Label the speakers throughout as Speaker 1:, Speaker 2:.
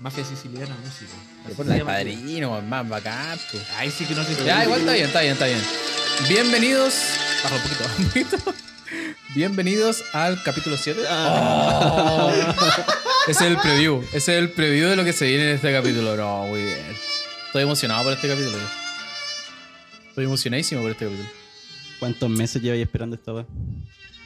Speaker 1: Mafia Siciliana Música. Así
Speaker 2: Por
Speaker 1: se
Speaker 2: la de
Speaker 1: llama.
Speaker 2: padrino, más bacán. po.
Speaker 1: Ay, sí que no sé.
Speaker 2: Ya, igual está bien, está bien, está bien. Bienvenidos. Baja un poquito, un poquito. Bienvenidos al capítulo 7. Ah. Ese es el preview. Ese es el preview de lo que se viene en este capítulo. No, muy bien. Estoy emocionado por este capítulo. yo. Estoy emocionadísimo por este capítulo.
Speaker 3: ¿Cuántos meses lleváis esperando esta weá?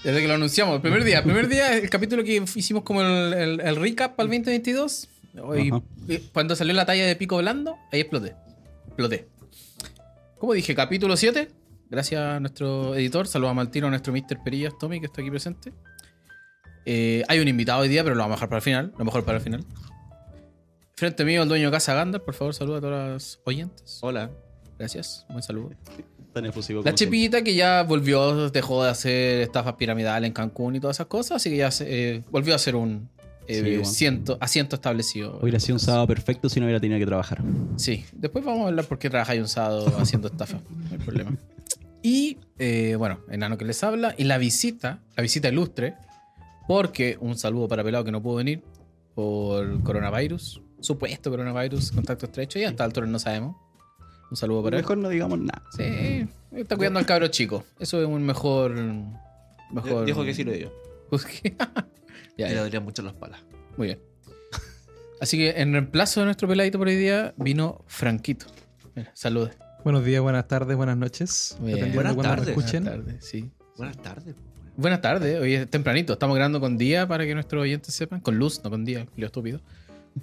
Speaker 2: Desde que lo anunciamos, el primer día. El primer día, el capítulo que hicimos como el, el- el recap al 2022. Hoy,
Speaker 3: Ajá.
Speaker 2: eh, cuando salió la talla de pico blando, ahí exploté. Exploté. Como dije, capítulo 7. Gracias a nuestro editor. Saludamos al tiro a nuestro Mr. Perillas, Tommy, que está aquí presente. Eh, hay un invitado hoy día, pero lo vamos a dejar para el final. Lo mejor para el final. Frente mío, el dueño de casa Gandalf. Por favor, saluda a todas las oyentes.
Speaker 1: Hola.
Speaker 2: Gracias. Buen saludo.
Speaker 3: Tan efusivo
Speaker 2: La
Speaker 3: como
Speaker 2: Chepita que ya volvió, dejó de hacer estafas piramidales en Cancún y todas esas cosas, así que ya se- eh, volvió a ser un eh,
Speaker 3: Sí, bueno.
Speaker 2: ciento- asiento establecido.
Speaker 3: siempre. Hubiera sido un sábado perfecto si no hubiera tenido que trabajar.
Speaker 2: Sí, después vamos a hablar por qué trabajáis un sábado haciendo estafa, no hay problema. Y eh, bueno, enano que les habla, y la visita, la visita ilustre, porque un saludo para Pelado que no pudo venir por coronavirus, supuesto coronavirus, contacto estrecho, y hasta altura no sabemos. Un saludo para él.
Speaker 3: Mejor no digamos nada.
Speaker 2: Sí, está cuidando al cabro chico. Eso es un mejor. mejor...
Speaker 1: Dijo que sí lo dio.
Speaker 2: Ya,
Speaker 1: Le
Speaker 2: ya,
Speaker 1: dolían mucho las palas.
Speaker 2: muy bien. Así que en reemplazo de nuestro peladito por hoy día vino Franquito. Mira, salude.
Speaker 4: Buenos días, buenas tardes, buenas noches.
Speaker 2: Bien.
Speaker 4: Dependiendo
Speaker 1: Buenas
Speaker 4: de cuándo nos
Speaker 1: tardes.
Speaker 4: escuchen.
Speaker 2: Buenas tardes, sí.
Speaker 1: Buenas tardes.
Speaker 2: Buenas tardes, eh. hoy es tempranito. Estamos grabando con día para que nuestros oyentes sepan. Con luz, no con día, lo estúpido.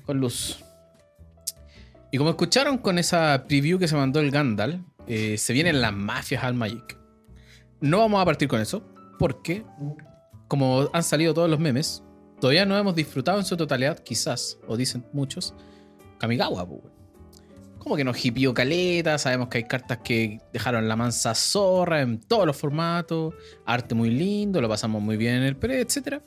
Speaker 2: Con luz. Y como escucharon con esa preview que se mandó el Gandalf, eh, se vienen las mafias al Magic. No vamos a partir con eso, porque como han salido todos los memes, todavía no hemos disfrutado en su totalidad, quizás, o dicen muchos, Kamigawa, po, weón. Como que nos hipió caleta, sabemos que hay cartas que dejaron la mansa zorra en todos los formatos, arte muy lindo, lo pasamos muy bien en el pre, etc.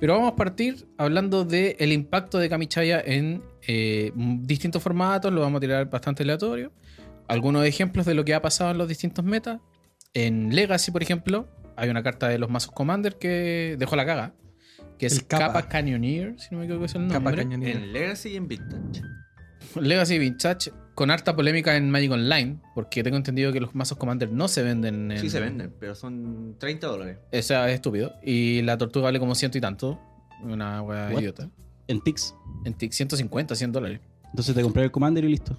Speaker 2: Pero vamos a partir hablando del el impacto de Kamichaya en eh, m- distintos formatos, lo vamos a tirar bastante aleatorio. Algunos ejemplos de lo que ha pasado en los distintos metas. En Legacy, por ejemplo, hay una carta de los mazos Commander que dejó la caga, que es
Speaker 4: El Kappa.
Speaker 2: Kappa Canyoneer, si no me equivoco es el nombre.
Speaker 4: Capa cañonera.
Speaker 1: En Legacy y en Vintage.
Speaker 2: Legacy Vintage con harta polémica en Magic Online, porque tengo entendido que los mazos Commander no se venden en.
Speaker 1: Sí se venden, pero son 30 dólares.
Speaker 2: O sea, es estúpido. Y la tortuga vale como ciento y tanto. Una wea
Speaker 3: What?
Speaker 2: idiota.
Speaker 3: En Tix.
Speaker 2: En TIC, 150, 100 dólares.
Speaker 3: Entonces te compré el Commander y listo.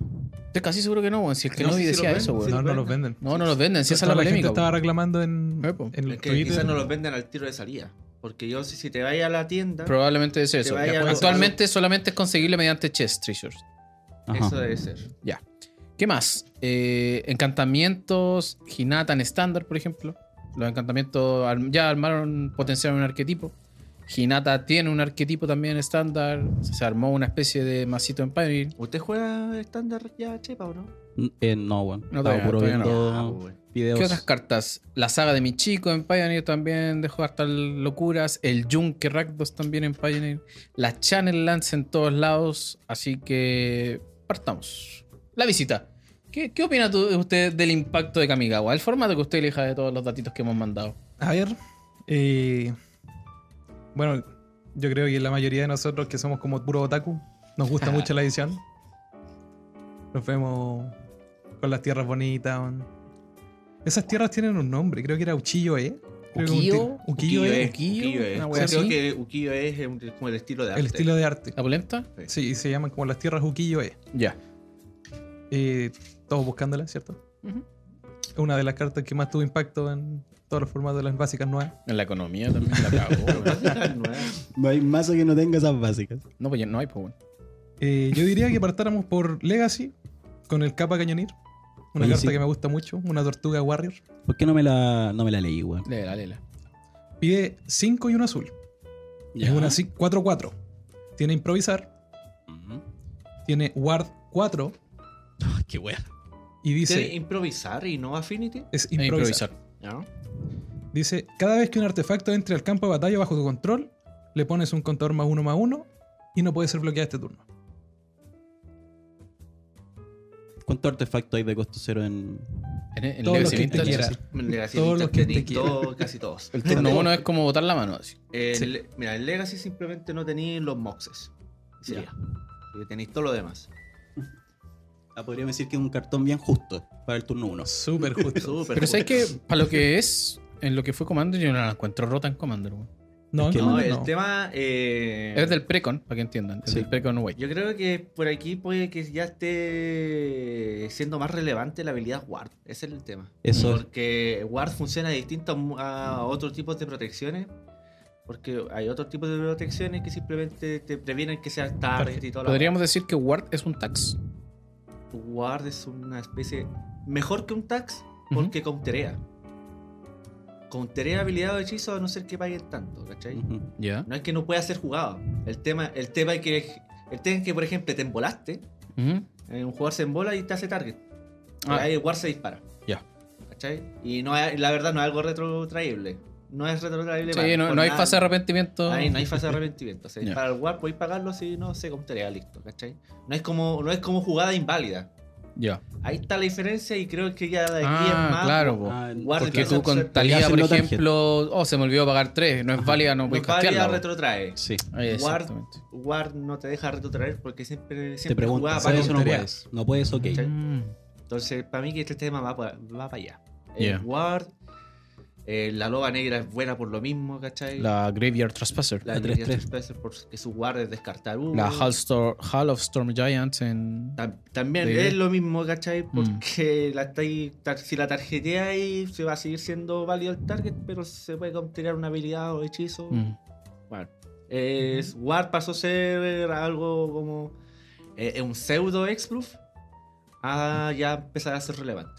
Speaker 2: Estoy casi seguro que no, weón. Si el que
Speaker 1: No
Speaker 2: no,
Speaker 1: sé si
Speaker 2: decía
Speaker 1: los
Speaker 2: eso,
Speaker 1: venden,
Speaker 2: weón.
Speaker 4: No, no los venden.
Speaker 2: No, no los venden, si esa es la
Speaker 4: Toda la gente
Speaker 2: polémica.
Speaker 4: estaba
Speaker 2: weón.
Speaker 4: reclamando en,
Speaker 2: Eh, po.
Speaker 4: en
Speaker 1: pues. Es que
Speaker 4: Twitter.
Speaker 1: quizás no los venden al tiro de salida. Porque yo, si, si te vayas a la tienda,
Speaker 2: Probablemente es eso.
Speaker 1: vaya
Speaker 4: a-
Speaker 2: Actualmente solamente es conseguible mediante chess treasures.
Speaker 3: Ajá.
Speaker 1: eso debe ser.
Speaker 2: ¿Qué más? Eh, encantamientos, Hinata en estándar, por ejemplo. Los encantamientos arm- ya armaron, potenciaron un arquetipo. Hinata tiene un arquetipo también estándar. Se armó una especie de masito en Pioneer.
Speaker 1: ¿Usted juega estándar ya, Chepa, o no?
Speaker 3: Eh, no, bueno.
Speaker 2: No,
Speaker 3: Estaba
Speaker 2: todavía-
Speaker 3: puro
Speaker 2: todavía no.
Speaker 3: viendo
Speaker 1: Ah, bueno.
Speaker 3: videos.
Speaker 2: ¿Qué otras cartas? La saga de mi chico en Pioneer también dejó hartas locuras. El Junker Rakdos también en Pioneer. La Channel Lance en todos lados. Así que partamos. La visita. ¿Qué, qué opina tú- usted del impacto de Kamigawa? El formato que usted elija de todos los datitos que hemos mandado.
Speaker 4: A ver. eh, bueno, yo creo que la mayoría de nosotros que somos como puro otaku, nos gusta mucho la edición. Nos vemos con las tierras bonitas. weón. Esas tierras tienen un nombre, creo que era Uchiyo-e. Creo que un
Speaker 2: Ukiyo,
Speaker 4: ti- E, Ukiyo-e.
Speaker 1: es,
Speaker 2: Ukiyo,
Speaker 1: es.
Speaker 2: una
Speaker 1: Yo
Speaker 2: wea
Speaker 1: Creo
Speaker 2: así.
Speaker 1: que Ukiyo es un- como el estilo de E, arte. Ah,
Speaker 4: El estilo de arte.
Speaker 2: ¿La polenta?
Speaker 4: Sí, y se llaman como las tierras E. Ukiyo-e.
Speaker 2: Ya.
Speaker 4: Eh, todos buscándola, ¿cierto?
Speaker 2: Ujú.
Speaker 4: Una de las cartas que más tuvo impacto en todos los formatos de las básicas nuevas.
Speaker 2: En la economía también la cagó. weón.
Speaker 3: No hay mazo que no tenga esas básicas.
Speaker 2: no, pues ya no hay, pues bueno.
Speaker 4: Eh, yo diría que partáramos por Legacy con el Capa Cañonir. Una
Speaker 3: Oye,
Speaker 4: carta
Speaker 3: sí.
Speaker 4: que me gusta mucho, una tortuga Warrior.
Speaker 3: ¿Por qué no me la, no me la leí, weón?
Speaker 2: Léela, léela.
Speaker 4: Pide 5 y un azul.
Speaker 3: Ya.
Speaker 4: Es una ci- 4-4. Tiene improvisar,
Speaker 3: Ujú.
Speaker 4: tiene ward 4
Speaker 3: Ah, Mm-hmm. qué wea.
Speaker 4: y
Speaker 1: ¿Quiere
Speaker 4: dice
Speaker 1: improvisar y no Affinity?
Speaker 4: es
Speaker 2: Eh,
Speaker 4: improvisar.
Speaker 2: Improvisar.
Speaker 1: ¿No?
Speaker 4: Dice, cada vez que un artefacto entre al campo de batalla bajo tu control, le pones un contador más 1 más 1 y no puede ser bloqueada este turno.
Speaker 3: ¿Cuántos artefactos hay de costo cero en.
Speaker 2: En, en
Speaker 4: Todo lo
Speaker 2: Legacy
Speaker 4: que te
Speaker 2: Vintage,
Speaker 4: quiera.
Speaker 2: así.
Speaker 1: Legacy
Speaker 4: Todos
Speaker 1: Vintage
Speaker 4: los que te
Speaker 1: tenéis
Speaker 4: quieran.
Speaker 1: todo- casi todos.
Speaker 2: El turno uno es como botar la mano. Así.
Speaker 1: El-
Speaker 4: Sí.
Speaker 1: Mira, en Legacy simplemente no tenéis los moxes. Sería. Porque tenéis todo lo demás.
Speaker 3: Ah, podríamos decir que es un cartón bien justo para el turno 1.
Speaker 4: Súper justo.
Speaker 1: Súper
Speaker 2: Pero sabes que
Speaker 1: justo.
Speaker 2: para lo que es, en lo que fue Commander, yo no la encuentro rota en Commander. weón.
Speaker 4: No,
Speaker 3: Es que
Speaker 4: no,
Speaker 1: No,
Speaker 4: no.
Speaker 1: el tema. eh,
Speaker 2: Es del Precon, para que entiendan. Es
Speaker 3: Sí.
Speaker 2: del Precon Way.
Speaker 1: Yo creo que por aquí puede que ya esté siendo más relevante la habilidad Ward. Ese es el tema.
Speaker 3: Eso es.
Speaker 1: Porque Ward funciona distinto a mu- a otros tipos de protecciones. Porque hay otros tipos de protecciones que simplemente te previenen que seas target y todo lo
Speaker 2: Podríamos decir que Ward es un tax.
Speaker 1: Ward es una especie mejor que un tax porque counterea. Counterea habilidad o hechizo a no ser que paguen tanto, ¿cachai?
Speaker 3: Ujú.
Speaker 2: Ya.
Speaker 1: No es que no pueda ser jugado. El tema, el tema es que el tema es que, por ejemplo, te embolaste,
Speaker 2: Ujú.
Speaker 1: eh, un jugador se embola y te hace target.
Speaker 2: Ah.
Speaker 1: Ahí el Ward se dispara.
Speaker 2: Ya.
Speaker 1: ¿Cachai? Y no hay- la verdad no es algo retrotraíble. No es retrotraíble.
Speaker 2: Sí,
Speaker 1: para-
Speaker 2: no,
Speaker 1: por
Speaker 2: no hay
Speaker 1: nada.
Speaker 2: fase de arrepentimiento.
Speaker 1: Ahí no hay fase de arrepentimiento. Se
Speaker 2: Ya.
Speaker 1: dispara el Ward, podéis pagarlo si no se counterea, listo, ¿cachai? No es como, no es como jugada inválida.
Speaker 2: Ya.
Speaker 1: Ahí está la diferencia y creo que ya de aquí es
Speaker 2: Ah,
Speaker 1: más.
Speaker 2: claro, po.
Speaker 3: Ah,
Speaker 1: Ward
Speaker 2: Porque
Speaker 1: empieza
Speaker 2: tú
Speaker 1: a ser-
Speaker 2: con Talía,
Speaker 3: hacen
Speaker 2: por
Speaker 3: no target.
Speaker 2: ejemplo, oh, se me olvidó pagar 3, no es válida, no
Speaker 1: no
Speaker 2: puedes
Speaker 1: varia,
Speaker 2: pues, castearla. po.
Speaker 1: retrotrae.
Speaker 3: Sí.
Speaker 2: Ah, Exactamente.
Speaker 1: Ward no te deja retrotraer porque siempre,
Speaker 3: Te
Speaker 1: siempre
Speaker 3: preguntas,
Speaker 1: jugaba
Speaker 3: ¿sabes
Speaker 1: para
Speaker 3: eso no
Speaker 1: counterear.
Speaker 3: puedes? No puedes, ok.
Speaker 1: Sí.
Speaker 2: Mm.
Speaker 1: Entonces, para mí que este tema va para, va para allá. El
Speaker 2: Yeah.
Speaker 1: Ward, eh, la loba negra es buena por lo mismo, ¿cachai?
Speaker 2: La Graveyard Trespasser.
Speaker 1: la
Speaker 2: La,
Speaker 3: la
Speaker 1: Ninja
Speaker 3: 3-3.
Speaker 1: Trespasser porque su Ward es descartar uno.
Speaker 2: Hall, Stor- Hall of Storm Giants en.
Speaker 1: Tam- También
Speaker 2: Sí.
Speaker 1: es lo mismo, ¿cachai?
Speaker 2: Mm.
Speaker 1: Porque la estáis tar- si la tarjeteáis, se va a seguir siendo válido el target, pero se puede obtener una habilidad o hechizo.
Speaker 2: Mm.
Speaker 1: Bueno, es, Ward pasó a ser algo como eh, un pseudo exproof a ya empezar a ser relevante.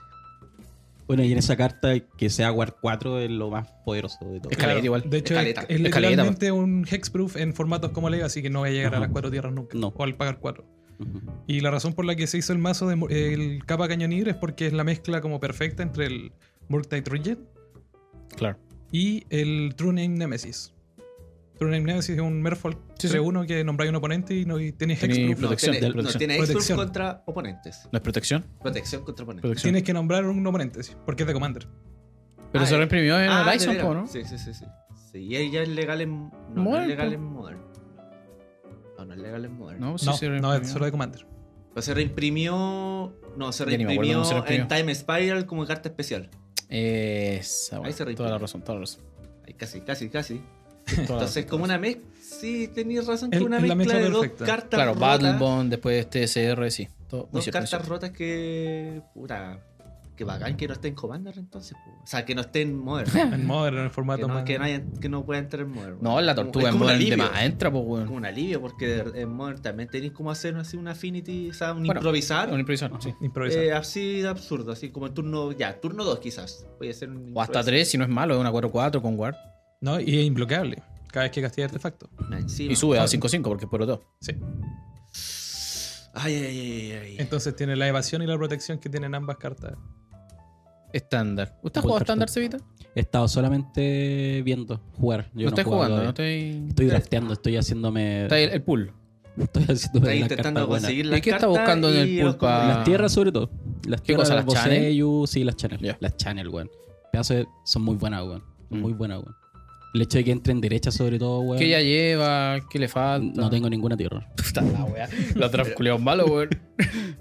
Speaker 3: Bueno, y en esa carta que sea Ward 4 es lo más poderoso de todo.
Speaker 2: Es caleta igual.
Speaker 4: De hecho, es,
Speaker 1: Escaleta.
Speaker 4: es
Speaker 2: Escaleta, po.
Speaker 4: literalmente un hexproof en formatos como Legacy así que no va a llegar a
Speaker 3: Ajá.
Speaker 4: las cuatro tierras nunca.
Speaker 3: No.
Speaker 4: O al pagar cuatro.
Speaker 3: Ujú.
Speaker 4: Y la razón por la que se hizo el mazo de Mo- el capa cañonir es porque es la mezcla como perfecta entre el Murktide Regent
Speaker 2: Claro.
Speaker 4: y el True Name Nemesis. True Name Nemesis es un Merfolk
Speaker 2: Sí, sí.
Speaker 4: 3-1 que nombráis un oponente y no y tenéis
Speaker 2: Tenéis
Speaker 4: Hexproof.
Speaker 1: No,
Speaker 2: Protección,
Speaker 1: tiene,
Speaker 2: de-
Speaker 1: no,
Speaker 2: protección.
Speaker 1: tiene exproof
Speaker 4: Protección.
Speaker 1: contra oponentes.
Speaker 2: ¿No es protección?
Speaker 1: Protección contra oponentes.
Speaker 2: Protección.
Speaker 4: Tienes que nombrar un oponente, sí, porque es de Commander.
Speaker 2: Pero
Speaker 1: Ah,
Speaker 2: se lo
Speaker 1: eh.
Speaker 2: imprimió en
Speaker 1: Ah, de
Speaker 2: Horizon,
Speaker 1: veras.
Speaker 2: po, ¿no?
Speaker 1: Sí, sí, sí, sí. Sí, y ahí ya es legal en. No, no
Speaker 2: Modern,
Speaker 1: es legal
Speaker 2: po.
Speaker 1: en Modern. No, no es legal en Modern.
Speaker 2: No, sí,
Speaker 4: no,
Speaker 2: se lo
Speaker 4: no, es
Speaker 2: imprimió.
Speaker 4: solo de Commander.
Speaker 1: Pero se reimprimió. No, se
Speaker 2: Ya ni me acuerdo
Speaker 1: reimprimió
Speaker 2: cómo se
Speaker 1: en
Speaker 2: reimprimió.
Speaker 1: Time Spiral como carta especial.
Speaker 2: Esa,
Speaker 1: Ahí
Speaker 2: bueno,
Speaker 1: se reimprime.
Speaker 2: Toda la razón, toda la razón.
Speaker 1: Ahí casi, casi, casi.
Speaker 2: Ah, Toda la razón.
Speaker 1: Entonces, como una mezcla. Sí, tenías razón, que
Speaker 4: El-
Speaker 1: una
Speaker 4: la
Speaker 1: mezcla,
Speaker 4: mezcla
Speaker 1: de dos
Speaker 4: perfecta.
Speaker 1: cartas
Speaker 2: Claro,
Speaker 1: rotas.
Speaker 2: Battle Bond, después TSR, sí. Todo, muy
Speaker 1: Dos
Speaker 2: cierto, muy
Speaker 1: cartas
Speaker 2: cierto.
Speaker 1: rotas que. Puta. Que bacán que no esté en Commander entonces. po. O sea, que no esté en Modern.
Speaker 4: En Modern, en el formato
Speaker 1: que, no,
Speaker 4: más-
Speaker 1: que no haya- que no pueda entrar en Modern.
Speaker 2: No, la tortuga
Speaker 1: es
Speaker 2: en
Speaker 1: como un
Speaker 2: Modern de
Speaker 1: alivio.
Speaker 2: más entra, pues,
Speaker 1: Es como
Speaker 2: weón.
Speaker 1: un alivio, porque de- en Modern también tenéis como hacer así un affinity, o sea, un
Speaker 2: Bueno,
Speaker 1: improvisar.
Speaker 2: Un improvisado, sí.
Speaker 4: improvisar.
Speaker 1: eh, así de absurdo, así como en turno, ya, turno 2 quizás. Puede ser un
Speaker 2: O hasta
Speaker 1: improvisar.
Speaker 2: 3, si no es malo, es una 4-4 con Ward.
Speaker 4: ¿no? Y es imbloqueable cada vez que castiga artefacto.
Speaker 1: Ah, encima.
Speaker 2: Y sube a 5-5 porque es por otro.
Speaker 4: Sí.
Speaker 1: Ay, ay, ay, ay, ay.
Speaker 4: Entonces tiene la evasión y la protección que tienen ambas cartas.
Speaker 2: Estándar. ¿Usted ha
Speaker 3: Voy
Speaker 2: jugado
Speaker 3: perfecto.
Speaker 2: estándar, Cevita?
Speaker 3: He estado solamente viendo jugar. Yo
Speaker 2: No estoy
Speaker 3: he jugado
Speaker 2: jugando, no
Speaker 3: todavía.
Speaker 2: estoy.
Speaker 3: Estoy drafteando, estoy haciéndome.
Speaker 2: Está el, el pool.
Speaker 3: Estoy
Speaker 1: Está
Speaker 3: haciéndome las
Speaker 1: intentando
Speaker 3: cartas buenas.
Speaker 1: conseguir la
Speaker 2: ¿Y qué está buscando en el pulpa?
Speaker 3: Las tierras, sobre todo. Las
Speaker 2: ¿Qué
Speaker 3: tierras,
Speaker 2: cosa,
Speaker 3: las
Speaker 2: las channel?
Speaker 3: Boseyu, sí, las channel.
Speaker 2: Ya.
Speaker 3: Las channel, weón. Pedazos de- son muy buenas, weón. Son
Speaker 2: Mm.
Speaker 3: muy buenas, weón. El hecho de que entren derecha, sobre todo, weón.
Speaker 2: ¿Qué ya lleva? ¿Qué le falta?
Speaker 3: No tengo ninguna tierra.
Speaker 2: Puta la wea. Los drafts culiados malos, weón.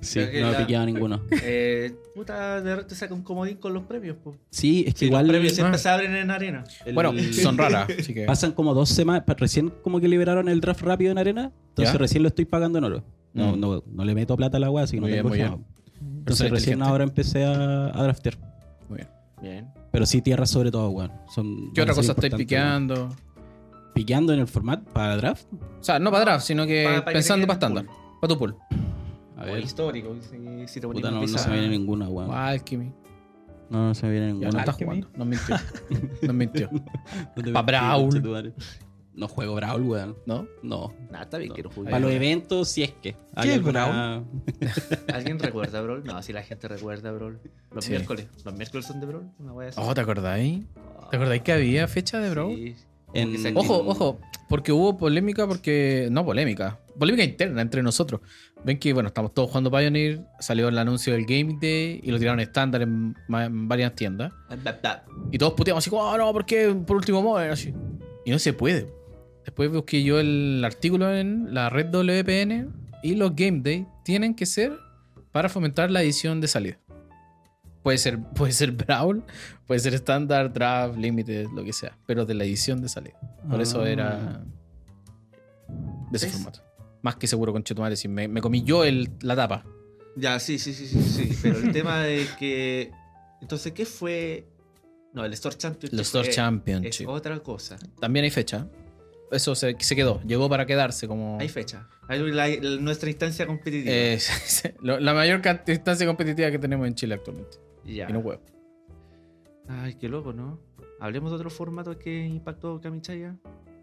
Speaker 3: Sí,
Speaker 1: Creo que
Speaker 3: no me
Speaker 1: la-
Speaker 3: piqueaba ninguno.
Speaker 1: Eh, puta, de repente saca un comodín con los premios, po.
Speaker 3: Sí, es que
Speaker 1: Sí,
Speaker 3: igual.
Speaker 1: los premios siempre
Speaker 2: ah.
Speaker 1: se abren en arena.
Speaker 3: el- Ah,
Speaker 2: Bueno, son raras. Así que.
Speaker 3: Pasan como dos semanas. pa- Recién como que liberaron el draft rápido en arena. Entonces
Speaker 2: ¿Ya?
Speaker 3: recién lo estoy pagando en oro. No,
Speaker 2: Mm.
Speaker 3: no, no le meto plata a la weá, así que no
Speaker 2: Muy bien,
Speaker 3: tengo
Speaker 2: muy
Speaker 3: nada.
Speaker 2: bien.
Speaker 3: Entonces recién
Speaker 2: inteligente.
Speaker 3: ahora empecé a, a draftear.
Speaker 2: Muy bien.
Speaker 1: Bien.
Speaker 3: Pero sí, tierra sobre todo, weón. Son,
Speaker 2: ¿Qué
Speaker 3: van a
Speaker 2: otra
Speaker 3: ser
Speaker 2: cosa estáis
Speaker 3: importantes,
Speaker 2: piqueando?
Speaker 3: weón. ¿Piqueando en el formato para draft?
Speaker 2: O sea, no para draft, sino que
Speaker 1: Pa- pa que
Speaker 2: pensando
Speaker 1: te
Speaker 2: para
Speaker 1: quede en el
Speaker 2: estándar. Para tu pool.
Speaker 3: A
Speaker 1: O
Speaker 3: ver.
Speaker 1: histórico, si, si te ponís
Speaker 3: Puta, no, no
Speaker 1: pizarra.
Speaker 3: se me viene ninguna, weón.
Speaker 2: Alchemy.
Speaker 3: No, no se me viene
Speaker 2: Ya Ah. no
Speaker 3: ninguna.
Speaker 2: está
Speaker 4: Alchemy.
Speaker 2: jugando. Nos mintió. Nos mintió.
Speaker 3: No te
Speaker 2: pa'
Speaker 3: metí,
Speaker 2: Brawl.
Speaker 3: concha tu madre. No juego Brawl, weón.
Speaker 2: ¿No?
Speaker 3: No.
Speaker 1: Nah, está bien,
Speaker 3: No.
Speaker 1: quiero
Speaker 3: Para
Speaker 1: jugar.
Speaker 3: los eventos, si es que. Hay
Speaker 4: es
Speaker 3: alguna-
Speaker 1: ¿Alguien recuerda, bro? No, si la gente recuerda, bro. Los
Speaker 2: Sí.
Speaker 1: miércoles. Los miércoles son de bro. Una wea así.
Speaker 2: Oh, ¿te acordáis?
Speaker 1: Ah,
Speaker 2: ¿Te acordáis que había fecha de Brawl?
Speaker 1: sí.
Speaker 3: En-
Speaker 1: Porque se
Speaker 2: Ojo,
Speaker 1: activó.
Speaker 2: ojo, porque hubo polémica, porque. No polémica, polémica interna entre nosotros. Ven que, bueno, estamos todos jugando Pioneer, salió el anuncio del Game Day y lo tiraron estándar en, ma- en varias tiendas.
Speaker 1: Ah, bah, bah.
Speaker 2: Y todos puteamos así, como, "Ah, no, ¿por qué? Por último modo, así. Y no se puede. Después busqué yo el artículo en la red WPN y los Game Day tienen que ser para fomentar la edición de salida. Puede ser, puede ser Brawl, puede ser Standard, Draft, Limited, lo que sea, pero de la edición de salida. Por eso
Speaker 3: Ah.
Speaker 2: era de ese
Speaker 1: ¿Ves?
Speaker 2: formato. Más que seguro con Chetumare, si me, me comí yo el- la tapa.
Speaker 1: Ya, sí, sí, sí, sí, sí. Pero el tema de que. Entonces, ¿qué fue? No, el Store Championship.
Speaker 2: Los Store
Speaker 1: es-
Speaker 2: Championship.
Speaker 1: Es otra cosa.
Speaker 2: También hay fecha. Eso se, se quedó, llegó para quedarse como...
Speaker 1: Hay fecha. Hay la- la- nuestra instancia competitiva.
Speaker 2: Ah. Eh, lo- la mayor cantidad de distancia competitiva que tenemos en Chile actualmente.
Speaker 1: ya.
Speaker 2: Y no huevo.
Speaker 1: Ay, qué loco, ¿no? Hablemos de otro formato que impactó Kamichaya.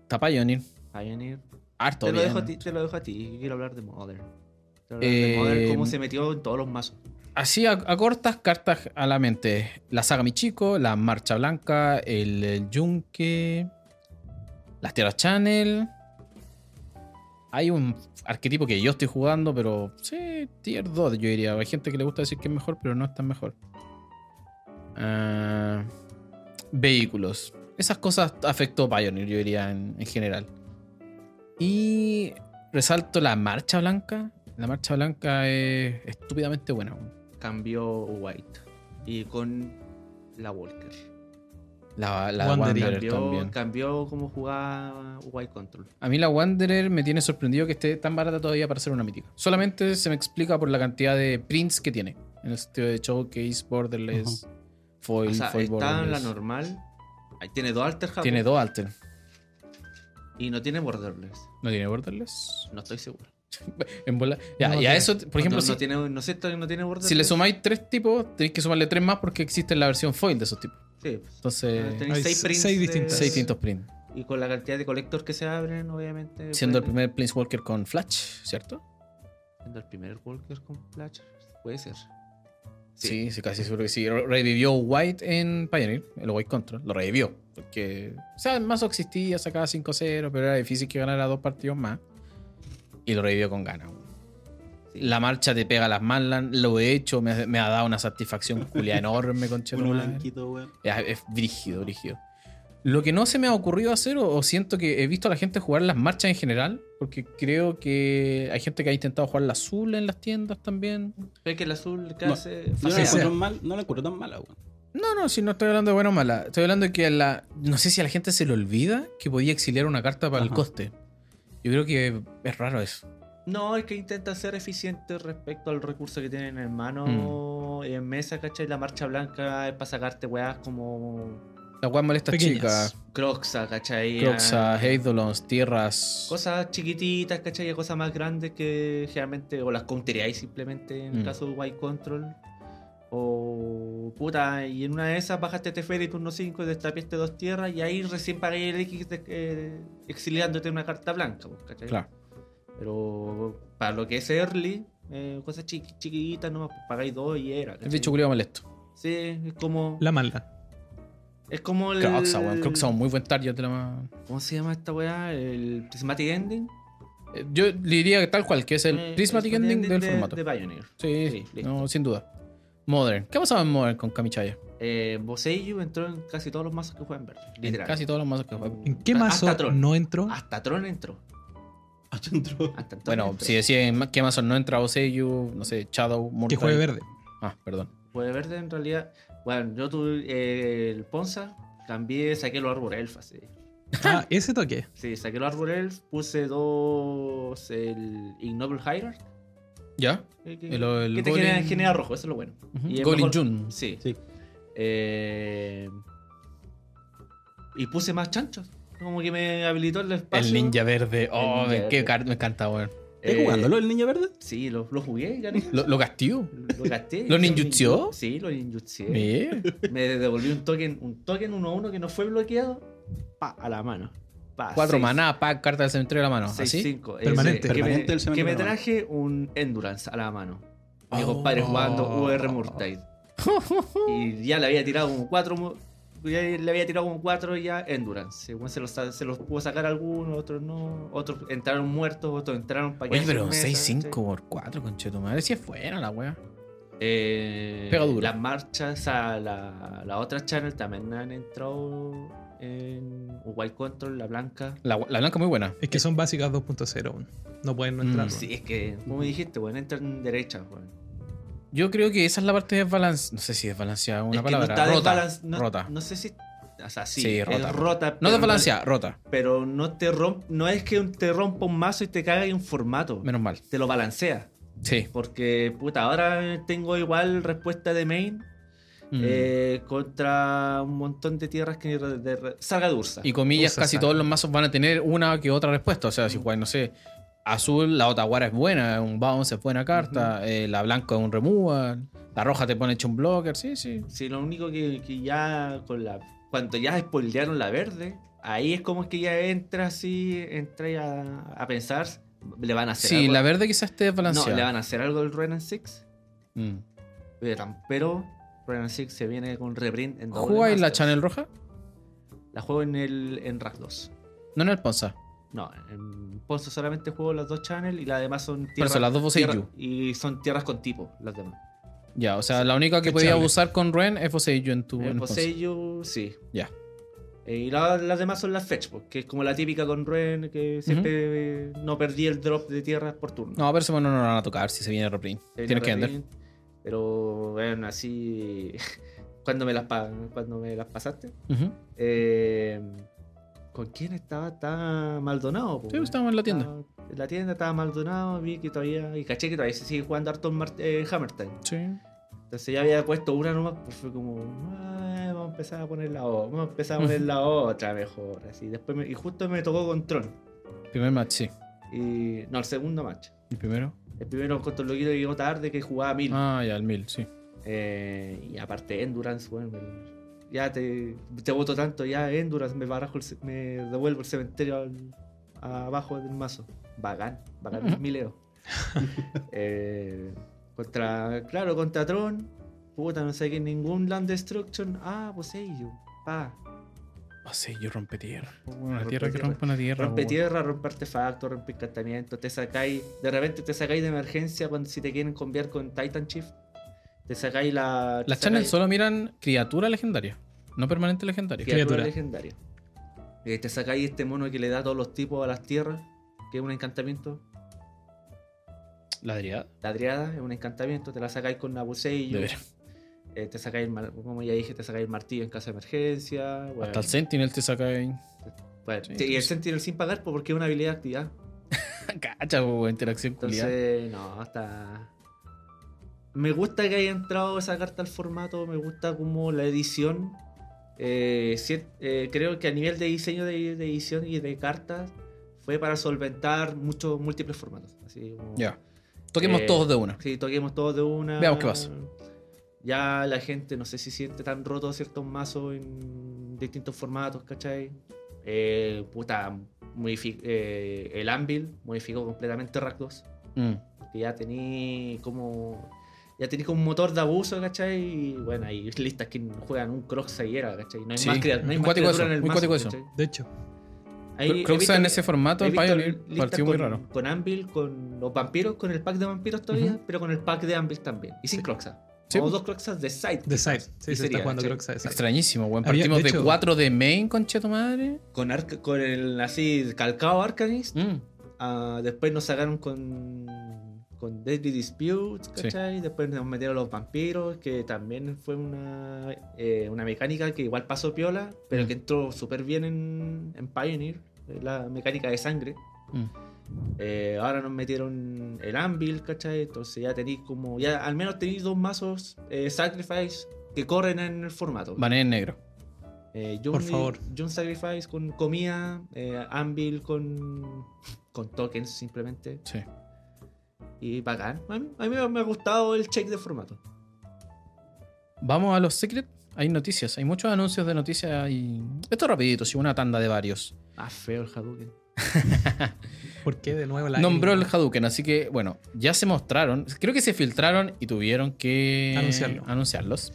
Speaker 2: Tapa Johnny.
Speaker 1: Pioneer.
Speaker 2: Harto.
Speaker 1: Te lo,
Speaker 2: bien.
Speaker 1: dejo a ti, te lo dejo a ti. Yo quiero hablar de Modern. Quiero hablar
Speaker 2: Eh,
Speaker 1: de Modern, cómo se metió en todos los mazos.
Speaker 2: Así a, a cortas cartas a la mente. La saga Mi Chico, la Marcha Blanca, el, el Yunque, las Tierras Channel. Hay un arquetipo que yo estoy jugando, pero sí, tier 2 yo diría. Hay gente que le gusta decir que es mejor, pero no es tan mejor. Ah, vehículos. Esas cosas afectó Pioneer, yo diría, en, en general. Y resalto la Marcha Blanca. La Marcha Blanca es estúpidamente buena.
Speaker 1: Cambió White. Y con la Walker.
Speaker 2: La, la
Speaker 4: Wanderer.
Speaker 2: Wanderer
Speaker 1: Cambió,
Speaker 2: también.
Speaker 1: cambió cómo jugaba White Control.
Speaker 2: A mí la Wanderer me tiene sorprendido que esté tan barata todavía para ser una mítica. Solamente se me explica por la cantidad de prints que tiene. En el sentido de showcase, borderless, foil,
Speaker 1: o sea,
Speaker 2: foil
Speaker 1: está en la
Speaker 2: borderless.
Speaker 1: normal. Ahí tiene dos alter Japo,
Speaker 2: Tiene dos alter.
Speaker 1: Y no tiene borderless.
Speaker 2: ¿No tiene borderless?
Speaker 1: No estoy seguro.
Speaker 2: En bola. Ya,
Speaker 4: No
Speaker 2: y a
Speaker 4: tiene.
Speaker 2: eso, por ejemplo,
Speaker 1: no,
Speaker 2: si,
Speaker 1: no tiene, no sé, no tiene borderless.
Speaker 2: si le sumáis tres tipos, tenéis que sumarle tres más porque existe la versión foil de esos tipos.
Speaker 1: Sí, pues.
Speaker 2: Entonces,
Speaker 1: Tenéis
Speaker 4: Hay
Speaker 1: seis
Speaker 4: se-
Speaker 1: prints
Speaker 4: seis
Speaker 1: de-
Speaker 4: distintas.
Speaker 2: seis distintos prints.
Speaker 1: Y con la cantidad de collectors que se abren, obviamente.
Speaker 2: Siendo el
Speaker 1: puede-
Speaker 2: primer Planeswalker con Flash, ¿cierto?
Speaker 1: Siendo el primer Walker con Flash. Puede ser.
Speaker 2: Sí, sí, casi seguro que sí. Re- Revivió White en Pioneer, el White Control. Lo revivió. Porque, o sea, el mazo existía, sacaba 5-0, pero era difícil que ganara dos partidos más. Y lo revivió con ganas. weón.
Speaker 1: Sí.
Speaker 2: La marcha te pega las malas, lo he hecho, me, ha- me ha dado una satisfacción culia enorme, concha. de
Speaker 3: Uno
Speaker 2: tu madre.
Speaker 3: blanquito, weón.
Speaker 2: Es, es brígido, brígido. Lo que no se me ha ocurrido hacer, o, o siento que he visto a la gente jugar las marchas en general, porque creo que hay gente que ha intentado jugar la azul en las tiendas también.
Speaker 1: Ve que el azul que
Speaker 3: No,
Speaker 1: hace.
Speaker 3: Yo no la
Speaker 1: facea.
Speaker 4: sea.
Speaker 3: encuentro mal, no la encuentro tan mala, weón.
Speaker 2: No, no, si no estoy hablando de buena o mala. Estoy hablando de que a la. No sé si a la gente se le olvida que podía exiliar una carta para el
Speaker 3: Ajá.
Speaker 2: coste. Yo creo que es raro eso.
Speaker 1: No, es que intenta ser eficiente respecto al recurso que tienen en mano
Speaker 2: Mm.
Speaker 1: y en mesa, ¿cachai? La marcha blanca es para sacarte weas como
Speaker 2: La cual molesta
Speaker 4: Pequeñas.
Speaker 2: chicas.
Speaker 1: Croxa, ¿cachai?
Speaker 2: Ah. Croxa,
Speaker 1: Ah,
Speaker 2: Eidolons, Tierras.
Speaker 1: Cosas chiquititas, ¿cachai? Y Cosas más grandes que generalmente o las counteráis simplemente en el
Speaker 2: Mm.
Speaker 1: caso de White Control. O puta, y en una de esas bajaste Teferi turno 5 y destapiaste dos tierras y ahí recién pagué el X de- eh, exiliándote una carta blanca, pues, ¿cachai?
Speaker 2: Claro.
Speaker 1: Pero para lo que es early, eh, cosas chiqui- chiquititas, nomás pues, pagáis dos y era.
Speaker 2: El
Speaker 1: ¿cachai?
Speaker 2: bicho culiado molesto.
Speaker 1: Sí, es como.
Speaker 4: La mala.
Speaker 1: Es como el.
Speaker 2: Croxa, weón. Croxa, un muy buen target de la más.
Speaker 1: ¿Cómo se llama esta weá? El Prismatic Ending.
Speaker 2: Eh, Yo le diría que tal cual, que es el
Speaker 1: Eh,
Speaker 2: Prismatic Ending del
Speaker 1: de-
Speaker 2: formato.
Speaker 1: De Pioneer.
Speaker 2: sí,
Speaker 1: sí, listo.
Speaker 2: no, sin duda. Modern. ¿Qué ha pasado en Modern con Kamichaya?
Speaker 1: Eh, Boseiju entró en casi todos los mazos que juegan verde.
Speaker 2: En
Speaker 1: Literal.
Speaker 2: casi todos los mazos que juega.
Speaker 4: ¿En qué
Speaker 1: Ah, Hasta
Speaker 4: mazo
Speaker 1: Tron.
Speaker 4: no entró?
Speaker 1: Hasta Tron entró.
Speaker 3: Ah, yo entro.
Speaker 1: Hasta Tron
Speaker 2: Bueno,
Speaker 1: entró.
Speaker 2: si decía en que Amazon no entra Oseyu, no sé, Shadow,
Speaker 4: Que
Speaker 2: Mordekaiser.
Speaker 4: juegue verde.
Speaker 2: Ah, perdón.
Speaker 1: Puede verde en realidad. Bueno, yo tuve eh, el Ponza, cambié, saqué los árbol elf así.
Speaker 4: Ah, ese toque.
Speaker 1: Sí, saqué los árbol elf, puse dos el Ignoble Hierarch.
Speaker 2: ¿Ya?
Speaker 1: eh, Que,
Speaker 2: El- el
Speaker 1: que te
Speaker 2: Golem-
Speaker 1: genera, genera rojo, eso es lo bueno. Y es
Speaker 2: Golin
Speaker 1: mejor-
Speaker 2: Jun.
Speaker 1: Sí.
Speaker 3: Sí.
Speaker 1: Eh, y puse más chanchos. Como que me habilitó el espacio.
Speaker 2: El ninja verde. Oh,
Speaker 1: El ninja
Speaker 2: qué
Speaker 1: verde.
Speaker 2: carta me encanta, weón.
Speaker 3: ¿Estás
Speaker 1: Eh,
Speaker 3: jugándolo el niño verde?
Speaker 1: Sí, lo, lo jugué, gané.
Speaker 2: ¿Lo, lo castigo?
Speaker 1: Lo gasté. Hice
Speaker 2: ¿Lo
Speaker 1: un
Speaker 2: ninjutseó?
Speaker 1: ninju- Sí, lo ninjutseé.
Speaker 2: Mira.
Speaker 1: Me devolví un token, un token 1-1 que no fue bloqueado. Pa, a la mano. Pa,
Speaker 2: Cuatro
Speaker 1: seis-
Speaker 2: maná, pack, carta del cementerio de la mano.
Speaker 1: seis,
Speaker 2: ¿Así?
Speaker 1: cinco. que
Speaker 4: Permanente.
Speaker 1: me-
Speaker 3: Permanente del
Speaker 1: que me,
Speaker 3: cementerio de la mano.
Speaker 1: traje un Endurance a la mano. Mi
Speaker 2: Oh.
Speaker 1: compadre jugando UR Murtide. y ya le había tirado como cuatro. mu- Ya le había tirado como cuatro ya Endurance. Según se los, se los pudo sacar algunos, otros no. Otros entraron muertos, otros entraron para
Speaker 2: Oye, pero 6-5 por 4, concheto madre. Si es fuera la wea.
Speaker 1: Eh,
Speaker 2: Pega duro.
Speaker 1: Las marchas a la, la otra channel también han entrado en Wild Control, la blanca.
Speaker 2: La, la blanca muy buena.
Speaker 4: Es que son básicas 2.0. weón. No pueden no entrar.
Speaker 2: Mm,
Speaker 4: weón.
Speaker 1: Sí, es que, como dijiste, bueno, entran derechas, bueno.
Speaker 2: Yo creo que esa es la parte desbalanceada. No sé si desbalanceada
Speaker 1: Es
Speaker 2: una
Speaker 1: que
Speaker 2: palabra.
Speaker 1: no está
Speaker 2: rota.
Speaker 1: desbalan- no,
Speaker 2: rota.
Speaker 1: No sé si. O sea, sí,
Speaker 2: Sí,
Speaker 1: es
Speaker 2: rota.
Speaker 1: rota,
Speaker 2: No
Speaker 1: pero
Speaker 2: desbalanceada, rota.
Speaker 1: Pero no te romp, no es que te rompa un mazo y te caga en un formato.
Speaker 2: Menos mal.
Speaker 1: Te lo balancea.
Speaker 2: Sí.
Speaker 1: Porque, puta, ahora tengo igual respuesta de main
Speaker 2: Mm.
Speaker 1: eh, contra un montón de tierras que de, de- salga de Ursa.
Speaker 2: y comillas,
Speaker 4: Usa
Speaker 2: casi
Speaker 4: esa.
Speaker 2: todos los mazos van a tener una que otra respuesta. O sea,
Speaker 1: Mm.
Speaker 2: si juegan, no sé, azul, la Otaguara es buena, un bounce es buena carta, eh, la blanca es un removal, la roja te pone hecho un blocker. Sí, sí.
Speaker 1: Sí, lo único que, que ya con la. Cuando ya spoilearon la verde, ahí es como que ya entra así, entra ya a pensar, le van a hacer
Speaker 2: Sí,
Speaker 1: Ah, algo.
Speaker 2: la verde quizás esté
Speaker 1: no,
Speaker 2: desbalanceada.
Speaker 1: le van a hacer algo al Renan Six.
Speaker 2: Mm.
Speaker 1: Pero, pero Renan Six se viene con reprint en doble
Speaker 2: ¿Juega en la
Speaker 1: Masters.
Speaker 2: Channel Roja?
Speaker 1: La juego en el en Rack 2.
Speaker 2: No en el Ponza.
Speaker 1: No, en Ponzo solamente juego las dos channel y las demás son tierras.
Speaker 2: eso, las dos Bosei
Speaker 1: tierra- y son tierras con tipo, las demás.
Speaker 2: Ya, o sea, la única que podía
Speaker 4: Cachable.
Speaker 2: abusar con Ren es Foseillo en tu. en
Speaker 1: El
Speaker 2: el Ponza.
Speaker 1: Poseidon, sí.
Speaker 2: Ya.
Speaker 1: Eh, y la- las demás son las fetch, pues, que es como la típica con Ren, que siempre eh, no perdí el drop de tierras por turno.
Speaker 2: No, pero bueno, no lo van a tocar si se viene reprint.
Speaker 1: Se
Speaker 2: Tienes
Speaker 1: viene
Speaker 2: que vender.
Speaker 1: Ren, Pero bueno, así. cuando, me las, pa- cuando me las pasaste.
Speaker 2: Ujú.
Speaker 1: Eh, ¿Con quién estaba? Estaba Maldonado. po,
Speaker 2: Sí,
Speaker 1: weón.
Speaker 2: estábamos en la tienda.
Speaker 1: Estaba- en la tienda estaba Maldonado, vi que todavía. Y caché que todavía se sigue jugando harto en Mart- eh, Hammerstein.
Speaker 2: Sí.
Speaker 1: Entonces ya había puesto una nomás, pues fue como. "Ah, Vamos a empezar a poner la otra. Vamos a empezar a poner la otra mejor. Así. Después me- y justo me tocó con Tron.
Speaker 2: Primer match, sí.
Speaker 1: Y, no, el segundo match.
Speaker 2: El primero.
Speaker 1: El primero contra el loquito que llegó tarde que jugaba mil.
Speaker 2: Ah, ya, el mil, sí.
Speaker 1: Eh, y aparte, Endurance, bueno, me- ya te, te voto tanto, ya Endurance, me, barajo el ce- me devuelvo el cementerio al- abajo del mazo. Bacán, bacán es mi Leo. Eh, contra, claro, contra Tron, puta, no sé qué, ningún Land Destruction. Ah, pues ellos, pa.
Speaker 2: Foseillo rompe tierra. Una
Speaker 1: Rompe
Speaker 2: tierra que
Speaker 1: tierra.
Speaker 2: rompe una tierra.
Speaker 1: Rompe
Speaker 2: weón.
Speaker 1: tierra, rompe artefactos, rompe encantamientos, te sacáis, de repente te sacáis de emergencia cuando si te quieren cambiar con Titan Chief. Te sacáis la. te
Speaker 2: Las channels
Speaker 1: sacáis-
Speaker 2: solo miran criatura legendaria, no permanente legendaria.
Speaker 1: Criatura
Speaker 4: Criatura.
Speaker 1: legendaria. Y te sacáis este mono que le da todos los tipos a las tierras, que es un encantamiento.
Speaker 2: La Dryad.
Speaker 1: La driada es un encantamiento, te la sacáis con
Speaker 2: De
Speaker 1: Nabuceillo.
Speaker 2: veras.
Speaker 1: Eh, te sacáis, el mar- como ya dije, te sacáis el martillo en caso de emergencia. bueno,
Speaker 2: Hasta el Sentinel te saca ahí.
Speaker 1: bueno,
Speaker 2: sí,
Speaker 1: te- y el
Speaker 2: sí.
Speaker 1: Sentinel sin pagar pues, porque es una habilidad activada.
Speaker 2: Cacha, weón, interacción culiada.
Speaker 1: Entonces, no, hasta. Me gusta que haya entrado esa carta al formato, me gusta como la edición. eh, si- eh, creo que a nivel de diseño de, de edición y de cartas fue para solventar muchos múltiples formatos. Así como,
Speaker 2: Ya. Toquemos
Speaker 1: Eh,
Speaker 2: todos de una.
Speaker 1: Sí, toquemos todos de una.
Speaker 2: Veamos qué pasa.
Speaker 1: Ya la gente no sé si siente tan roto ciertos mazos en distintos formatos, ¿cachai? Eh, puta, modifi- eh, el Anvil modificó completamente Rack 2
Speaker 2: Mm.
Speaker 1: que ya tení como ya tení como un motor de abuso, ¿cachai? Y bueno, hay listas que juegan un Crocs y era, ¿cachai? No hay
Speaker 2: Sí,
Speaker 1: más, crea- no hay
Speaker 2: muy
Speaker 1: más
Speaker 2: cuático
Speaker 1: criatura
Speaker 2: eso,
Speaker 1: en el
Speaker 2: muy
Speaker 1: mazo,
Speaker 2: cuático eso.
Speaker 1: ¿cachai?
Speaker 4: De hecho,
Speaker 1: Ahí he
Speaker 2: Creo que
Speaker 1: visto-
Speaker 2: en ese formato
Speaker 1: he
Speaker 2: en
Speaker 1: visto
Speaker 2: Pioneer
Speaker 1: listas
Speaker 2: partió muy
Speaker 1: con-
Speaker 2: raro.
Speaker 1: Con Anvil, con los vampiros, con el pack de vampiros todavía,
Speaker 2: Ujú.
Speaker 1: pero con el pack de Anvil también. Y sin Croxa.
Speaker 2: Sí,
Speaker 1: o
Speaker 2: pues.
Speaker 1: dos Croxas de side.
Speaker 4: The Side. Sí, se
Speaker 1: sería,
Speaker 4: está jugando
Speaker 1: sí.
Speaker 4: Crocs a The Side.
Speaker 2: Extrañísimo, weón.
Speaker 4: Había-
Speaker 2: Partimos
Speaker 4: de
Speaker 2: de,
Speaker 4: hecho-
Speaker 2: 4 de main, conche tu madre.
Speaker 1: Con, arca- con el así calcado Arcanist.
Speaker 2: Mm.
Speaker 1: Ah, después nos sacaron con, con Deadly Dispute,
Speaker 2: Sí.
Speaker 1: ¿cachai? Después nos metieron los vampiros, que también fue una, eh, una mecánica que igual pasó piola, pero
Speaker 2: Mm.
Speaker 1: que entró súper bien en, en Pioneer, eh, la mecánica de sangre.
Speaker 2: Mm.
Speaker 1: Eh, ahora nos metieron el Anvil, ¿cachai? Entonces ya tenéis como, ya al menos tenéis dos mazos eh, Sacrifice que corren en el formato.
Speaker 2: Bané en negro.
Speaker 1: Eh, Jun
Speaker 4: Por
Speaker 1: y-
Speaker 4: favor.
Speaker 1: Jun Sacrifice con comida, eh, Anvil con, con tokens simplemente.
Speaker 2: Sí.
Speaker 1: Y bacán. A mí, a mí me ha gustado el check de formato.
Speaker 2: Vamos a los secret. Hay noticias, hay muchos anuncios de noticias y. Esto rapidito, sí, una tanda de varios.
Speaker 1: Ah, feo el Hadouken.
Speaker 4: ¿Por qué de nuevo la
Speaker 2: Nombró el
Speaker 4: anime?
Speaker 2: Hadouken, así que bueno, ya se mostraron. Creo que se filtraron y tuvieron que
Speaker 4: Anunciarlo.
Speaker 2: anunciarlos.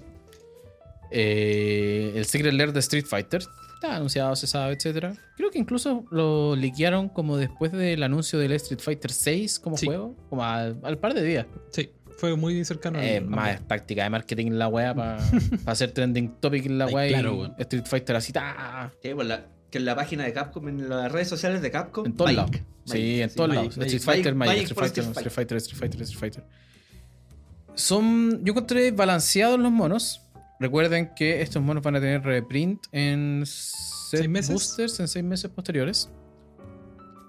Speaker 2: Eh, el Secret Lair de Street Fighter está anunciado, se sabe, etc. Creo que incluso lo liquearon como después del anuncio del Street Fighter 6 como
Speaker 4: Sí.
Speaker 2: juego, como al, al par de días.
Speaker 4: Sí. fue muy cercano. al-
Speaker 2: Es
Speaker 4: al-
Speaker 2: Eh, más práctica de marketing la weá para hacer trending topic en la
Speaker 3: Ay,
Speaker 2: weá.
Speaker 3: claro,
Speaker 2: y
Speaker 3: weón.
Speaker 2: Street Fighter así. ta,
Speaker 1: Sí, pues la- que en la página de Capcom, en las redes sociales de Capcom.
Speaker 2: En todos
Speaker 1: Magic.
Speaker 2: lados.
Speaker 1: Magic,
Speaker 2: Sí, en todos
Speaker 1: Magic,
Speaker 2: lados.
Speaker 1: Magic,
Speaker 2: Street Fighter,
Speaker 1: Magic,
Speaker 2: Magic,
Speaker 1: Magic
Speaker 2: Street
Speaker 1: por
Speaker 2: Fighter, Street Fighter, Street Fighter, Street Fighter. Son. Yo encontré balanceados los monos. Recuerden que estos monos van a tener reprint en set
Speaker 4: ¿Seis meses?
Speaker 2: boosters en seis meses posteriores.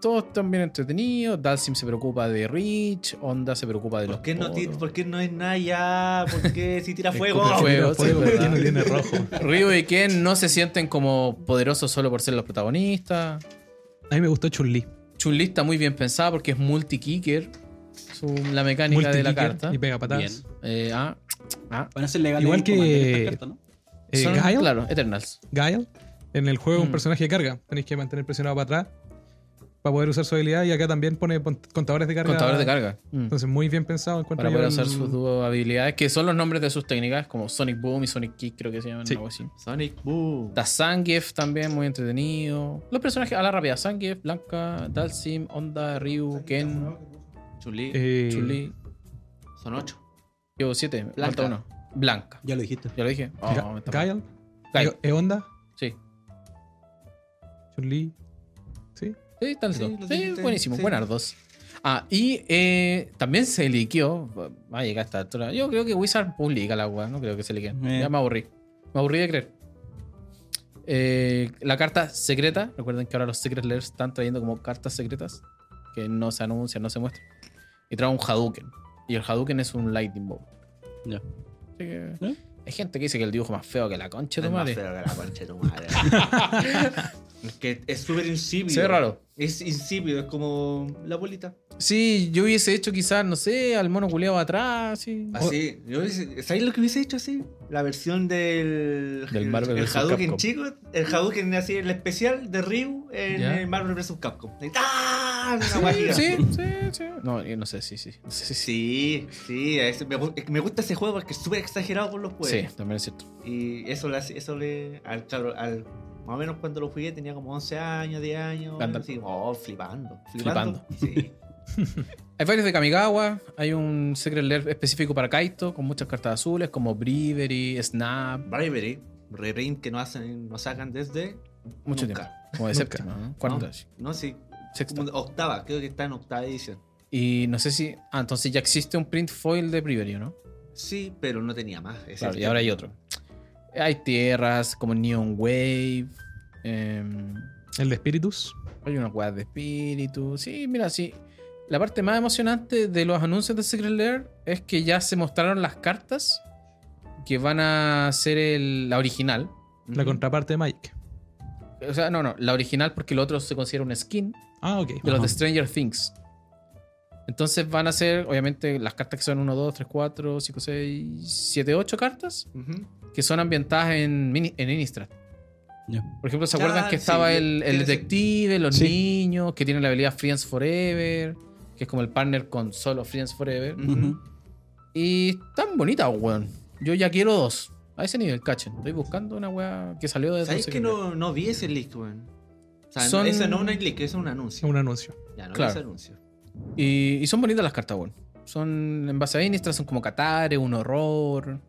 Speaker 2: Todos están bien entretenidos. Dalsim se preocupa de Rich. Onda se preocupa de los.
Speaker 1: ¿Por qué, no
Speaker 2: poros.
Speaker 1: ti- ¿Por qué no es nada ya? ¿Por qué si tira fuego?
Speaker 2: Escupe
Speaker 4: Tiene
Speaker 2: fuego, sí,
Speaker 4: fuego,
Speaker 2: es
Speaker 4: ¿por qué
Speaker 2: verdad.
Speaker 4: no tiene rojo.
Speaker 2: Ryu y Ken no se sienten como poderosos solo por ser los protagonistas.
Speaker 4: A mí me gustó Chun-Li.
Speaker 2: Chun-Li está muy bien pensada porque es multi-kicker. Su- La mecánica de la
Speaker 4: Multi-kicker
Speaker 2: carta.
Speaker 4: Y pega patadas.
Speaker 3: Bien.
Speaker 2: Eh, ah, ah.
Speaker 3: Van a ser legales.
Speaker 4: Igual
Speaker 3: en Command
Speaker 4: que-
Speaker 3: estas cartas, ¿no?
Speaker 4: Eh,
Speaker 2: Son-
Speaker 4: Guile,
Speaker 2: claro, Eternals.
Speaker 4: Guile, en el juego es
Speaker 2: Mm.
Speaker 4: un personaje de carga. Tenéis que mantener presionado para atrás para poder usar su habilidad. Y acá también pone pon- contadores de carga.
Speaker 2: Contadores de carga. Mm.
Speaker 4: Entonces, muy bien pensado en cuanto
Speaker 2: Para poder usar sus dos habilidades, que son los nombres de sus técnicas, como Sonic Boom y Sonic Kick, creo que se llaman.
Speaker 4: Sí.
Speaker 2: Algo así.
Speaker 1: Sonic Boom.
Speaker 2: Está Zangief también, muy entretenido. Los personajes a la rápida: Zangief, Blanca, Dalsim, Onda, Ryu, Ken,
Speaker 1: Chulí.
Speaker 4: Eh,
Speaker 2: Chuli.
Speaker 1: Son ocho.
Speaker 2: Llevo siete,
Speaker 1: Blanca.
Speaker 2: falta uno. Blanca.
Speaker 3: Ya lo dijiste.
Speaker 2: Ya lo dije. Oh,
Speaker 4: Ga-
Speaker 2: me está mal.
Speaker 4: Guile,
Speaker 2: Guile.
Speaker 4: E- Eonda,
Speaker 2: Sí.
Speaker 4: Chun-Li. Sí.
Speaker 2: Sí, tal
Speaker 1: Sí,
Speaker 2: dos.
Speaker 1: lo
Speaker 2: Sí,
Speaker 1: dijiste,
Speaker 2: buenísimo,
Speaker 1: sí.
Speaker 2: buenas dos. Ah, y eh, también se liqueó. Va a llegar a esta altura. Yo creo que Wizard publica la weá, no creo que se liquee.
Speaker 3: Eh.
Speaker 2: Ya me aburrí. Me aburrí de creer. Eh, la carta secreta, recuerden que ahora los Secret Lairs están trayendo como cartas secretas que no se anuncian, no se muestran. Y trae un Hadouken. Y el Hadouken es un Lightning Bolt.
Speaker 3: Ya.
Speaker 2: Así que
Speaker 3: ¿Eh?
Speaker 2: Hay gente que dice que el dibujo más feo que la concha de
Speaker 1: Es
Speaker 2: tu
Speaker 1: más
Speaker 2: madre.
Speaker 1: feo que la concha de tu madre. Es que es súper insípido.
Speaker 2: Se ve raro.
Speaker 1: Es insípido, es como la bolita.
Speaker 2: Sí, yo hubiese hecho quizás, no sé, al mono culeado atrás. Sí.
Speaker 1: Así, yo hubiese- ¿sabéis lo que hubiese hecho así? La versión del,
Speaker 2: Del
Speaker 1: el-
Speaker 2: Marvel
Speaker 1: el,
Speaker 2: vs.
Speaker 1: Hadouken
Speaker 2: Capcom.
Speaker 1: chico, el Hadouken así, el especial de Ryu en
Speaker 2: Ya.
Speaker 1: el Marvel vs. Capcom. Ahí, ¡Ah! Una guay
Speaker 2: Sí,
Speaker 1: gigante.
Speaker 2: sí, sí, sí. No, yo no sé, sí, sí. No sé, sí, sí.
Speaker 1: Sí, sí, es- me, gu- es que me gusta ese juego porque es súper exagerado con los
Speaker 2: Sí,
Speaker 1: juegos.
Speaker 2: también es cierto.
Speaker 1: Y eso le, hace- eso le al, cabro- al- más o menos cuando lo jugué tenía como 11 años, 10 años,
Speaker 2: Gandalf.
Speaker 1: así, oh, flipando, flipando. Sí.
Speaker 2: Hay varios de Kamigawa, hay un Secret Lair específico para Kaito con muchas cartas azules como Bravery, Snap,
Speaker 1: Bravery, reprint que no hacen, no sacan desde
Speaker 2: mucho
Speaker 1: Nunca.
Speaker 2: tiempo. Como de
Speaker 4: Nunca.
Speaker 2: séptima, ¿no? cuarta,
Speaker 1: No, no sí,
Speaker 2: sexta.
Speaker 1: como octava, creo que está en octava edición.
Speaker 2: Y no sé si. Ah, entonces ya existe un print foil de Bravery, ¿no?
Speaker 1: Sí, pero no tenía más. ese
Speaker 2: Claro, y
Speaker 1: es
Speaker 2: ahora
Speaker 1: el
Speaker 2: hay otro. Hay tierras como Neon Wave. em,
Speaker 4: El de Spiritus.
Speaker 2: Hay una weá de espíritu. Sí, mira, sí. La parte más emocionante de los anuncios de Secret Lair es que ya se mostraron las cartas que van a ser el- la original.
Speaker 1: tema.
Speaker 4: La
Speaker 1: Ujú.
Speaker 4: contraparte de Mike.
Speaker 2: O sea, no, no, la original porque el otro se considera un skin
Speaker 4: Ah, ok.
Speaker 2: de los
Speaker 3: Ajá.
Speaker 2: de Stranger Things. Entonces van a ser, obviamente, las cartas que son 1, 2, 3, 4, 5, 6, 7, 8 cartas
Speaker 1: Ujú.
Speaker 2: que son ambientadas en, mini- en Innistrad.
Speaker 3: Ya.
Speaker 2: Por ejemplo, ¿se
Speaker 1: Ah,
Speaker 2: acuerdan que
Speaker 1: sí,
Speaker 2: estaba el, el
Speaker 1: tiene
Speaker 2: detective, los
Speaker 3: Sí.
Speaker 2: niños, que tienen la habilidad Friends Forever, que es como el partner con solo Friends Forever?
Speaker 1: Ujú.
Speaker 3: Ujú.
Speaker 2: Y tan bonita, weón. Yo ya quiero dos. A ese nivel, cachen. Estoy buscando una weá que salió de
Speaker 1: ¿Sabéis que no, no vi ese leak, weón? O sea,
Speaker 2: Son-
Speaker 1: no, ese no es un leak, es un anuncio.
Speaker 4: Un anuncio.
Speaker 1: Ya, no
Speaker 2: Claro.
Speaker 1: vi ese anuncio.
Speaker 2: Y, y son bonitas las cartas, weón. Son en base a Innistrad, son como Catare, un horror.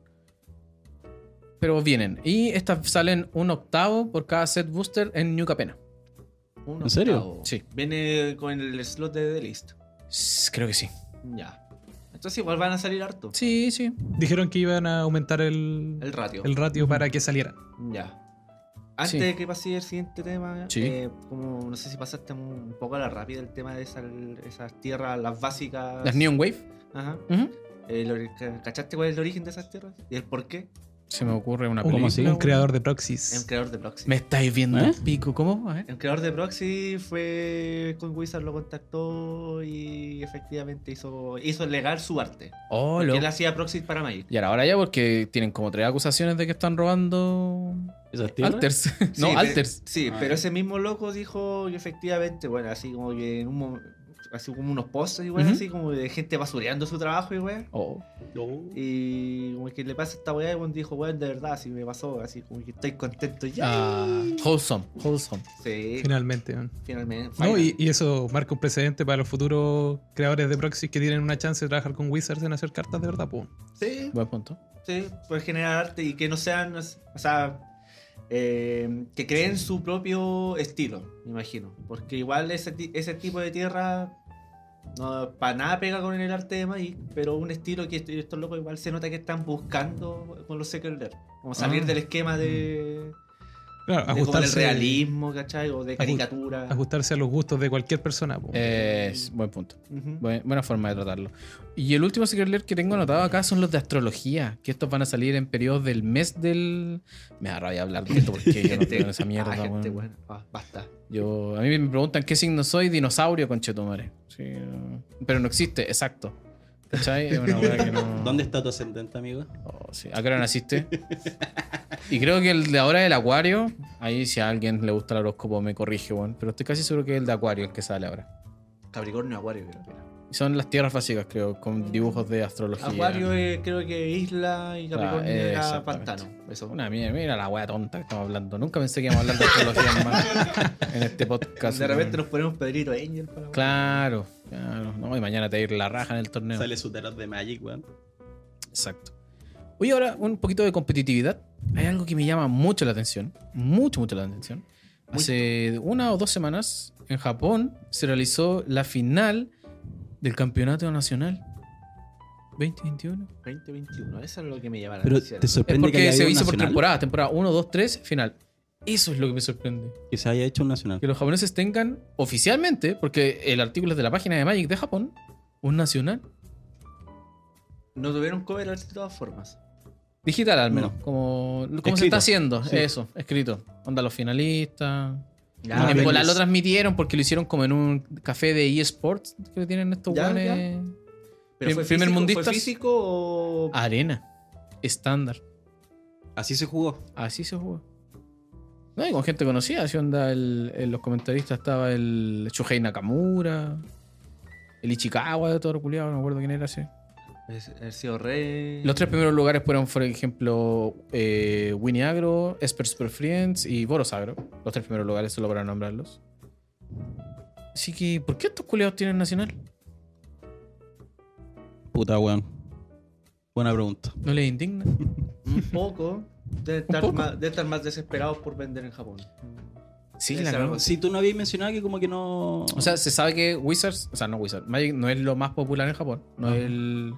Speaker 2: Pero vienen. Y estas salen un octavo por cada set booster en New Capena.
Speaker 1: Un
Speaker 3: ¿En serio?
Speaker 1: octavo.
Speaker 2: Sí.
Speaker 1: Viene con el slot de The List.
Speaker 2: S- Creo que sí.
Speaker 1: Ya. Entonces igual van a salir harto.
Speaker 2: Sí, sí.
Speaker 4: Dijeron que iban a aumentar el,
Speaker 1: El ratio.
Speaker 4: el ratio para que saliera.
Speaker 1: Ya. Antes
Speaker 2: Sí.
Speaker 1: de que pase el siguiente tema,
Speaker 2: Sí.
Speaker 1: eh, como no sé si pasaste un poco a la rápida el tema de esas, esas tierras, las básicas.
Speaker 2: Las Neon Wave.
Speaker 1: Ajá.
Speaker 2: Ujú.
Speaker 1: El ori- ¿Cachaste cuál es el origen de esas tierras? ¿Y el por qué?
Speaker 2: Se me ocurre una
Speaker 3: ¿Cómo
Speaker 2: película.
Speaker 3: así?
Speaker 2: weón.
Speaker 4: Un creador de
Speaker 1: Es un
Speaker 4: proxies.
Speaker 1: creador de proxy.
Speaker 2: Me estáis viendo
Speaker 3: ¿Eh?
Speaker 2: un pico. ¿Cómo? A ver.
Speaker 1: El creador de Proxy fue con Wizard, lo contactó y efectivamente hizo, hizo legal su arte.
Speaker 2: Oh,
Speaker 1: Porque
Speaker 2: lo-
Speaker 1: él hacía Proxy para Magic.
Speaker 2: Y ahora ya, porque tienen como tres acusaciones de que están robando
Speaker 3: ¿Eso es tierra?
Speaker 2: Alters. no,
Speaker 1: Sí, pe-
Speaker 2: Alters.
Speaker 1: Sí,
Speaker 3: Ah,
Speaker 1: pero
Speaker 3: ya.
Speaker 1: ese mismo loco dijo que efectivamente, bueno, así como que en un mo- así como unos posts igual,
Speaker 2: Ujú.
Speaker 1: así como de gente basureando su trabajo y weón.
Speaker 2: Oh.
Speaker 3: No.
Speaker 1: Y como que le pasa esta weá y weón dijo, weón, de verdad, así me pasó, así como que estoy contento ya.
Speaker 2: Ah, wholesome, wholesome.
Speaker 1: Sí,
Speaker 4: Finalmente, man.
Speaker 1: finalmente.
Speaker 4: No,
Speaker 1: final.
Speaker 4: y, y eso marca un precedente para los futuros creadores de proxies que tienen una chance de trabajar con Wizards en hacer cartas de verdad, po.
Speaker 1: Sí,
Speaker 2: Buen punto.
Speaker 1: sí, poder generar arte y que no sean, o sea, eh, que creen su propio estilo, me imagino. Porque igual ese, ti- ese tipo de tierra no, para nada pega con el arte de Magic, pero un estilo que est- estos locos igual se nota que están buscando con los Secret Lair. Como salir
Speaker 4: Ah.
Speaker 1: del esquema
Speaker 2: Mm.
Speaker 1: de,
Speaker 4: Claro,
Speaker 1: de como del
Speaker 4: ajustarse,
Speaker 1: realismo, ¿cachai? O de caricatura.
Speaker 4: ajustarse a los gustos de cualquier persona, po.
Speaker 2: Eh, es buen punto.
Speaker 1: Ujú.
Speaker 2: Buen- buena forma de tratarlo. Y el último secret lair que tengo anotado acá son los de astrología, que estos van a salir en periodos del mes del... Me da rabia hablar de esto porque yo no
Speaker 1: Gente-
Speaker 2: estoy en esa mierda,
Speaker 1: ah, gente
Speaker 2: weón.
Speaker 1: buena. Ah, basta.
Speaker 2: Yo, a mí me preguntan qué signo soy, dinosaurio, conchetumare. Sí, eh, pero no existe, exacto. ¿Cachai? Es una weá que no-
Speaker 3: ¿Dónde está tu ascendente, amigo?
Speaker 2: Oh, sí. ¿A qué hora naciste? y creo que el de ahora del acuario, ahí si a alguien le gusta el horóscopo me corrige, weón. Pero estoy casi seguro que es el de acuario el que sale ahora.
Speaker 1: Capricornio, Acuario, creo que era.
Speaker 2: Y son las tierras básicas, creo, con dibujos de astrología.
Speaker 1: Acuario es, creo que isla y Capricornio
Speaker 2: Ah, eh,
Speaker 1: era
Speaker 2: exactamente.
Speaker 1: pantano. Eso.
Speaker 2: Una mierda, mira la wea tonta que estamos hablando. Nunca pensé que íbamos a hablar de astrología hermano, en este podcast.
Speaker 1: de repente
Speaker 2: weón.
Speaker 1: nos ponemos Pedrito Angel para la
Speaker 2: Claro, claro. No, y mañana te va a ir la raja en el torneo.
Speaker 3: Sale su tarot de Magic, weón.
Speaker 2: Exacto. Oye, ahora un poquito de competitividad. Hay algo que me llama mucho la atención. Mucho, mucho la atención. Hace una o dos semanas en Japón se realizó la final del Campeonato Nacional 2021.
Speaker 1: 2021. Eso es lo que me llama la
Speaker 3: Pero
Speaker 1: atención.
Speaker 3: te
Speaker 2: Es
Speaker 3: sorprende que
Speaker 2: porque
Speaker 3: haya
Speaker 2: se
Speaker 3: habido un
Speaker 2: hizo por
Speaker 3: nacional.
Speaker 2: temporada, temporada 1, 2, 3, final. Eso es lo que me sorprende.
Speaker 3: Que se haya hecho un nacional.
Speaker 2: Que los japoneses tengan oficialmente, porque el artículo es de la página de Magic de Japón, un nacional.
Speaker 1: No tuvieron cover art de todas formas.
Speaker 2: Digital al menos,
Speaker 3: No.
Speaker 2: como, como se
Speaker 3: Escrito.
Speaker 2: está haciendo,
Speaker 3: Sí.
Speaker 2: eso, escrito. Onda los finalistas.
Speaker 3: Ah,
Speaker 1: Ya,
Speaker 2: en
Speaker 1: Ah, pero-
Speaker 2: Polar lo transmitieron porque lo hicieron como en un café de eSports que tienen estos
Speaker 1: Ya,
Speaker 2: guanes.
Speaker 1: pero fue
Speaker 2: primer ah.
Speaker 1: físico-
Speaker 2: mundistas.
Speaker 1: ¿Fue físico o.?
Speaker 2: Arena, estándar.
Speaker 3: Así se jugó.
Speaker 2: Así se juega. No, y con gente conocida, así onda el- en los comentaristas estaba el Shuhei Nakamura, el Ichikawa de todo culiado, no me acuerdo quién era así.
Speaker 1: Es- El sido Rey.
Speaker 2: Los tres primeros lugares fueron, por ejemplo, eh, Winnie Agro, Esper Super Friends y Boros Agro. Los tres primeros lugares, solo para nombrarlos. Así que, ¿por qué estos culeados tienen nacional?
Speaker 3: Puta, weón. Buena pregunta.
Speaker 2: ¿No les indigna?
Speaker 1: Un poco. Deben estar,
Speaker 2: poco.
Speaker 1: Más, deben estar más desesperados por vender en Japón.
Speaker 2: Sí,
Speaker 1: Debe
Speaker 2: la
Speaker 1: ser
Speaker 2: cagó.
Speaker 1: algo así.
Speaker 3: Si tú no habías mencionado que como que no...
Speaker 2: O sea, se sabe que Wizards, o sea, no Wizards, Magic no es lo más popular en Japón. No es el,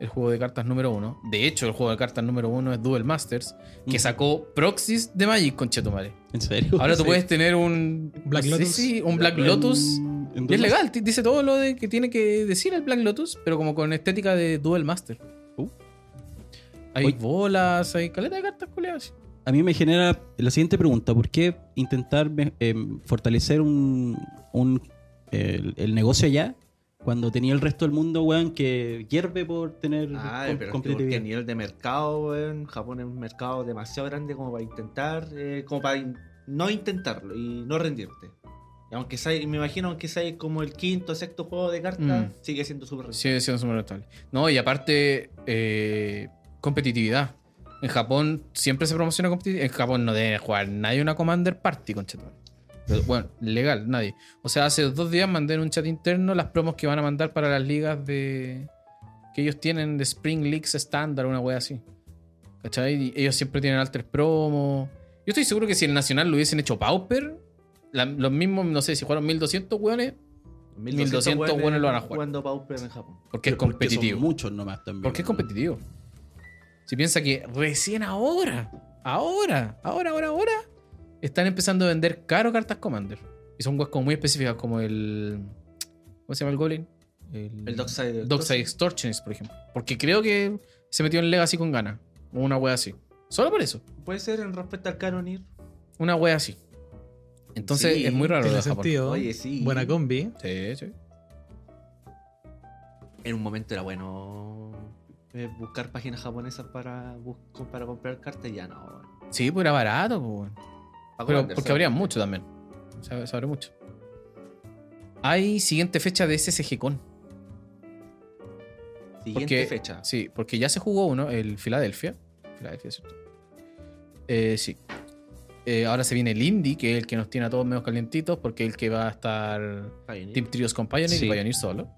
Speaker 2: el juego de cartas número uno. De hecho, el juego de cartas número uno es Duel Masters, que
Speaker 3: Mm.
Speaker 2: sacó proxies de Magic con Chetumare.
Speaker 3: ¿En serio?
Speaker 2: Ahora tú
Speaker 3: Sí.
Speaker 2: puedes tener un
Speaker 4: Black
Speaker 2: sí,
Speaker 4: Lotus.
Speaker 2: sí, un Black Lotus.
Speaker 3: En- en
Speaker 2: Y es
Speaker 3: Dumas.
Speaker 2: legal, ti- dice todo lo de que tiene que decir el Black Lotus, pero como con estética de Duel Master.
Speaker 3: Uh.
Speaker 2: Hay
Speaker 3: Oye.
Speaker 2: bolas, hay caleta de cartas culeadas.
Speaker 3: A mí me genera la siguiente pregunta. ¿Por qué intentar me- em, fortalecer un, un- el, el negocio allá cuando tenía el resto del mundo, weón, que hierve por tener
Speaker 1: Ay,
Speaker 3: com-
Speaker 1: Ah, pero es que porque a
Speaker 3: competitividad?
Speaker 1: nivel de mercado, weón, Japón es un mercado demasiado grande como para intentar, eh, como para in- no intentarlo y no rendirte. Y aunque sea, y me imagino aunque sea como el quinto, sexto juego de cartas,
Speaker 2: Mm.
Speaker 1: sigue siendo súper rico.
Speaker 2: Sigue siendo súper rentable. No, y aparte, eh, competitividad. En Japón siempre se promociona competitividad. En Japón no debe jugar nadie una Commander Party, conchetumare. Pero, Bueno, legal, nadie. O sea, hace dos días mandé en un chat interno las promos que van a mandar para las ligas de. que ellos tienen de Spring Leagues estándar, una wea así. ¿Cachai? Y ellos siempre tienen alter promos. Yo estoy seguro que si el Nacional lo hubiesen hecho Pauper, la- los mismos, no sé, si jugaron 1200 weones, 1200 weones lo van a jugar.
Speaker 1: Jugando Pauper en Japón.
Speaker 2: porque es
Speaker 3: Pero porque son
Speaker 2: competitivo.
Speaker 3: muchos nomás también.
Speaker 2: Porque es
Speaker 3: weón.
Speaker 2: competitivo. Si piensa que recién ahora, ahora, ahora, ahora, ahora, están empezando a vender caro cartas Commander. Y son weas como muy específicas, como el. ¿Cómo se llama el Golem?
Speaker 1: El Mm. Dockside.
Speaker 2: Dockside Extortionist, por ejemplo. Porque creo que se metió en Legacy con ganas. O una wea así. Solo por eso.
Speaker 1: Puede ser en respecto al Canonir.
Speaker 2: Una wea así. Entonces
Speaker 1: Sí,
Speaker 2: es muy raro lo
Speaker 4: Tiene
Speaker 2: de Japón. Sí,
Speaker 4: sentido.
Speaker 1: Oye, sí.
Speaker 4: Buena combi.
Speaker 2: sí.
Speaker 1: En un momento era bueno. eh, buscar páginas japonesas para, bus- para comprar cartas, ya no. weón.
Speaker 2: Sí, pues era barato, pues, weón.
Speaker 1: Paco
Speaker 2: Pero
Speaker 1: Anderson.
Speaker 2: porque habría mucho también. Se, ab- se abre mucho. Hay siguiente fecha de SSG Con.
Speaker 1: Siguiente
Speaker 2: Porque,
Speaker 1: fecha.
Speaker 2: Sí, porque ya se jugó uno, el Filadelfia. Filadelfia, ¿cierto? Eh, sí. Eh, ahora se viene el Indy, que es el que nos tiene a todos medio calientitos, porque es el que va a estar
Speaker 1: Pioneer.
Speaker 2: Team Trios con Pioneer
Speaker 3: Sí.
Speaker 2: y Pioneer solo.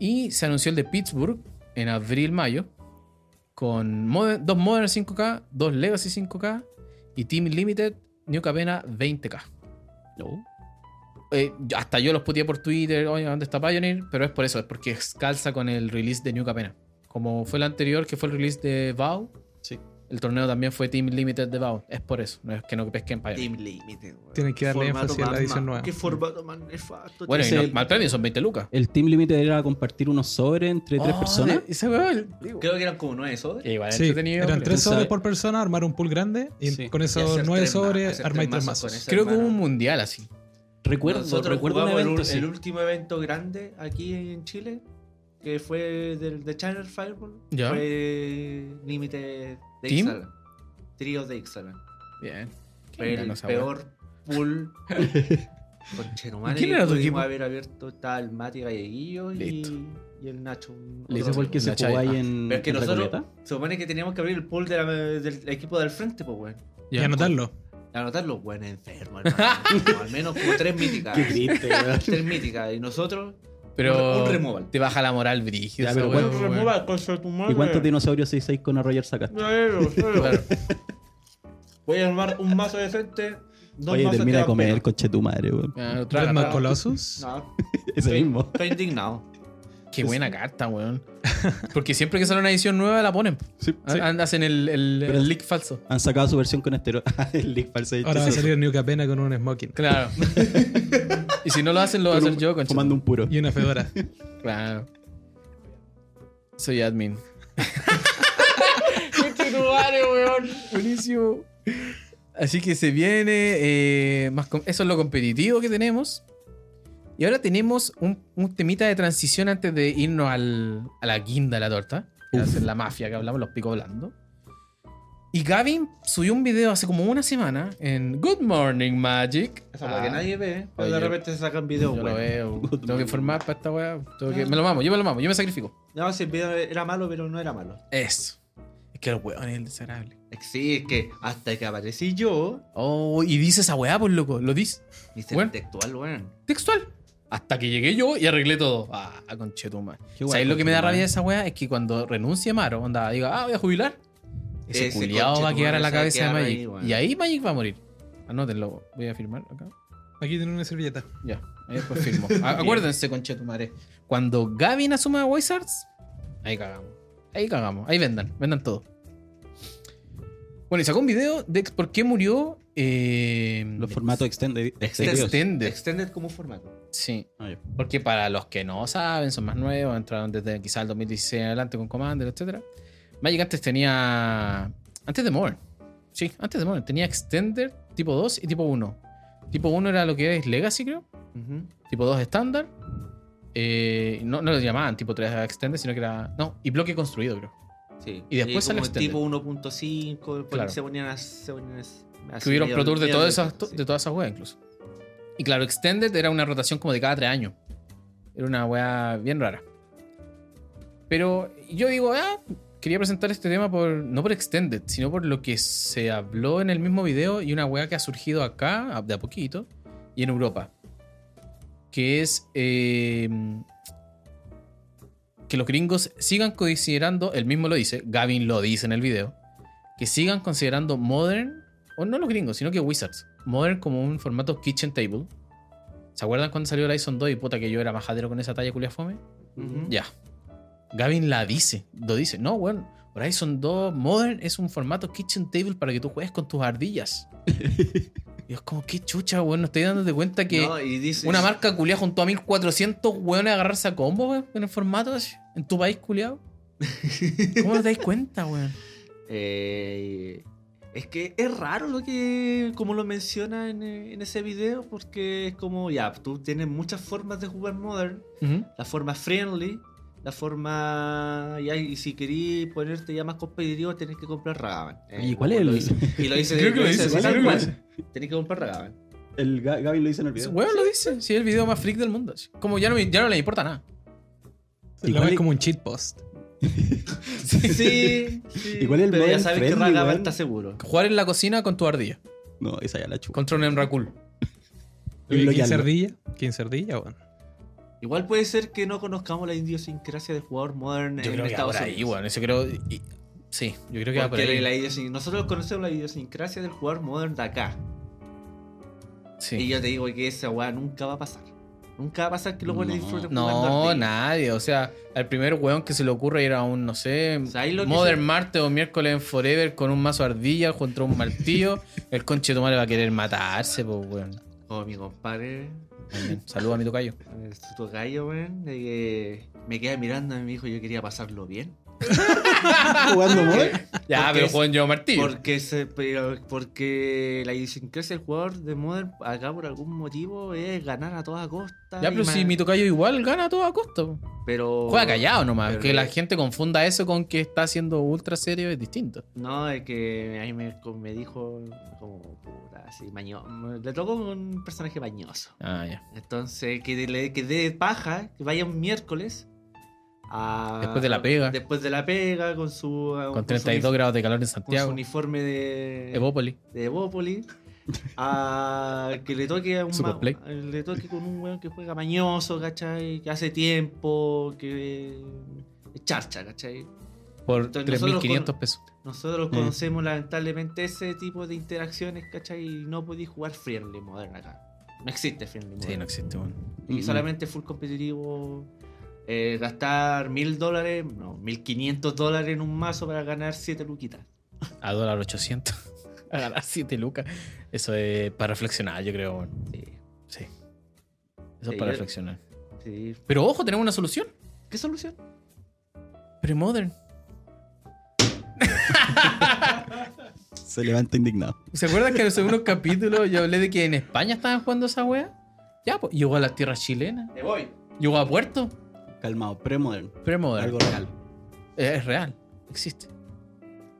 Speaker 2: Y se anunció el de Pittsburgh en abril-mayo con moder- dos Modern 5K, dos Legacy 5K y Team Limited New Capena 20K.
Speaker 3: No.
Speaker 2: Eh, yo- hasta yo los puteé por Twitter, oye, ¿dónde está Pioneer? Pero es por eso, es porque calza con el release de New Capena. Como fue el anterior, que fue el release de VAU,
Speaker 3: Sí.
Speaker 2: el torneo también fue Team Limited de VAU. Es por eso, no es que no pesquen Pioneer.
Speaker 1: Team Limited, weón.
Speaker 4: Tienen que darle
Speaker 1: Formato
Speaker 4: énfasis a la
Speaker 1: más
Speaker 4: edición
Speaker 1: ma-
Speaker 4: nueva.
Speaker 1: ¿Qué formato más nefasto?
Speaker 2: Bueno, y
Speaker 1: tiene?
Speaker 2: no- mal premio, son 20 lucas.
Speaker 3: El Team Limited era compartir unos sobres entre tres
Speaker 1: Ah,
Speaker 2: Oh,
Speaker 3: personas.
Speaker 2: de- Ese weón.
Speaker 1: Creo que eran como nueve sobres.
Speaker 2: Igual
Speaker 4: Sí,
Speaker 2: entretenido,
Speaker 4: eran
Speaker 2: pero-
Speaker 4: tres
Speaker 3: Entonces-
Speaker 4: sobres por persona, armar un pool grande y
Speaker 3: Sí.
Speaker 4: con
Speaker 1: Y
Speaker 4: esos
Speaker 1: hacer
Speaker 4: nueve
Speaker 1: tres ma-
Speaker 4: sobres
Speaker 1: hacer
Speaker 4: armar
Speaker 1: tres
Speaker 4: tres
Speaker 1: mazos con
Speaker 4: mazos.
Speaker 1: esa
Speaker 2: Creo que hubo
Speaker 1: hermana.
Speaker 2: un mundial así.
Speaker 3: Recuerdo,
Speaker 1: Nosotros
Speaker 3: recuerdo un
Speaker 1: jugamos el
Speaker 3: evento,
Speaker 1: ul-
Speaker 3: sí.
Speaker 1: el, último evento grande aquí en Chile, que fue del de Channel Fireball.
Speaker 2: Ya.
Speaker 1: Fue Limited de
Speaker 2: ¿Team?
Speaker 1: Ixalan. Trío de Ixalan.
Speaker 2: Bien.
Speaker 1: Fue
Speaker 2: Ganó
Speaker 1: el
Speaker 2: esa wea.
Speaker 1: peor pool. Conchetumare,
Speaker 2: ¿Quién era tu
Speaker 1: pudimos
Speaker 2: equipo?
Speaker 1: haber abierto estaba el Mati Galleguillo
Speaker 2: Listo.
Speaker 1: y, y el Nacho. un-
Speaker 3: Ese
Speaker 1: otro
Speaker 3: fue el que
Speaker 1: amigo.
Speaker 3: se
Speaker 2: La
Speaker 3: jugó
Speaker 2: Chaya.
Speaker 3: ahí en,
Speaker 1: Pero es que
Speaker 3: en
Speaker 1: nosotros
Speaker 3: Recoleta.
Speaker 1: se supone que teníamos que abrir el pool de la- del equipo del frente, pues, weón.
Speaker 4: Y anotarlo.
Speaker 1: Anotar los buenos enfermos, hermano. Como al menos como tres míticas.
Speaker 3: triste, weón.
Speaker 1: tres míticas. Y nosotros,
Speaker 2: Pero
Speaker 1: un removal.
Speaker 2: te baja la moral, Brigio.
Speaker 3: Ya, pero
Speaker 1: Bueno,
Speaker 3: ¿cuántos
Speaker 1: removal, concha de tu madre.
Speaker 3: ¿Y cuántos dinosaurios 6-6 con Roger sacaste?
Speaker 1: Cero, cero. Voy a armar un mazo decente. Dos
Speaker 3: Oye,
Speaker 1: mazos
Speaker 3: termina
Speaker 1: que
Speaker 3: de
Speaker 1: dan
Speaker 3: comer,
Speaker 1: pena.
Speaker 3: coche tu madre, weón.
Speaker 4: Dreadnought Colossus.
Speaker 1: No,
Speaker 3: Ese
Speaker 1: estoy-
Speaker 3: mismo.
Speaker 1: Estoy indignado.
Speaker 2: Qué buena carta, weón. Porque siempre que sale una edición nueva la ponen.
Speaker 3: Sí.
Speaker 2: Ah, Andas en el, el,
Speaker 3: Pero-
Speaker 2: el leak falso.
Speaker 3: Han sacado su versión con estero. Ah, el League Falsa.
Speaker 4: Ahora va a salir New Capena con un smoking
Speaker 2: Claro. y si no lo hacen, lo voy a hacer yo, concha.
Speaker 3: Fumando un puro.
Speaker 4: y una fedora.
Speaker 2: Claro. Soy admin. weón. Buenísimo. Así que se viene. eh, más com- eso es lo competitivo que tenemos. Y ahora tenemos un, un temita de transición antes de irnos al- a la guinda de la torta. Que va a ser la mafia que hablamos, los picos blando. Y Gavin subió un video hace como una semana en Good Morning Magic.
Speaker 1: Esa weá
Speaker 2: Ah,
Speaker 1: que nadie ve, pero
Speaker 2: oye,
Speaker 1: de repente se sacan videos,
Speaker 2: yo lo
Speaker 1: weón.
Speaker 2: veo. Tengo que informar para esta weá. Tengo que-
Speaker 1: Ah.
Speaker 2: Me lo mamo, yo me lo mamo, yo me sacrifico.
Speaker 1: No, si el video era malo, pero no era malo.
Speaker 2: Eso. Es que los hueones es el desagradable.
Speaker 1: Sí, es que hasta que aparecí yo,
Speaker 2: Oh, y dice esa weá, pues loco. Lo dice
Speaker 1: mi
Speaker 2: Bueno.
Speaker 1: intelectual, weón.
Speaker 2: textual. Hasta que llegué yo y arreglé todo. Ah, conchetuma.
Speaker 3: Qué guay,
Speaker 2: ¿Sabes lo que me da
Speaker 3: conchetumare.
Speaker 2: rabia de esa weá? Es que cuando renuncie Maro, onda, diga, ah, voy a jubilar. Ese,
Speaker 1: Ese
Speaker 2: culiao va a quedar a la
Speaker 1: conchetumare se va a
Speaker 2: cabeza de
Speaker 1: quedar
Speaker 2: Magic.
Speaker 1: ahí, weón.
Speaker 2: y ahí Magic va a morir. Anótenlo, voy a firmar acá.
Speaker 4: Aquí tienen una servilleta.
Speaker 2: Ya, ahí después firmo. A- Acuérdense, conchetumare. Cuando Gavin asuma a Wizards, ahí cagamos. Ahí cagamos. Ahí vendan, vendan todo. Bueno, y sacó un video de ex- por qué murió. eh,
Speaker 3: Los formatos extended. extendidos.
Speaker 2: Extended.
Speaker 1: Extended como formato.
Speaker 2: Sí,
Speaker 3: Ah, ya.
Speaker 2: porque para los que no saben, son más nuevos, entraron desde quizás el 2016 en adelante con Commander, etc. Magic antes tenía. Antes de Modern. Sí, antes de Modern. Tenía Extender tipo 2 y tipo 1. Tipo 1 era lo que es Legacy, creo. tipo 2 estándar. Eh, no, no lo llamaban tipo 3 extended, sino que era. No, y bloque construido, creo.
Speaker 1: Sí.
Speaker 2: Y después sale
Speaker 1: como
Speaker 2: Extended.
Speaker 1: tipo 1.5, después
Speaker 2: Claro.
Speaker 1: se ponían a. Se ponían a-
Speaker 2: Que hubieron
Speaker 1: medio-
Speaker 2: Pro Tour de,
Speaker 1: medio
Speaker 2: todas esas,
Speaker 1: lento, sí.
Speaker 2: de todas esas weas, incluso. Y claro, extended era una rotación como de cada 3 años. Era una wea bien rara. Pero yo digo, ah, quería presentar este tema por no por extended, sino por lo que se habló en el mismo video y una wea que ha surgido acá, a- de a poquito, y en Europa. Que es eh, que los gringos sigan considerando, él mismo lo dice, Gavin lo dice en el video, que sigan considerando Modern, o no los gringos, sino que Wizards, Modern como un formato kitchen table. ¿Se acuerdan cuando salió Horizon 2 y puta que yo era majadero con esa talla culia fome?
Speaker 1: Ujú.
Speaker 2: Ya. Gavin la dice, lo dice. No, weón. Horizon 2 Modern es un formato kitchen table para que tú juegues con tus ardillas. y es como, qué chucha, weón. No estoy dándote cuenta que
Speaker 1: No, y dice-
Speaker 2: una marca culia juntó a 1400 weones a agarrarse a combo, weón, en el formato así, en tu país culiado. ¿Cómo no te dais cuenta, weón?
Speaker 1: Eh, es que es raro lo que, como lo menciona en, eh, en ese video, porque es como, ya, tú tienes muchas formas de jugar Modern,
Speaker 2: Ujú.
Speaker 1: la forma friendly, la forma. Y, ahí- y si querís ponerte ya más competitivo, tenés que comprar Ragavan. Eh,
Speaker 3: ¿Y cuál
Speaker 1: lo
Speaker 3: es
Speaker 1: hice-
Speaker 3: el,
Speaker 1: Y lo hice
Speaker 2: Creo que lo
Speaker 1: hice
Speaker 2: hice,
Speaker 1: así
Speaker 2: ¿cuál?
Speaker 1: tal
Speaker 2: Creo que lo
Speaker 1: cual. Tenés que comprar Ragavan.
Speaker 3: el Ga- Gaby lo hizo en el video?
Speaker 2: Weón, lo dice. Sí, el video más freak del mundo. así. Como ya no, me- ya no le importa nada.
Speaker 3: ¿Y
Speaker 4: Lo
Speaker 3: cuál
Speaker 4: ves
Speaker 3: es-
Speaker 4: como un cheat post.
Speaker 1: Sí, sí.
Speaker 3: ¿Y cuál es el
Speaker 1: Pero ya
Speaker 3: modem
Speaker 1: sabes que
Speaker 3: friendly,
Speaker 1: Ragavan
Speaker 3: weón?
Speaker 1: está seguro.
Speaker 2: Jugar en la cocina con tu ardilla.
Speaker 3: No, esa ya la chupa.
Speaker 2: Contra un Emrakul.
Speaker 3: Y lo
Speaker 4: 15
Speaker 3: yalo.
Speaker 4: ardillas. 15 ardillas, weón.
Speaker 1: Igual puede ser que no conozcamos la idiosincrasia del jugador modern
Speaker 2: Yo
Speaker 1: en
Speaker 2: creo que va
Speaker 1: Estados
Speaker 2: por ahí,
Speaker 1: Unidos.
Speaker 2: weón. Eso creo. y- sí, yo creo que va por
Speaker 1: Porque
Speaker 2: ahí.
Speaker 1: la idiosin- nosotros conocemos la idiosincrasia del jugador modern de acá.
Speaker 2: Sí.
Speaker 1: Y yo te digo que esa weá nunca va a pasar. Nunca va a pasar que los buenos
Speaker 3: No.
Speaker 1: disfruten jugando
Speaker 2: No,
Speaker 1: ardilla.
Speaker 2: nadie. O sea, al primer weón que se le ocurre ir a un, no sé,
Speaker 1: O sea, ahí lo que
Speaker 2: Modern
Speaker 1: se-
Speaker 2: Martes o miércoles en Forever con un mazo ardilla junto a un martillo, el conche tu madre va a querer matarse, pues, weón.
Speaker 1: Como mi compadre,
Speaker 2: También. Saluda a mi tocayo.
Speaker 1: eh, su tocayo, weón, de que me queda mirando y me dijo yo quería pasarlo bien.
Speaker 3: jugando mod?
Speaker 2: Ya,
Speaker 1: Porque
Speaker 2: pero
Speaker 1: es-
Speaker 2: juegan yo martillo.
Speaker 1: Porque, se, pero- porque la idiosincrasia del jugador de Modern acá por algún motivo es ganar a toda costa.
Speaker 2: Ya,
Speaker 1: y
Speaker 2: pero
Speaker 1: más-
Speaker 2: si mi tocayo igual gana a toda costa. po.
Speaker 1: pero-
Speaker 2: Juega callado nomás.
Speaker 1: pero-
Speaker 2: Que la gente confunda eso con que está siendo ultra serio es distinto.
Speaker 1: No, es que ahí me, me dijo como puta, así, mañoso. Le tocó un personaje mañoso.
Speaker 2: Ah, ya.
Speaker 1: Entonces, que de- le que dé paja, que vaya un miércoles a-
Speaker 2: Después de la pega.
Speaker 1: Después de la pega, con su.
Speaker 2: Con
Speaker 1: su
Speaker 2: 32
Speaker 1: uni-
Speaker 2: grados de calor en
Speaker 1: Con su
Speaker 2: Santiago.
Speaker 1: uniforme de.
Speaker 2: Evópolis.
Speaker 1: De Evópolis. a que le toque a un
Speaker 2: Su
Speaker 1: ma-
Speaker 2: cosplay.
Speaker 1: le toque con un weón que juega mañoso, ¿cachai? Que hace tiempo, que. es Charcha, ¿cachai?
Speaker 2: Por
Speaker 1: Entonces nosotros
Speaker 2: 3.500
Speaker 1: con-
Speaker 2: pesos.
Speaker 1: Nosotros
Speaker 2: Mm.
Speaker 3: Eh.
Speaker 1: conocemos lamentablemente ese tipo de interacciones, ¿cachai? Y no podéis jugar Friendly Modern acá. No existe Friendly Modern.
Speaker 2: Sí, no existe, weón.
Speaker 3: Mm.
Speaker 1: y solamente full competitivo. eh, gastar mil dólares, no, mil quinientos dólares en un mazo para ganar siete luquitas.
Speaker 2: A dólar 800. A ganar 7 lucas. Eso es para reflexionar, yo creo, weón.
Speaker 1: Sí,
Speaker 2: Sí.
Speaker 1: Sí,
Speaker 2: Eso es para
Speaker 1: yo-
Speaker 2: reflexionar.
Speaker 1: sí.
Speaker 2: Pero ojo, tenemos una solución.
Speaker 1: ¿Qué solución?
Speaker 2: Premodern.
Speaker 3: Se levanta indignado.
Speaker 2: ¿Se acuerdan que en los segundos capítulos yo hablé de que en España estaban jugando esa wea? Ya, pues. Llegó a las tierras chilenas.
Speaker 1: Me voy.
Speaker 2: Llegó a Puerto.
Speaker 3: Calmado, premodern.
Speaker 2: Premodern.
Speaker 3: Algo real.
Speaker 2: Es, Eh, es real. Existe.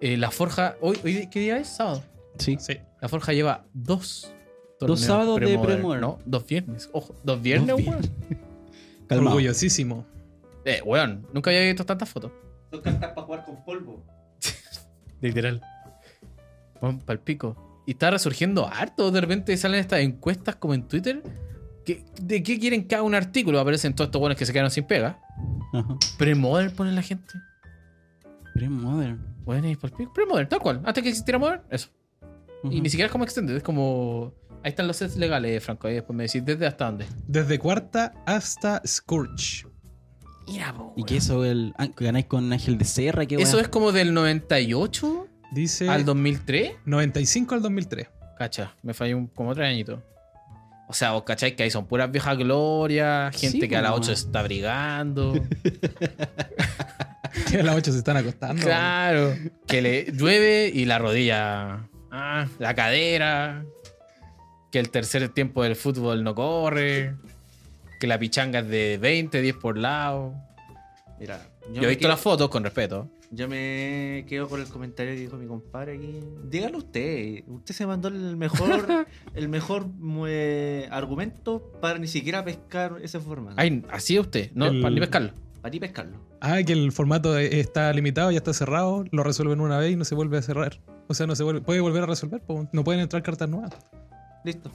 Speaker 2: Eh, la Forja. Hoy, hoy, ¿Qué día es? Sábado.
Speaker 3: Sí.
Speaker 4: Sí.
Speaker 2: La Forja lleva dos.
Speaker 3: Dos
Speaker 2: torneos
Speaker 3: sábados de
Speaker 2: Premodern.
Speaker 3: Premodern.
Speaker 2: No, dos viernes. Ojo, dos viernes,
Speaker 3: Dos
Speaker 2: weón.
Speaker 3: Calmado.
Speaker 4: Orgullosísimo.
Speaker 2: Eh, weón. Nunca había visto tantas fotos.
Speaker 1: Son cartas para jugar con polvo.
Speaker 2: Literal. Juan palpico. Y está resurgiendo harto. De repente salen estas encuestas como en Twitter. que- ¿De qué quieren cada un artículo? Aparecen todos estos buenos que se quedaron sin pega.
Speaker 3: Ajá.
Speaker 2: Premodern pone la gente.
Speaker 3: Premodern.
Speaker 2: Bueno, y palpico. Premodern, tal cual. Antes que existiera Modern, eso. Y ni siquiera es como extended, es como. Ahí están los sets legales, Franco. Ahí después me decís desde hasta dónde.
Speaker 4: Desde cuarta hasta Scourge.
Speaker 2: Mira, po,
Speaker 3: ¿Y
Speaker 2: weón.
Speaker 3: qué eso? El, ah, que ganáis con Ángel de Serra. ¿Qué
Speaker 2: Eso
Speaker 3: weá?
Speaker 2: es como del 98
Speaker 4: Dice
Speaker 2: al 2003.
Speaker 4: 95 al 2003.
Speaker 2: Cacha, me falló un- como tres añitos. O sea, vos cacháis que ahí son puras viejas glorias, gente
Speaker 3: Sí,
Speaker 2: que a las
Speaker 3: po.
Speaker 2: 8 está brigando.
Speaker 4: Que a las 8 se están acostando.
Speaker 2: claro. Que le llueve y la rodilla. Ah, la cadera. Que el tercer tiempo del fútbol no corre. Que la pichanga es de 20, 10 por lado.
Speaker 1: Mira,
Speaker 2: Yo,
Speaker 1: me
Speaker 2: he visto
Speaker 1: quedo-
Speaker 2: las fotos con respeto.
Speaker 1: Yo me quedo con el comentario que dijo mi compadre aquí. Dígalo usted. Usted se mandó el mejor, el mejor eh, argumento para ni siquiera pescar ese formato.
Speaker 2: Ay, así es usted. No,
Speaker 4: El-
Speaker 2: para ni pescarlo.
Speaker 1: Para ni pescarlo.
Speaker 4: Ah, que el formato está limitado, ya está cerrado, lo resuelven una vez y no se vuelve a cerrar. O sea, no se vuelve, puede volver a resolver, po. no pueden entrar cartas nuevas.
Speaker 1: Listo.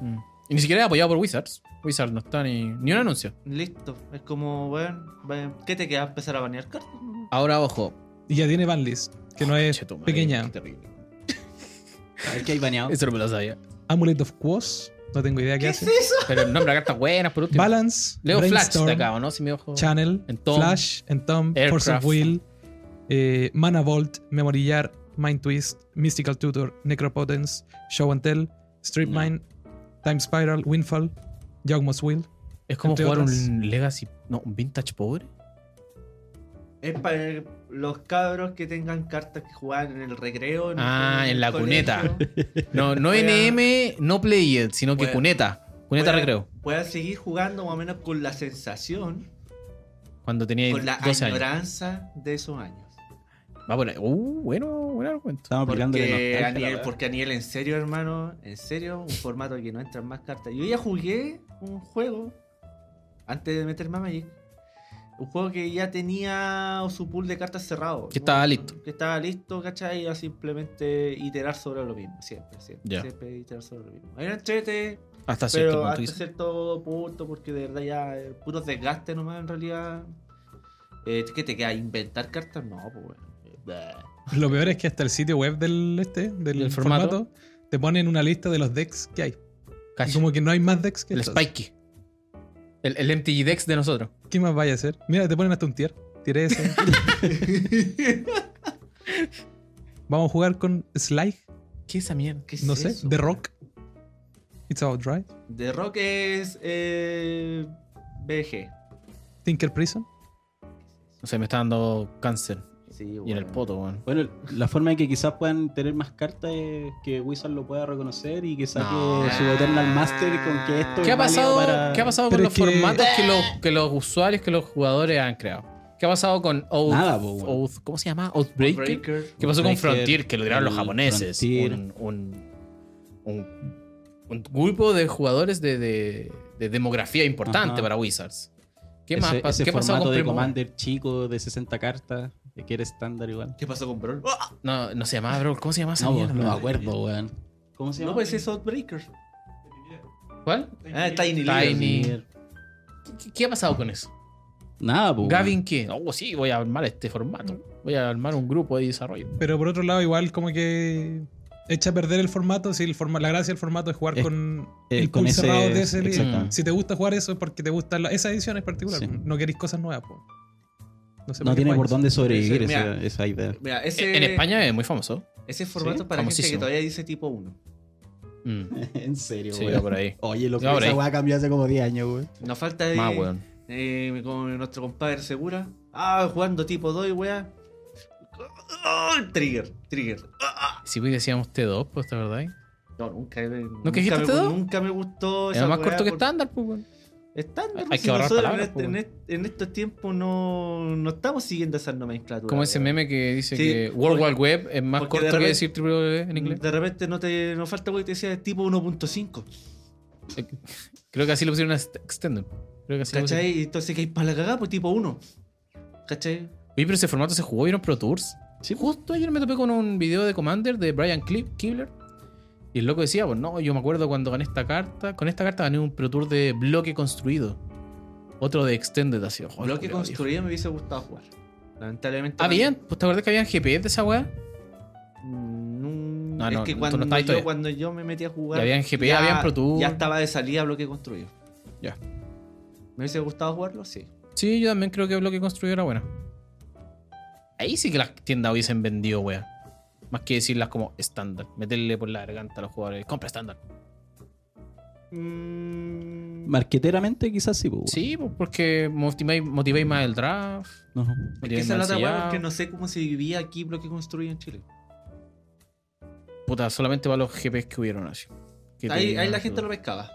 Speaker 2: Mm. Y ni siquiera es apoyado por Wizards. Wizards no está ni, ni un anuncio.
Speaker 1: Listo. Es como, bueno, bueno, ¿qué te queda? Empezar a banear cartas.
Speaker 2: Ahora, ojo.
Speaker 4: Y ya tiene banlist, que no es
Speaker 2: Chetumadre,
Speaker 4: pequeña.
Speaker 2: Ah, qué terrible.
Speaker 3: Es que hay baneado.
Speaker 2: Eso no me lo sabía.
Speaker 4: Amulet of Quos, no tengo idea qué, hace.
Speaker 1: eso?
Speaker 2: Pero el nombre de cartas buenas, por último.
Speaker 4: Balance,
Speaker 2: Leo
Speaker 4: Brainstorm,
Speaker 2: Flash de acá, ¿o ¿no? Si me ojo.
Speaker 4: Channel,
Speaker 2: Entomb,
Speaker 4: Flash, Entomb, Force of
Speaker 2: Aircraft.
Speaker 4: Will, eh, Mana Vault, Memory Yard, Mind Twist, Mystical Tutor, Necropotence, Show and Tell, Strip
Speaker 3: No.
Speaker 4: Mine, Time Spiral, Windfall, Yawgmoth's Will.
Speaker 2: Es como
Speaker 4: entre
Speaker 2: jugar
Speaker 4: otras.
Speaker 2: un Legacy. No, un Vintage pobre.
Speaker 1: Es para los cabros que tengan cartas que juegan en el recreo. en el-
Speaker 2: Ah, en la cuneta.
Speaker 1: colegio.
Speaker 2: No, no
Speaker 1: Juega-
Speaker 2: NM, no Play It, sino que
Speaker 1: Juega-
Speaker 2: Cuneta. Cuneta
Speaker 1: Puedan-
Speaker 2: Recreo.
Speaker 1: Puedan seguir jugando más o menos con la sensación
Speaker 2: Cuando tenía
Speaker 1: Con la
Speaker 2: 12 años.
Speaker 1: añoranza de esos años.
Speaker 2: Va por ahí. Uh, bueno, buen argumento.
Speaker 3: Estamos aplicando
Speaker 1: Porque Aniel, porque Aniel, en serio, hermano, en serio, un formato que no entran más cartas. Yo ya jugué un juego antes de meterme a Magic. Un juego que ya tenía su pool de cartas cerrado.
Speaker 2: Que estaba listo.
Speaker 1: Que estaba listo, ¿cachai? Iba simplemente iterar sobre lo mismo. Siempre, siempre.
Speaker 2: Ya.
Speaker 1: Siempre iterar sobre lo mismo. Era entrete,
Speaker 2: Hasta cierto
Speaker 1: pero
Speaker 2: punto.
Speaker 1: hasta
Speaker 2: dice.
Speaker 1: cierto punto, porque de verdad ya eh, puros desgastes nomás en realidad. Eh, ¿Qué te queda? ¿Inventar cartas? No, pues bueno. Eh, bleh.
Speaker 4: Lo peor es que hasta el sitio web del este, del
Speaker 2: Del formato.
Speaker 4: formato, te ponen una lista de los decks que hay.
Speaker 2: Cacha.
Speaker 4: Y como que no hay más decks que
Speaker 2: El
Speaker 4: estos.
Speaker 2: Spikey. El, el MTG Dex de nosotros.
Speaker 4: ¿Qué más vaya a hacer? Mira, te ponen hasta un tier. Tiré ese. Vamos a jugar con Sly,
Speaker 2: ¿Qué es esa mierda?
Speaker 1: ¿Qué es
Speaker 4: no sé,
Speaker 1: eso,
Speaker 4: The
Speaker 1: weón?
Speaker 4: Rock. It's out, right?
Speaker 1: The Rock es eh, BG.
Speaker 4: Tinker Prison.
Speaker 2: No sé, me está dando cáncer.
Speaker 1: Sí,
Speaker 2: Y en el
Speaker 1: bueno.
Speaker 2: poto, weón.
Speaker 3: Bueno, la forma en que quizás puedan tener más cartas es que Wizard lo pueda reconocer y que saque
Speaker 2: No.
Speaker 3: su Eternal Master con que esto
Speaker 2: ¿Qué
Speaker 3: es
Speaker 2: ha pasado,
Speaker 3: válido para-
Speaker 2: ¿qué ha pasado con
Speaker 4: Pero
Speaker 2: los
Speaker 4: es que-
Speaker 2: formatos que los, que los usuarios, que los jugadores han creado? ¿Qué ha pasado con Oath?
Speaker 3: Nada, po, weón.
Speaker 2: Oath- ¿Cómo se llama? Oathbreaker.
Speaker 1: Breaker.
Speaker 2: ¿Qué pasó con
Speaker 3: Breaker,
Speaker 2: Frontier? Que lo tiraron los
Speaker 3: el
Speaker 2: japoneses.
Speaker 3: Frontier.
Speaker 2: Un, un, un- un grupo de jugadores de, de- de demografía importante
Speaker 3: Ajá.
Speaker 2: para Wizards. ¿Qué
Speaker 3: Ese-
Speaker 2: más? pas-
Speaker 3: ese
Speaker 2: ¿Qué pasó
Speaker 3: formato
Speaker 2: con
Speaker 3: de
Speaker 2: Primo?
Speaker 3: Commander chico de 60 cartas que era estándar igual?
Speaker 1: ¿Qué pasó con Brawl?
Speaker 2: No, no se llamaba, bro. ¿Cómo se llamaba esa
Speaker 3: No,
Speaker 2: mierda?
Speaker 3: no me acuerdo, weón. ¿Cómo se
Speaker 1: No,
Speaker 3: llama?
Speaker 1: pues es Outbreaker.
Speaker 2: ¿Cuál?
Speaker 1: Ah, Tiny
Speaker 2: Tiny.
Speaker 1: Tiny.
Speaker 2: ¿Qué, qué ha pasado con eso?
Speaker 3: Nada, pues.
Speaker 2: ¿Gavin qué? Oh, sí, voy a armar este formato. Voy a armar un grupo de desarrollo.
Speaker 4: Pero por otro lado, igual como que echa a perder el formato. Si el forma, la gracia del formato es jugar
Speaker 3: Es-
Speaker 4: con
Speaker 3: eh,
Speaker 4: el
Speaker 3: con
Speaker 4: pool
Speaker 3: ese-
Speaker 4: cerrado de ese libro. Mm.
Speaker 3: exactamente.
Speaker 4: Si te gusta jugar eso es porque te gustan la- esas ediciones en particular.
Speaker 3: Sí.
Speaker 4: No queréis cosas nuevas. po. No, sé
Speaker 3: No
Speaker 4: qué
Speaker 3: tiene por
Speaker 4: juegas.
Speaker 3: dónde sobrevivir
Speaker 1: Sí, mira.
Speaker 3: esa, esa idea.
Speaker 1: Mira,
Speaker 2: En
Speaker 1: ese,
Speaker 2: en España es muy famoso.
Speaker 1: Ese formato es para gente que
Speaker 2: famosísimo.
Speaker 1: todavía dice tipo 1.
Speaker 2: Mm,
Speaker 3: en serio,
Speaker 2: sí,
Speaker 3: weón.
Speaker 2: va por ahí.
Speaker 3: Oye, lo que
Speaker 2: Va por
Speaker 3: esa
Speaker 2: ahí.
Speaker 3: weá cambió hace como 10 años, weón.
Speaker 1: Nos falta de.
Speaker 2: Más, weón.
Speaker 1: eh, con nuestro compadre Segura. Ah, jugando tipo 2, weá. Ah, trigger, trigger. Ah,
Speaker 2: Si pues decíamos T2, pues, ¿te verdad?
Speaker 1: No, nunca, eh,
Speaker 2: ¿No
Speaker 1: nunca,
Speaker 2: que dijiste
Speaker 1: me,
Speaker 2: todo?
Speaker 1: nunca me gustó.
Speaker 2: Era
Speaker 1: esa
Speaker 2: más
Speaker 1: weá
Speaker 2: corto que
Speaker 1: por-
Speaker 2: estándar, pues, weón.
Speaker 1: Estándar.
Speaker 2: Hay
Speaker 1: si
Speaker 2: que ahorrar
Speaker 1: nosotros
Speaker 2: palabras,
Speaker 1: en,
Speaker 2: po,
Speaker 1: este- en
Speaker 2: weón.
Speaker 1: este- en estos tiempos no, no estamos siguiendo esas nomenclaturas.
Speaker 2: Como ese
Speaker 1: weón.
Speaker 2: meme que dice
Speaker 1: Sí,
Speaker 2: que World
Speaker 1: porque-
Speaker 2: Wide Web es más
Speaker 1: porque
Speaker 2: corto
Speaker 1: de repente- Mm.
Speaker 2: que decir www en inglés.
Speaker 1: De repente no te no falta güey, que te decía tipo 1.5.
Speaker 2: Creo que así lo pusieron a St- Extended. Creo que así lo pusieron.
Speaker 1: ¿Cachai? Entonces que hay para la cagada, pues tipo 1. ¿Cachai?
Speaker 2: Oye, pero ese formato se jugó, ¿vieron Pro Tours? Sí. Justo ayer me topé con un video de Commander de Brian Clip, Kibler. Y el loco decía, pues no, yo me acuerdo cuando gané esta carta. Con esta carta gané un Pro Tour de bloque construido. Otro de Extended, así. ojo,
Speaker 1: Lo que
Speaker 2: culiao, viejo.
Speaker 1: construía me hubiese gustado jugar. Lamentablemente.
Speaker 2: Ah, bien. Pues te acordás que había GPS de esa weá.
Speaker 1: Mm,
Speaker 2: No, no,
Speaker 1: es que
Speaker 2: tú no
Speaker 1: cuando,
Speaker 2: estabas
Speaker 1: yo,
Speaker 2: todavía.
Speaker 1: cuando yo me metí a jugar.
Speaker 2: Ya habían GPA, habían Pro Tour.
Speaker 1: Ya estaba de salida bloque construido.
Speaker 2: Ya.
Speaker 1: ¿Me hubiese gustado jugarlo? Sí.
Speaker 2: Sí, yo también creo que bloque construido era buena. Ahí sí que las tiendas hubiesen vendido, wea. Más que decirlas como estándar. Meterle por la garganta a los jugadores. Compra estándar.
Speaker 1: Mm,
Speaker 3: Marqueteramente, quizás sí, pues. weón.
Speaker 2: Sí, pues porque motiváis motiváis más el draft.
Speaker 3: No.
Speaker 1: es que esa
Speaker 2: motiváis
Speaker 1: es la
Speaker 2: más
Speaker 1: otra
Speaker 2: el
Speaker 1: weá,
Speaker 2: sellado.
Speaker 1: porque no sé cómo se vivía aquí bloque construido en Chile.
Speaker 2: Puta, solamente para los GPs que hubieron así. Que
Speaker 1: Ahí,
Speaker 2: tenían
Speaker 1: ahí la
Speaker 2: así,
Speaker 1: gente lo
Speaker 2: wea.
Speaker 1: pescaba.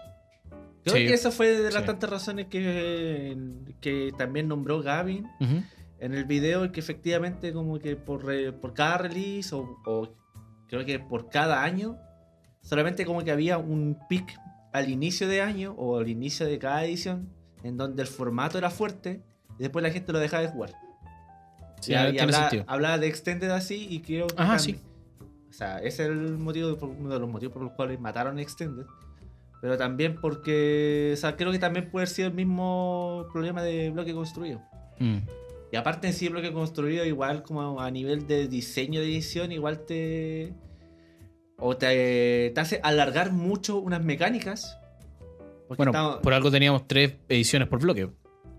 Speaker 1: Creo
Speaker 2: Sí.
Speaker 1: que esa fue de las
Speaker 2: Sí.
Speaker 1: tantas razones que, que también nombró Gavin
Speaker 2: Ujú.
Speaker 1: en el video, que efectivamente como que por, re- por cada release o, o creo que por cada año, solamente como que había un pic al inicio de año o al inicio de cada edición en donde el formato era fuerte y después la gente lo dejaba de jugar.
Speaker 2: Sí,
Speaker 1: Y- y ah,
Speaker 2: ahora tiene
Speaker 1: hablaba,
Speaker 2: sentido.
Speaker 1: hablaba de Extended así y creo que...
Speaker 2: Ajá,
Speaker 1: también-
Speaker 2: sí.
Speaker 1: O sea, ese es el motivo, por- uno de los motivos por los cuales mataron a Extended. Pero también porque... O sea, creo que también puede haber sido el mismo problema de bloque construido.
Speaker 2: Mm.
Speaker 1: Y aparte en sí el bloque construido, igual como a nivel de diseño de edición, igual te... O te, te hace alargar mucho unas mecánicas. Porque
Speaker 2: Bueno,
Speaker 1: estamos-
Speaker 2: por algo teníamos tres ediciones por bloque.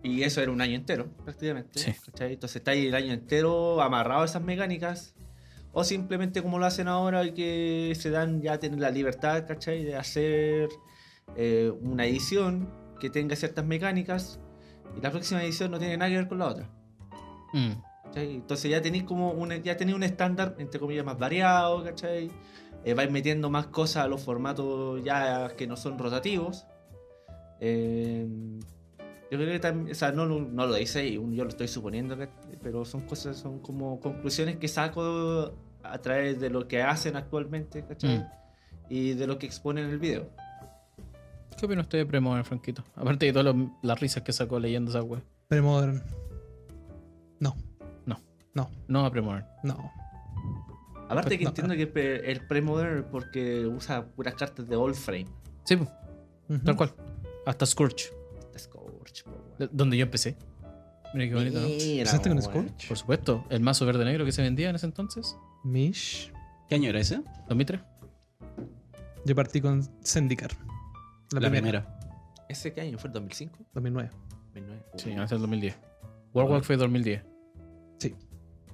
Speaker 1: y eso era un año entero, prácticamente.
Speaker 2: Sí.
Speaker 1: ¿cachai? Entonces está ahí el año entero amarrado a esas mecánicas. O simplemente como lo hacen ahora, que se dan ya tener la libertad, ¿cachai? De hacer eh, una edición que tenga ciertas mecánicas. Y la próxima edición no tiene nada que ver con la otra.
Speaker 2: Mm.
Speaker 1: ¿cachai? Entonces ya tenéis como un, ya tenéis un estándar, entre comillas, más variado, ¿cachai? Eh, vais metiendo más cosas a los formatos ya que no son rotativos. Eh, Yo creo que también, o sea, no, lo- no lo dice y un- yo lo estoy suponiendo, ¿cach- pero son cosas, son como conclusiones que saco a través de lo que hacen actualmente, ¿cachai?
Speaker 2: Mm.
Speaker 1: Y de lo que exponen en el video.
Speaker 2: ¿Qué opina usted de Premodern, Franquito? Aparte de todas las- las risas que sacó leyendo esa web.
Speaker 4: Premodern. No,
Speaker 2: No a Premodern.
Speaker 4: no.
Speaker 1: Aparte que
Speaker 4: No.
Speaker 1: entiendo que pe- el premodern es porque usa puras cartas de all frame.
Speaker 2: Sí, po,
Speaker 4: Ujú.
Speaker 2: tal cual. Hasta Scourge,
Speaker 1: Scorch, po, weón.
Speaker 2: de- donde yo empecé. Mira qué bonito, ¿no?
Speaker 1: Mira,
Speaker 4: ¿Empezaste con
Speaker 1: weón.
Speaker 4: Scorch?
Speaker 2: Por supuesto, el mazo verde-negro que se vendía en ese entonces,
Speaker 4: Mish.
Speaker 3: ¿Qué año era ese?
Speaker 2: 2003.
Speaker 4: Yo partí con Zendikar. La, primera.
Speaker 1: ¿Ese qué año fue? ¿El 2005?
Speaker 4: 2009.
Speaker 1: 2009.
Speaker 2: Sí, hasta el 2010. Warwick fue 2010.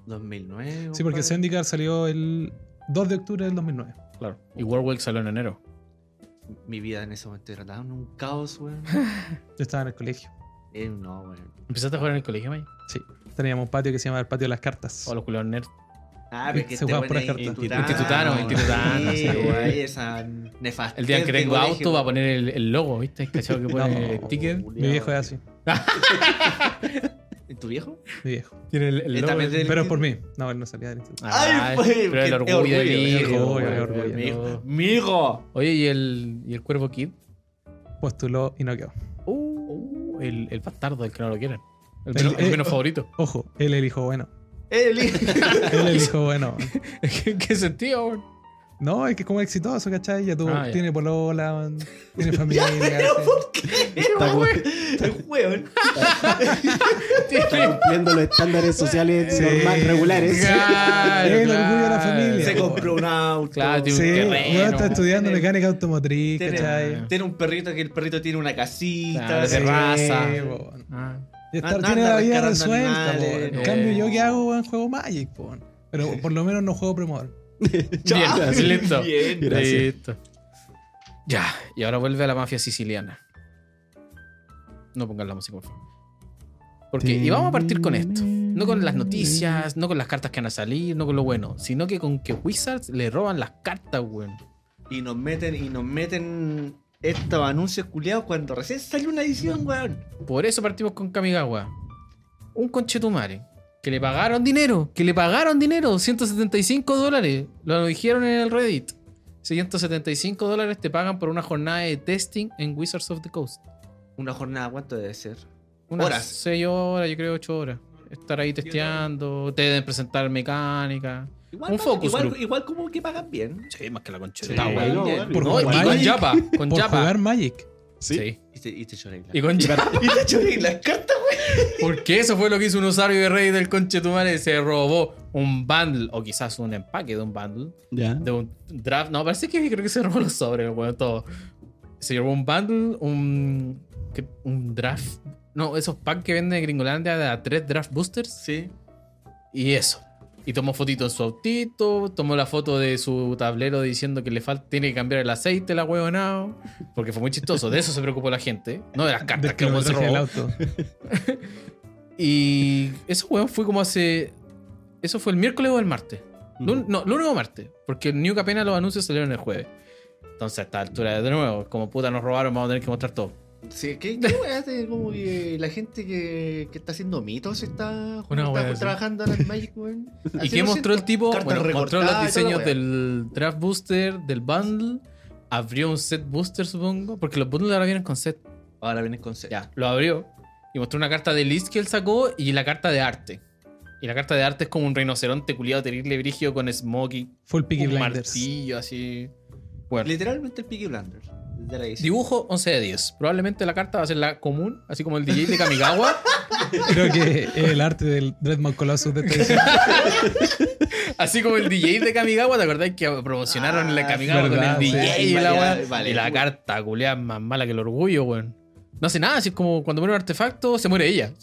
Speaker 1: 2009.
Speaker 4: Sí, porque
Speaker 1: compadre.
Speaker 4: Zendikar salió el 2 de octubre del 2009.
Speaker 2: Claro. Y Warwick salió en enero.
Speaker 1: Mi vida en ese momento era tan un caos, weón.
Speaker 4: Yo estaba en el colegio.
Speaker 1: Eh, no, weón.
Speaker 2: ¿Empezaste a jugar en el colegio, Maya?
Speaker 4: Sí. Teníamos un patio que se llamaba el patio de las cartas.
Speaker 2: O los culeros nerd.
Speaker 1: Ah,
Speaker 4: Se juega puras cartas.
Speaker 2: Institutaron, institutaron,
Speaker 1: Sí,
Speaker 2: sí,
Speaker 1: weón.
Speaker 2: weón.
Speaker 1: Esa nefasta.
Speaker 2: El día en que tengo auto va a poner el, el logo, ¿viste? El cachado que pone
Speaker 4: No.
Speaker 2: el ticket.
Speaker 4: Mi viejo es así.
Speaker 1: ¿Tu viejo?
Speaker 4: Mi viejo.
Speaker 2: Tiene el, el
Speaker 1: Eh,
Speaker 2: logo.
Speaker 1: también del-
Speaker 4: Pero es por mí. No, él no salía del instituto.
Speaker 2: Ah,
Speaker 1: Ay, pues,
Speaker 2: pero el
Speaker 1: qué
Speaker 2: orgullo del
Speaker 1: orgullo,
Speaker 2: hijo.
Speaker 4: orgullo,
Speaker 2: güey,
Speaker 4: el orgullo.
Speaker 1: Mi hijo.
Speaker 2: no. Oye, ¿y el, ¿y el Cuervo Kid?
Speaker 4: Postuló y no quedó.
Speaker 2: Uh, el, el bastardo, el que no lo quieren. El
Speaker 4: El-
Speaker 2: menos, el
Speaker 4: eh,
Speaker 2: menos
Speaker 4: oh.
Speaker 2: favorito.
Speaker 4: Ojo, él el hijo bueno.
Speaker 1: El hijo.
Speaker 4: Él el hijo bueno.
Speaker 2: ¿Qué, qué sentido, güey?
Speaker 4: No, es que como exitoso, ¿cachai? Ya tuvo,
Speaker 2: Ah, ya.
Speaker 4: tiene polola, man, tiene familia.
Speaker 1: Pero,
Speaker 4: sí.
Speaker 1: ¿por qué? Weón. Weón.
Speaker 2: Tiene-
Speaker 3: Cumpliendo los estándares sociales
Speaker 4: Sí.
Speaker 3: normal- regulares.
Speaker 2: Claro,
Speaker 4: El orgullo de la familia.
Speaker 1: Se compró un auto.
Speaker 2: Claro, tiene
Speaker 4: Sí,
Speaker 2: un
Speaker 4: weón,
Speaker 2: terreno.
Speaker 4: está estudiando
Speaker 1: Tiene-
Speaker 4: mecánica automotriz,
Speaker 1: tiene-
Speaker 4: ¿cachai?
Speaker 1: Tiene un perrito que el perrito tiene una casita.
Speaker 2: Claro,
Speaker 1: se-
Speaker 2: de raza.
Speaker 4: weón.
Speaker 2: Ah.
Speaker 4: Y estar
Speaker 1: No- no
Speaker 4: tiene
Speaker 1: anda
Speaker 4: la vida
Speaker 1: rescatando
Speaker 4: resuelta,
Speaker 1: animales,
Speaker 4: weón. En
Speaker 2: no.
Speaker 4: cambio, yo que hago, weón, juego Magic, weón. Pero por lo menos no juego Premodern.
Speaker 1: Ya,
Speaker 2: Bien, listo.
Speaker 1: bien.
Speaker 3: Gracias.
Speaker 2: Listo. Ya, y ahora vuelve a la mafia siciliana. No pongan la música, por favor. Porque, y vamos a partir con esto. No con las noticias, no con las cartas que van a salir, no con lo bueno, sino que con que Wizards le roban las cartas, weón.
Speaker 1: Y nos meten, y nos meten estos anuncios culiados cuando recién salió una edición, weón.
Speaker 2: Por eso partimos con Kamigawa. Un conchetumare. Que le pagaron dinero. Que le pagaron dinero. 175 dólares. Lo dijeron en el Reddit. 175 dólares te pagan por una jornada de testing en Wizards of the Coast.
Speaker 1: Una jornada, ¿cuánto debe ser?
Speaker 2: Unas
Speaker 1: Horas.
Speaker 2: 6 horas, yo creo 8 horas. Estar ahí testeando. Te deben presentar mecánica.
Speaker 1: Igual
Speaker 2: Un
Speaker 1: pagan-
Speaker 2: focus
Speaker 1: igual,
Speaker 2: group.
Speaker 1: igual como que pagan bien.
Speaker 2: Sí, más que la concha.
Speaker 1: Sí.
Speaker 2: Está bueno.
Speaker 1: No,
Speaker 4: Por
Speaker 2: No, y
Speaker 4: jugar
Speaker 2: con
Speaker 4: Magic.
Speaker 2: Yapa. Con
Speaker 4: Por
Speaker 2: Yapa.
Speaker 4: jugar Magic.
Speaker 2: Sí.
Speaker 1: Y te, y te lloré.
Speaker 2: Y con Yapa.
Speaker 1: Y te lloré las cartas, weón.
Speaker 2: Porque eso fue lo que hizo un usuario de Reddit del conchetumare. Se robó un bundle. O quizás un empaque de un bundle.
Speaker 3: Ya.
Speaker 2: de un draft. No, parece que creo que se robó los sobres, el weón, todo. Se llevó un bundle, un, que- un draft. No, esos packs que vende Gringolandia de a tres draft boosters
Speaker 1: Sí.
Speaker 2: y eso. Y tomó fotito en su autito, tomó la foto de su tablero diciendo que le falta, tiene que cambiar el aceite, la huevonao. Porque fue muy chistoso. De eso se preocupó la gente, no de las cartas
Speaker 4: Del
Speaker 2: que el weón se
Speaker 4: kilometraje del
Speaker 2: robó.
Speaker 4: auto.
Speaker 2: Y eso, weón, fue como hace. Eso fue el miércoles o el martes. Lun- no, lunes o martes. Porque el New que apenas los anuncios salieron el jueves. Entonces, a esta altura, de nuevo, como puta nos robaron, vamos a tener que mostrar todo.
Speaker 1: Sí, ¿qué, qué weá hace como que la gente que, que está haciendo mitos está,
Speaker 2: Una
Speaker 1: está
Speaker 2: weá así.
Speaker 1: trabajando ahora en Magic, weón?
Speaker 2: ¿Y
Speaker 1: Así
Speaker 2: qué
Speaker 1: lo
Speaker 2: mostró el
Speaker 1: siento.
Speaker 2: tipo?
Speaker 1: Cartas
Speaker 2: Bueno, mostró
Speaker 1: recortadas
Speaker 2: los
Speaker 1: y toda la
Speaker 2: diseños
Speaker 1: weá.
Speaker 2: del Draft Booster, del Bundle. Abrió un set booster, supongo. Porque los bundles ahora vienen con set.
Speaker 1: Ahora vienes con set.
Speaker 2: Ya, lo abrió. Y mostró una carta de list que él sacó y la carta de arte. Y la carta de arte es como un rinoceronte culiado terrible brigio con Smokey,
Speaker 4: Full Peaky
Speaker 2: un
Speaker 4: Blinders.
Speaker 2: martillo así. Bueno,
Speaker 1: Literalmente el Peaky Blinders. De la edición.
Speaker 2: dibujo 11 de 10. Probablemente la carta va a ser la común, así como el DJ de Kamigawa.
Speaker 4: Creo que es el arte del Dreadmount Colossus de esta edición.
Speaker 2: Así como el DJ de Kamigawa, ¿te acordás que promocionaron
Speaker 1: Ah,
Speaker 2: la Kamigawa
Speaker 4: sí,
Speaker 2: con
Speaker 4: verdad,
Speaker 2: el DJ
Speaker 1: sí,
Speaker 2: y la
Speaker 1: vale,
Speaker 2: weá?
Speaker 1: vale.
Speaker 2: Y la carta, culeada, más mala que el orgullo, weón. No hace nada, así es como cuando muere un artefacto, se muere ella.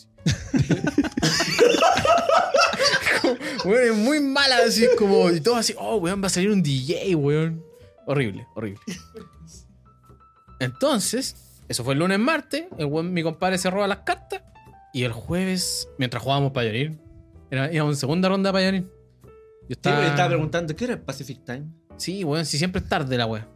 Speaker 2: Como, weón, es muy mala, así es como. Y todo así, oh, weón, va a salir un DJ, weón. Horrible, horrible. Entonces, eso fue el lunes, martes. El weón, mi compadre se roba las cartas. Y el jueves, mientras jugábamos Payonín, era, íbamos en segunda ronda de Payonín. pues, Yo
Speaker 1: Sí,
Speaker 2: estaba,
Speaker 1: me estaba preguntando, ¿qué hora es Pacific Time?
Speaker 2: Sí, weón, si siempre es tarde la weá.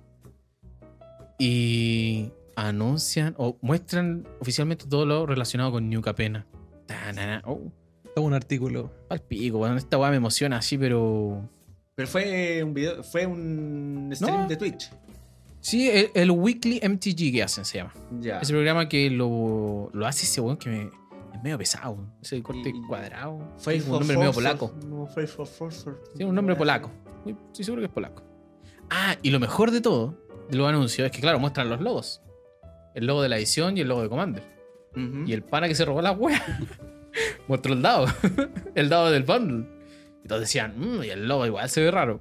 Speaker 2: Y anuncian o muestran oficialmente todo lo relacionado con New Capena. Tanana. Oh,
Speaker 4: Todo un artículo.
Speaker 2: pal pico, weón. Esta weá me emociona así, pero.
Speaker 1: Pero fue un video, fue un stream
Speaker 2: No.
Speaker 1: de Twitch.
Speaker 2: Sí, el, el Weekly MTG que hacen se llama.
Speaker 1: Ya.
Speaker 2: Ese programa que lo, lo hace ese weón que me, es medio pesado. weón. Ese corte
Speaker 1: Y-
Speaker 2: cuadrado.
Speaker 1: Fue
Speaker 2: un nombre medio polaco. Tiene un nombre polaco. Muy- Estoy seguro que es polaco. Ah, y lo mejor de todo, de los anuncios, es que, claro, muestran los logos. El logo de la edición y el logo de Commander. Y el pana que se robó la wea mostró el dado. el dado del bundle. Y todos decían, "Mm, y el logo igual se ve raro.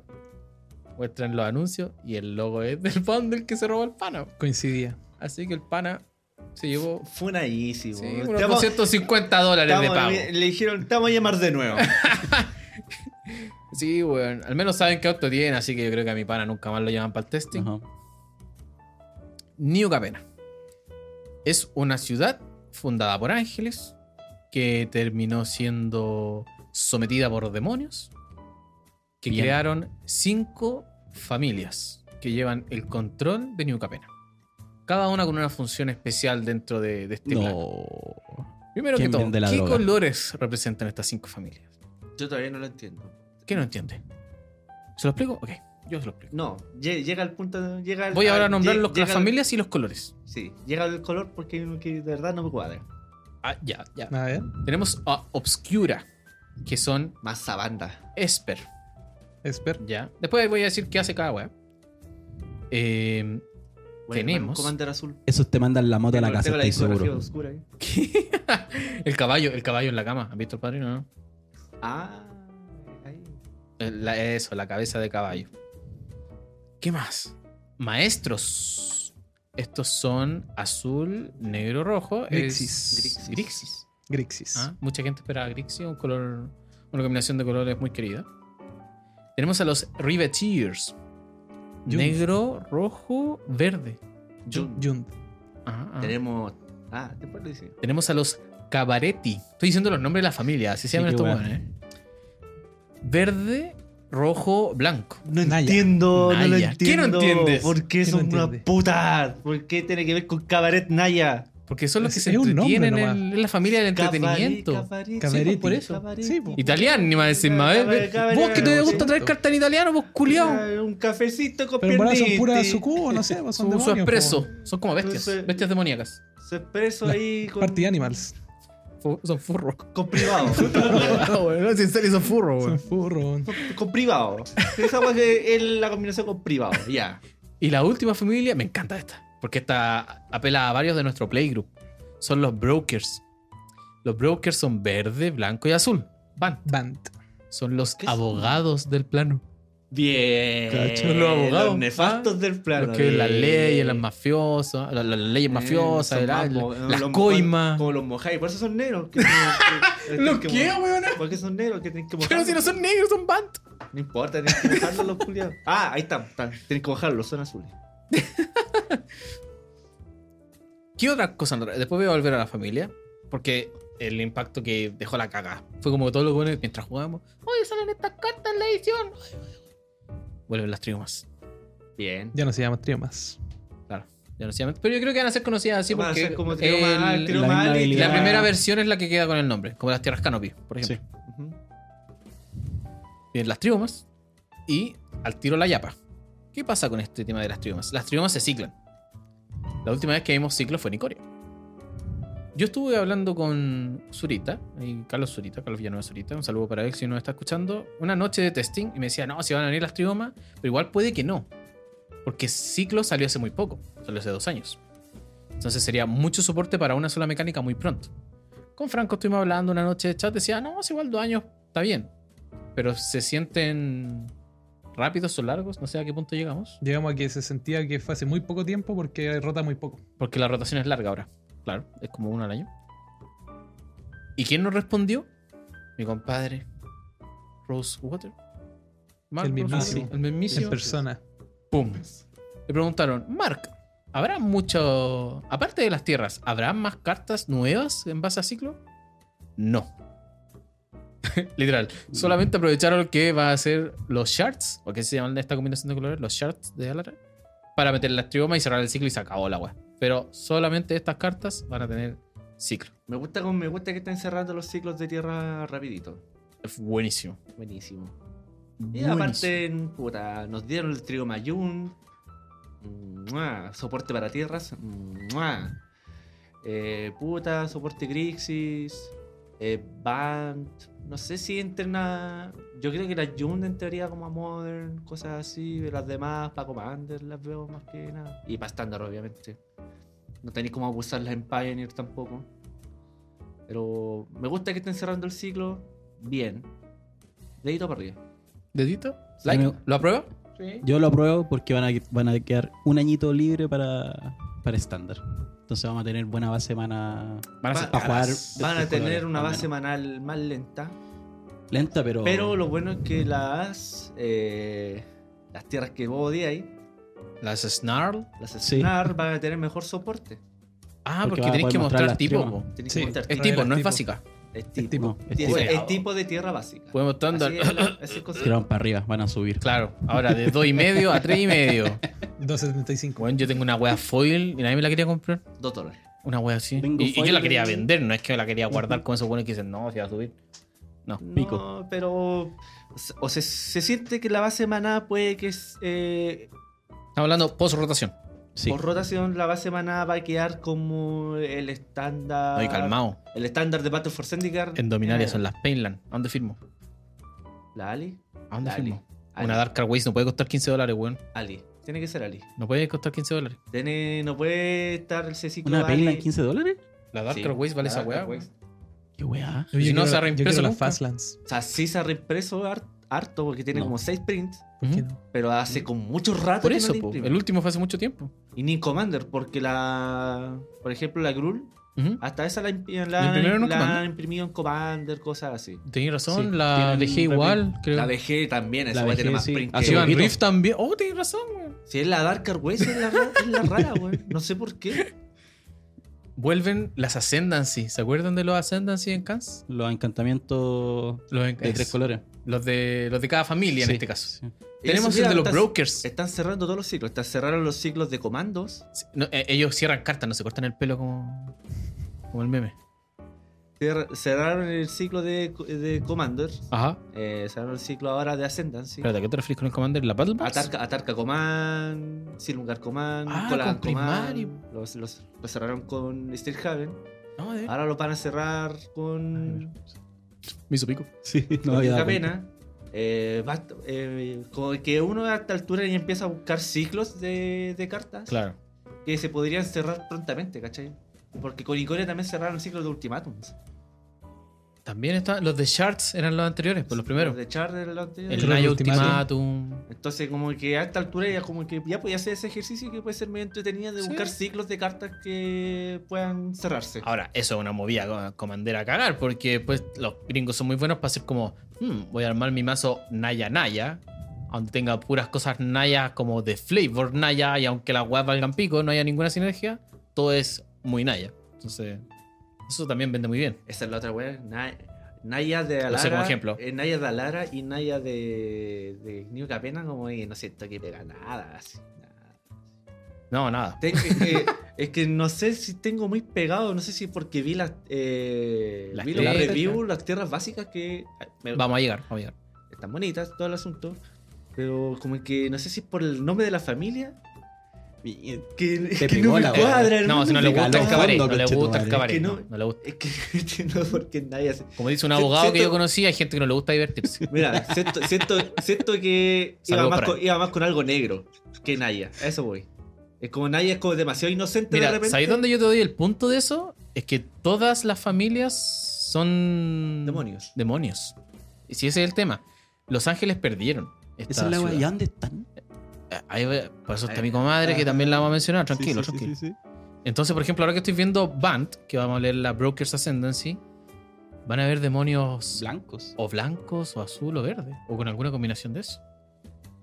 Speaker 2: Muestran los anuncios y el logo es del bundle que se robó el pana.
Speaker 4: Coincidía.
Speaker 2: Así que el pana se llevó
Speaker 1: Fue una easy,
Speaker 2: sí,
Speaker 1: weón.
Speaker 2: unos
Speaker 1: Estamos-
Speaker 2: 250 dólares de
Speaker 1: estamos-
Speaker 2: pago.
Speaker 1: Le dijeron, te vamos a llamar de nuevo.
Speaker 2: Sí, weón. Al menos saben qué auto tienen, así que yo creo que a mi pana nunca más lo llaman para el testing.
Speaker 3: Ajá.
Speaker 2: New Capena. Es una ciudad fundada por ángeles que terminó siendo sometida por demonios que
Speaker 3: Bien.
Speaker 2: crearon cinco familias que llevan el control de New Capena. Cada una con una función especial dentro de, de este plan.
Speaker 3: No.
Speaker 2: Primero que
Speaker 3: ¿Quién
Speaker 2: todo,
Speaker 3: vende la
Speaker 2: ¿qué
Speaker 3: droga?
Speaker 2: colores representan estas cinco familias?
Speaker 1: Yo todavía no lo entiendo.
Speaker 2: ¿Qué no entiende? ¿Se lo explico? Ok, yo se lo explico.
Speaker 1: No, lle- llega al punto. Llega al-
Speaker 2: Voy ahora a
Speaker 1: al-
Speaker 2: nombrar
Speaker 1: lle-
Speaker 2: los- las
Speaker 1: llega al-
Speaker 2: familias y los colores.
Speaker 1: Sí, llega el color porque hay uno que de verdad no me cuadra.
Speaker 2: Ah, ya, ya.
Speaker 4: A ver.
Speaker 2: Tenemos a Obscura, que son
Speaker 1: Más sabanda.
Speaker 2: Esper.
Speaker 4: Esper.
Speaker 2: Ya. Después voy a decir qué hace cada weá. Eh, Tenemos.
Speaker 1: Commander azul.
Speaker 3: Esos te mandan la moto a la
Speaker 1: Tengo-
Speaker 3: casa,
Speaker 1: tengo
Speaker 3: estoy
Speaker 1: discografía
Speaker 3: seguro.
Speaker 1: oscura ahí.
Speaker 2: ¿qué? el caballo, el caballo en la cama. ¿Han visto el padrino? No?
Speaker 1: Ah, ahí.
Speaker 2: El- la- eso, la cabeza de caballo. ¿Qué más? Maestros. Estos son azul, negro, rojo. Es-
Speaker 4: Grixis.
Speaker 1: Grixis.
Speaker 2: Grixis.
Speaker 4: Grixis.
Speaker 2: Ah, mucha gente esperaba a Grixis, un color, una combinación de colores muy querida. Tenemos a los Riveteers.
Speaker 4: Yun.
Speaker 2: Negro, rojo, verde.
Speaker 1: Jun.
Speaker 4: Jund.
Speaker 2: Ajá,
Speaker 1: Ah.
Speaker 4: ah.
Speaker 2: ajá.
Speaker 1: Tenemos. Ah, después lo dice.
Speaker 2: Tenemos a los Cabaretti. Estoy diciendo los nombres de la familia, así se
Speaker 3: Sí,
Speaker 2: llaman
Speaker 3: qué
Speaker 2: estos
Speaker 3: weá.
Speaker 2: hueones, ¿eh? Verde, rojo, blanco.
Speaker 1: No
Speaker 4: Naya.
Speaker 1: entiendo, no lo
Speaker 2: Naya. ¿Qué no
Speaker 1: entiendo.
Speaker 2: entiendes?
Speaker 1: ¿Por qué
Speaker 4: ¿Qué no
Speaker 1: son una
Speaker 4: entiendes?
Speaker 1: puta? ¿Por qué tiene que ver con Cabaret Naya?
Speaker 2: Porque son los que
Speaker 4: Es-
Speaker 2: se
Speaker 4: es un nombre
Speaker 2: entretienen
Speaker 4: nomás.
Speaker 2: en en la familia del entretenimiento.
Speaker 1: Cabaret,
Speaker 2: Sí, pues,
Speaker 4: Cabaretti.
Speaker 2: por eso.
Speaker 1: Cabaret.
Speaker 4: Sí, po.
Speaker 2: Italiano, ni más decir más. ¿eh?
Speaker 1: Cabaret, cabaret,
Speaker 2: Vos que te
Speaker 4: cabaret,
Speaker 2: gusta traer
Speaker 4: sí.
Speaker 2: carta en italiano, vos culiao.
Speaker 1: Un cafecito con
Speaker 4: Pero en verdad son
Speaker 1: pierniti.
Speaker 4: puras sucubo, no sé, pues son
Speaker 2: Su, su
Speaker 4: demonios,
Speaker 2: expreso. Son como bestias.
Speaker 1: Entonces-
Speaker 2: Bestias demoníacas.
Speaker 1: Se expreso
Speaker 4: La
Speaker 1: ahí
Speaker 4: po.
Speaker 1: con,
Speaker 4: Party Animals.
Speaker 2: Fu- son furros.
Speaker 1: con privado.
Speaker 2: no, sin serio, son furros,
Speaker 4: Son furros.
Speaker 1: con, con privado. Esa weá que es la combinación con privado. Ya.
Speaker 2: Y la última familia, me encanta esta, porque esta apela a varios de nuestro playgroup. Son los brokers. Los brokers son verde, blanco y azul. Van.
Speaker 4: Band.
Speaker 2: Son los
Speaker 1: ¿Qué son?
Speaker 2: abogados del plano.
Speaker 1: Bien.
Speaker 2: Cacho, los abogados.
Speaker 1: Los nefastos
Speaker 2: Ah,
Speaker 1: del plano.
Speaker 2: los que las
Speaker 1: bien.
Speaker 2: leyes, las mafiosas, las, las leyes
Speaker 1: Eh,
Speaker 2: mafiosas,
Speaker 1: son
Speaker 2: la-
Speaker 1: más mo-
Speaker 2: las
Speaker 1: los-
Speaker 2: coimas.
Speaker 1: Como los mojáis, por eso son negros. que- que- que-
Speaker 2: ¿Los
Speaker 1: que-
Speaker 2: qué, weón?
Speaker 1: ¿Por qué son negros? Que tenés que mojarlos.
Speaker 2: Pero si no son negros, son band.
Speaker 1: No importa, tenés que mojarlos los culiados. Ah, ahí están. están. Tenés que mojarlos, son azules.
Speaker 2: ¿Qué otra cosa? no- Después voy a volver a la familia. Porque el impacto que dejó la caga fue como que todos los buenos mientras jugábamos. Oye, salen estas cartas en la edición. Ay, ay, ay. Vuelven las triomas.
Speaker 1: Bien.
Speaker 4: Ya no se llaman triomas.
Speaker 2: Claro. Ya no se llaman- Pero yo creo que van a ser conocidas así
Speaker 1: Van a
Speaker 2: porque.
Speaker 1: ser como ah,
Speaker 2: el-
Speaker 1: Trioma,
Speaker 2: el-
Speaker 1: Trioma,
Speaker 3: la misma
Speaker 1: Ali,
Speaker 3: habilidad.
Speaker 2: la
Speaker 1: Trioma-
Speaker 2: primera versión es la que queda con el nombre, como las tierras Canopy, por ejemplo.
Speaker 3: Sí.
Speaker 1: Ujú.
Speaker 2: Bien, las triomas y al tiro la yapa. ¿Qué pasa con este tema de las triomas? Las triomas se ciclan. La última vez que vimos ciclos fue en Icoria. Yo estuve hablando con Zurita, ahí Carlos Zurita, Carlos Villanueva Zurita, un saludo para él si no está escuchando, una noche de testing y me decía, no, si van a venir las triomas, pero igual puede que no, porque Ciclo salió hace muy poco, salió hace dos años. Entonces sería mucho soporte para una sola mecánica muy pronto. Con Franco estuvimos hablando una noche de chat, decía, no, es igual dos años, está bien, pero se sienten rápidos o largos, no sé a qué punto llegamos,
Speaker 4: Llegamos a que se sentía que fue hace muy poco tiempo porque rota muy poco.
Speaker 2: porque la rotación es larga ahora. Claro, es como uno al año. ¿Y quién nos respondió? Mi compadre, Rosewater. Mark
Speaker 4: El mismísimo.
Speaker 2: Rosewater, El mismísimo.
Speaker 4: En persona.
Speaker 2: ¡Pum! Le preguntaron, Mark, ¿habrá mucho. Aparte de las tierras, ¿habrá más cartas nuevas en base a ciclo? No. Literal. Solamente aprovecharon que va a ser los shards, o que se llaman esta combinación de colores, los shards de Alara, para meter las triomas y cerrar el ciclo y se acabó la wea. Pero solamente estas cartas van a tener ciclo.
Speaker 1: Me gusta, como- me gusta que están cerrando los ciclos de tierra rapidito.
Speaker 2: Es buenísimo.
Speaker 1: Buenísimo. Y aparte, puta, nos dieron el trío Mayun. Mua, soporte para tierras. Mua. Eh, puta, soporte Grixis. Eh, Band. No sé si entren a. Yo creo que la Jun entraría como a Modern, cosas así. Las demás, para Commander, las veo más que nada. Y para Standard, obviamente. No tenéis como abusarlas en Pioneer tampoco. Pero me gusta que estén cerrando el ciclo. Bien. Dedito para arriba.
Speaker 2: ¿Dedito?
Speaker 3: Sí,
Speaker 2: Like.
Speaker 3: me-
Speaker 2: ¿Lo aprueba?
Speaker 3: Yo lo apruebo porque van a, van a quedar un añito libre para, para estándar. Entonces vamos a tener buena base mana
Speaker 2: Van
Speaker 1: Va-
Speaker 2: ser
Speaker 3: para jugar.
Speaker 2: caras.
Speaker 1: Van a
Speaker 3: Después
Speaker 1: tener
Speaker 3: juegan,
Speaker 1: una
Speaker 3: más o
Speaker 1: base semanal más lenta.
Speaker 3: lenta, pero.
Speaker 1: Pero lo bueno es que las. eh, las tierras que vos odiáis,
Speaker 2: Las Snarl.
Speaker 1: las
Speaker 3: Sí.
Speaker 1: Snar, van a tener mejor soporte.
Speaker 2: Ah, porque,
Speaker 3: Porque van a
Speaker 2: tenéis
Speaker 3: poder
Speaker 2: que
Speaker 3: mostrar
Speaker 2: mostrar
Speaker 3: las
Speaker 2: tipo.
Speaker 3: trimas.
Speaker 2: po.
Speaker 1: Tienes
Speaker 4: Sí,
Speaker 1: que mostrar
Speaker 2: Es
Speaker 4: Traer
Speaker 1: tierra-
Speaker 2: tipo,
Speaker 4: las
Speaker 2: no es
Speaker 4: tipos.
Speaker 2: básica.
Speaker 1: Es
Speaker 4: el
Speaker 1: tipo.
Speaker 4: tipo.
Speaker 3: no, es
Speaker 1: Es,
Speaker 3: tipo-
Speaker 1: es tipo de tierra básica.
Speaker 2: Podemos estar-
Speaker 1: Así es, así es cosa.
Speaker 3: tiraron para arriba, van a subir.
Speaker 2: Claro, ahora de 2,5 a 3,5.
Speaker 4: 275.
Speaker 2: Bueno, yo tengo una wea foil y nadie me la quería comprar.
Speaker 1: Dos dólares.
Speaker 2: Una wea así.
Speaker 3: Tengo
Speaker 2: Y, y yo
Speaker 3: foil
Speaker 2: la quería
Speaker 3: también.
Speaker 2: vender, no es que me la quería guardar con esos buenos que dicen, no, si va a subir.
Speaker 3: Pico.
Speaker 1: No, pero. O se, se siente que la base maná puede que es, eh,
Speaker 2: Estamos hablando post-rotación.
Speaker 3: Sí.
Speaker 1: por rotación la base maná va a quedar como el estándar.
Speaker 2: No, y calmado.
Speaker 1: El estándar de Battle for Syndicate.
Speaker 2: En Dominaria son
Speaker 1: la.
Speaker 2: las Painland. ¿A dónde firmo?
Speaker 1: La Ali.
Speaker 2: ¿A dónde
Speaker 1: Dale.
Speaker 2: firmo?
Speaker 1: Ali.
Speaker 2: Una Dark Ways no puede costar 15 dólares, weón.
Speaker 1: Ali. Tiene que ser Ali.
Speaker 2: No puede costar 15 dólares.
Speaker 1: Tiene- no puede estar ese ciclo
Speaker 3: ¿Una
Speaker 1: Ali.
Speaker 3: Painland 15 dólares?
Speaker 2: La
Speaker 1: Sí,
Speaker 2: Dark Ways vale
Speaker 1: la
Speaker 2: esa
Speaker 1: Dark
Speaker 2: weá.
Speaker 1: Ways.
Speaker 3: Qué weá.
Speaker 2: si
Speaker 4: yo
Speaker 2: no,
Speaker 4: quiero
Speaker 2: se
Speaker 4: la-
Speaker 2: reimpresa
Speaker 4: yo quiero las
Speaker 2: nunca.
Speaker 4: Fastlands.
Speaker 1: O sea, sí se ha reimpreso har- harto porque tiene
Speaker 3: No.
Speaker 1: como 6 prints,
Speaker 4: ¿Por qué
Speaker 2: Ujú.
Speaker 4: no?
Speaker 1: pero hace con mucho rato
Speaker 2: Mm. Por
Speaker 1: que no
Speaker 2: eso,
Speaker 1: le
Speaker 2: po,
Speaker 1: imprimen.
Speaker 2: el último fue hace mucho tiempo.
Speaker 1: Y ni en Commander, porque la. Por ejemplo, la Grul,
Speaker 2: Ujú.
Speaker 1: hasta esa la, impi-
Speaker 2: ¿La
Speaker 1: la,
Speaker 2: imprimieron en
Speaker 1: la
Speaker 2: Commander?
Speaker 1: han imprimido en Commander, cosas así.
Speaker 2: Tenías razón,
Speaker 3: Sí,
Speaker 2: la
Speaker 3: tienen
Speaker 2: dejé
Speaker 3: un
Speaker 2: igual, creo.
Speaker 1: La dejé también, esa
Speaker 3: La
Speaker 1: weá tiene
Speaker 3: dejé,
Speaker 1: más
Speaker 3: sí.
Speaker 1: print.
Speaker 2: Así
Speaker 1: que-
Speaker 2: va en
Speaker 3: poquito.
Speaker 2: Rift también. Oh, tenías razón, weón.
Speaker 1: Si es la Dark Arwes, es la, ra- es la rara, weón. No sé por qué.
Speaker 2: Vuelven las Ascendancy. ¿Se acuerdan de los Ascendancy en Cans?
Speaker 3: Los encantamientos
Speaker 2: Los, en-
Speaker 3: de tres
Speaker 2: es-
Speaker 3: colores.
Speaker 2: los, de, los de cada familia
Speaker 3: Sí,
Speaker 2: en este caso.
Speaker 3: sí. eh.
Speaker 2: Tenemos
Speaker 1: Mira,
Speaker 2: el de los
Speaker 1: estás-
Speaker 2: Brokers.
Speaker 1: Están cerrando todos los ciclos. Están cerraron los ciclos de comandos.
Speaker 2: Sí, no, eh, ellos cierran cartas, no se cortan el pelo como, como el meme.
Speaker 1: Cer- Cerraron el ciclo de, de Commanders.
Speaker 2: Ajá.
Speaker 1: Eh, cerraron el ciclo ahora de Ascendancy.
Speaker 2: Espérate, ¿a qué te refieres con el Commander? ¿La Battle Box?
Speaker 1: Atarca, Atarca Coman, Silungar Coman,
Speaker 2: Ah,
Speaker 1: Colagan
Speaker 2: con Primari.
Speaker 1: Coman. Los, los, los cerraron con Steelhaven.
Speaker 2: No,
Speaker 3: Ah.
Speaker 2: de
Speaker 1: Ahora lo van a cerrar con
Speaker 2: Me hizo pico.
Speaker 3: Sí, no me
Speaker 1: con
Speaker 3: había dado cuenta.
Speaker 1: Capena. Eh, basta- eh, como que uno a esta altura ya empieza a buscar ciclos de, de cartas
Speaker 2: Claro.
Speaker 1: que se podrían cerrar prontamente, ¿cachai? Porque con Icoria también cerraron ciclos de ultimátums.
Speaker 2: También están los de Shards, eran los anteriores, pues los primeros.
Speaker 1: De Charter, el anterior.
Speaker 2: El
Speaker 4: Claro,
Speaker 2: Naya
Speaker 4: Ultimatum.
Speaker 2: Ultimatum.
Speaker 1: Entonces, como que a esta altura ya como que ya podía hacer ese ejercicio que puede ser medio entretenido de
Speaker 2: Sí.
Speaker 1: buscar ciclos de cartas que puedan cerrarse.
Speaker 2: Ahora, eso es una movida co- commander a cagar, porque pues los gringos son muy buenos para hacer como, "Hmm, voy a armar mi mazo Naya Naya, aunque tenga puras cosas Naya como de flavor Naya, y aunque las weas valgan pico, no haya ninguna sinergia, todo es muy Naya. Entonces, eso también vende muy bien.
Speaker 1: Esa es la otra wea. Na- Naya de
Speaker 2: Lo
Speaker 1: Alara.
Speaker 2: sé como ejemplo.
Speaker 1: eh, Naya de Alara y Naya de, de New Capena, como que no siento que pega nada. así, nada.
Speaker 2: No, nada.
Speaker 1: Ten- es, que, es que no sé si tengo muy pegado, no sé si porque vi las, eh,
Speaker 2: Las
Speaker 1: vi la
Speaker 2: tierras.
Speaker 1: review, las tierras básicas que ay, me-
Speaker 2: Vamos a llegar, vamos a llegar.
Speaker 1: están bonitas, todo el asunto. Pero como que no sé si es por el nombre de la familia. Que, que
Speaker 3: pegó
Speaker 1: no me
Speaker 3: la wea.
Speaker 1: cuadra,
Speaker 2: No, si no le
Speaker 3: me
Speaker 2: gusta el
Speaker 3: caló
Speaker 2: cabaret, no
Speaker 3: fondo,
Speaker 2: le gusta
Speaker 3: conchetumare.
Speaker 2: el cabaret.
Speaker 1: Es que
Speaker 2: no,
Speaker 1: no-
Speaker 2: no le gusta.
Speaker 1: Es que no entiendo por qué nadie hace.
Speaker 2: Como dice un
Speaker 1: Si-
Speaker 2: abogado que
Speaker 1: siento-
Speaker 2: yo conocí, hay gente que no le gusta divertirse.
Speaker 1: Mira, siento, siento, siento que iba
Speaker 2: Saludos
Speaker 1: más,
Speaker 2: para
Speaker 1: con,
Speaker 2: él.
Speaker 1: iba más con algo negro que Naya. A eso voy. Es como Naya es como demasiado inocente de
Speaker 2: Mira,
Speaker 1: repente.
Speaker 2: ¿sabéis dónde yo te doy el punto de eso? Es que todas las familias son.
Speaker 1: Demonios.
Speaker 2: Demonios. Y si ese es el tema. Los ángeles perdieron. esta
Speaker 3: Esa es la weá. ¿Y
Speaker 2: ciudad.
Speaker 3: dónde están?
Speaker 2: Eh, ahí ve- Por eso está
Speaker 1: Ahí-
Speaker 2: mi comadre, que
Speaker 3: ah.
Speaker 2: también la vamos a mencionar. Tranquilo,
Speaker 3: Sí, sí,
Speaker 2: tranquilo.
Speaker 3: sí, sí,
Speaker 2: Entonces, por ejemplo, ahora que estoy viendo Band, que vamos a leer la Broker's Ascendancy, van a ver
Speaker 3: sí.
Speaker 2: demonios
Speaker 3: Blancos.
Speaker 2: o blancos, o azul, o verde, o con alguna combinación de eso.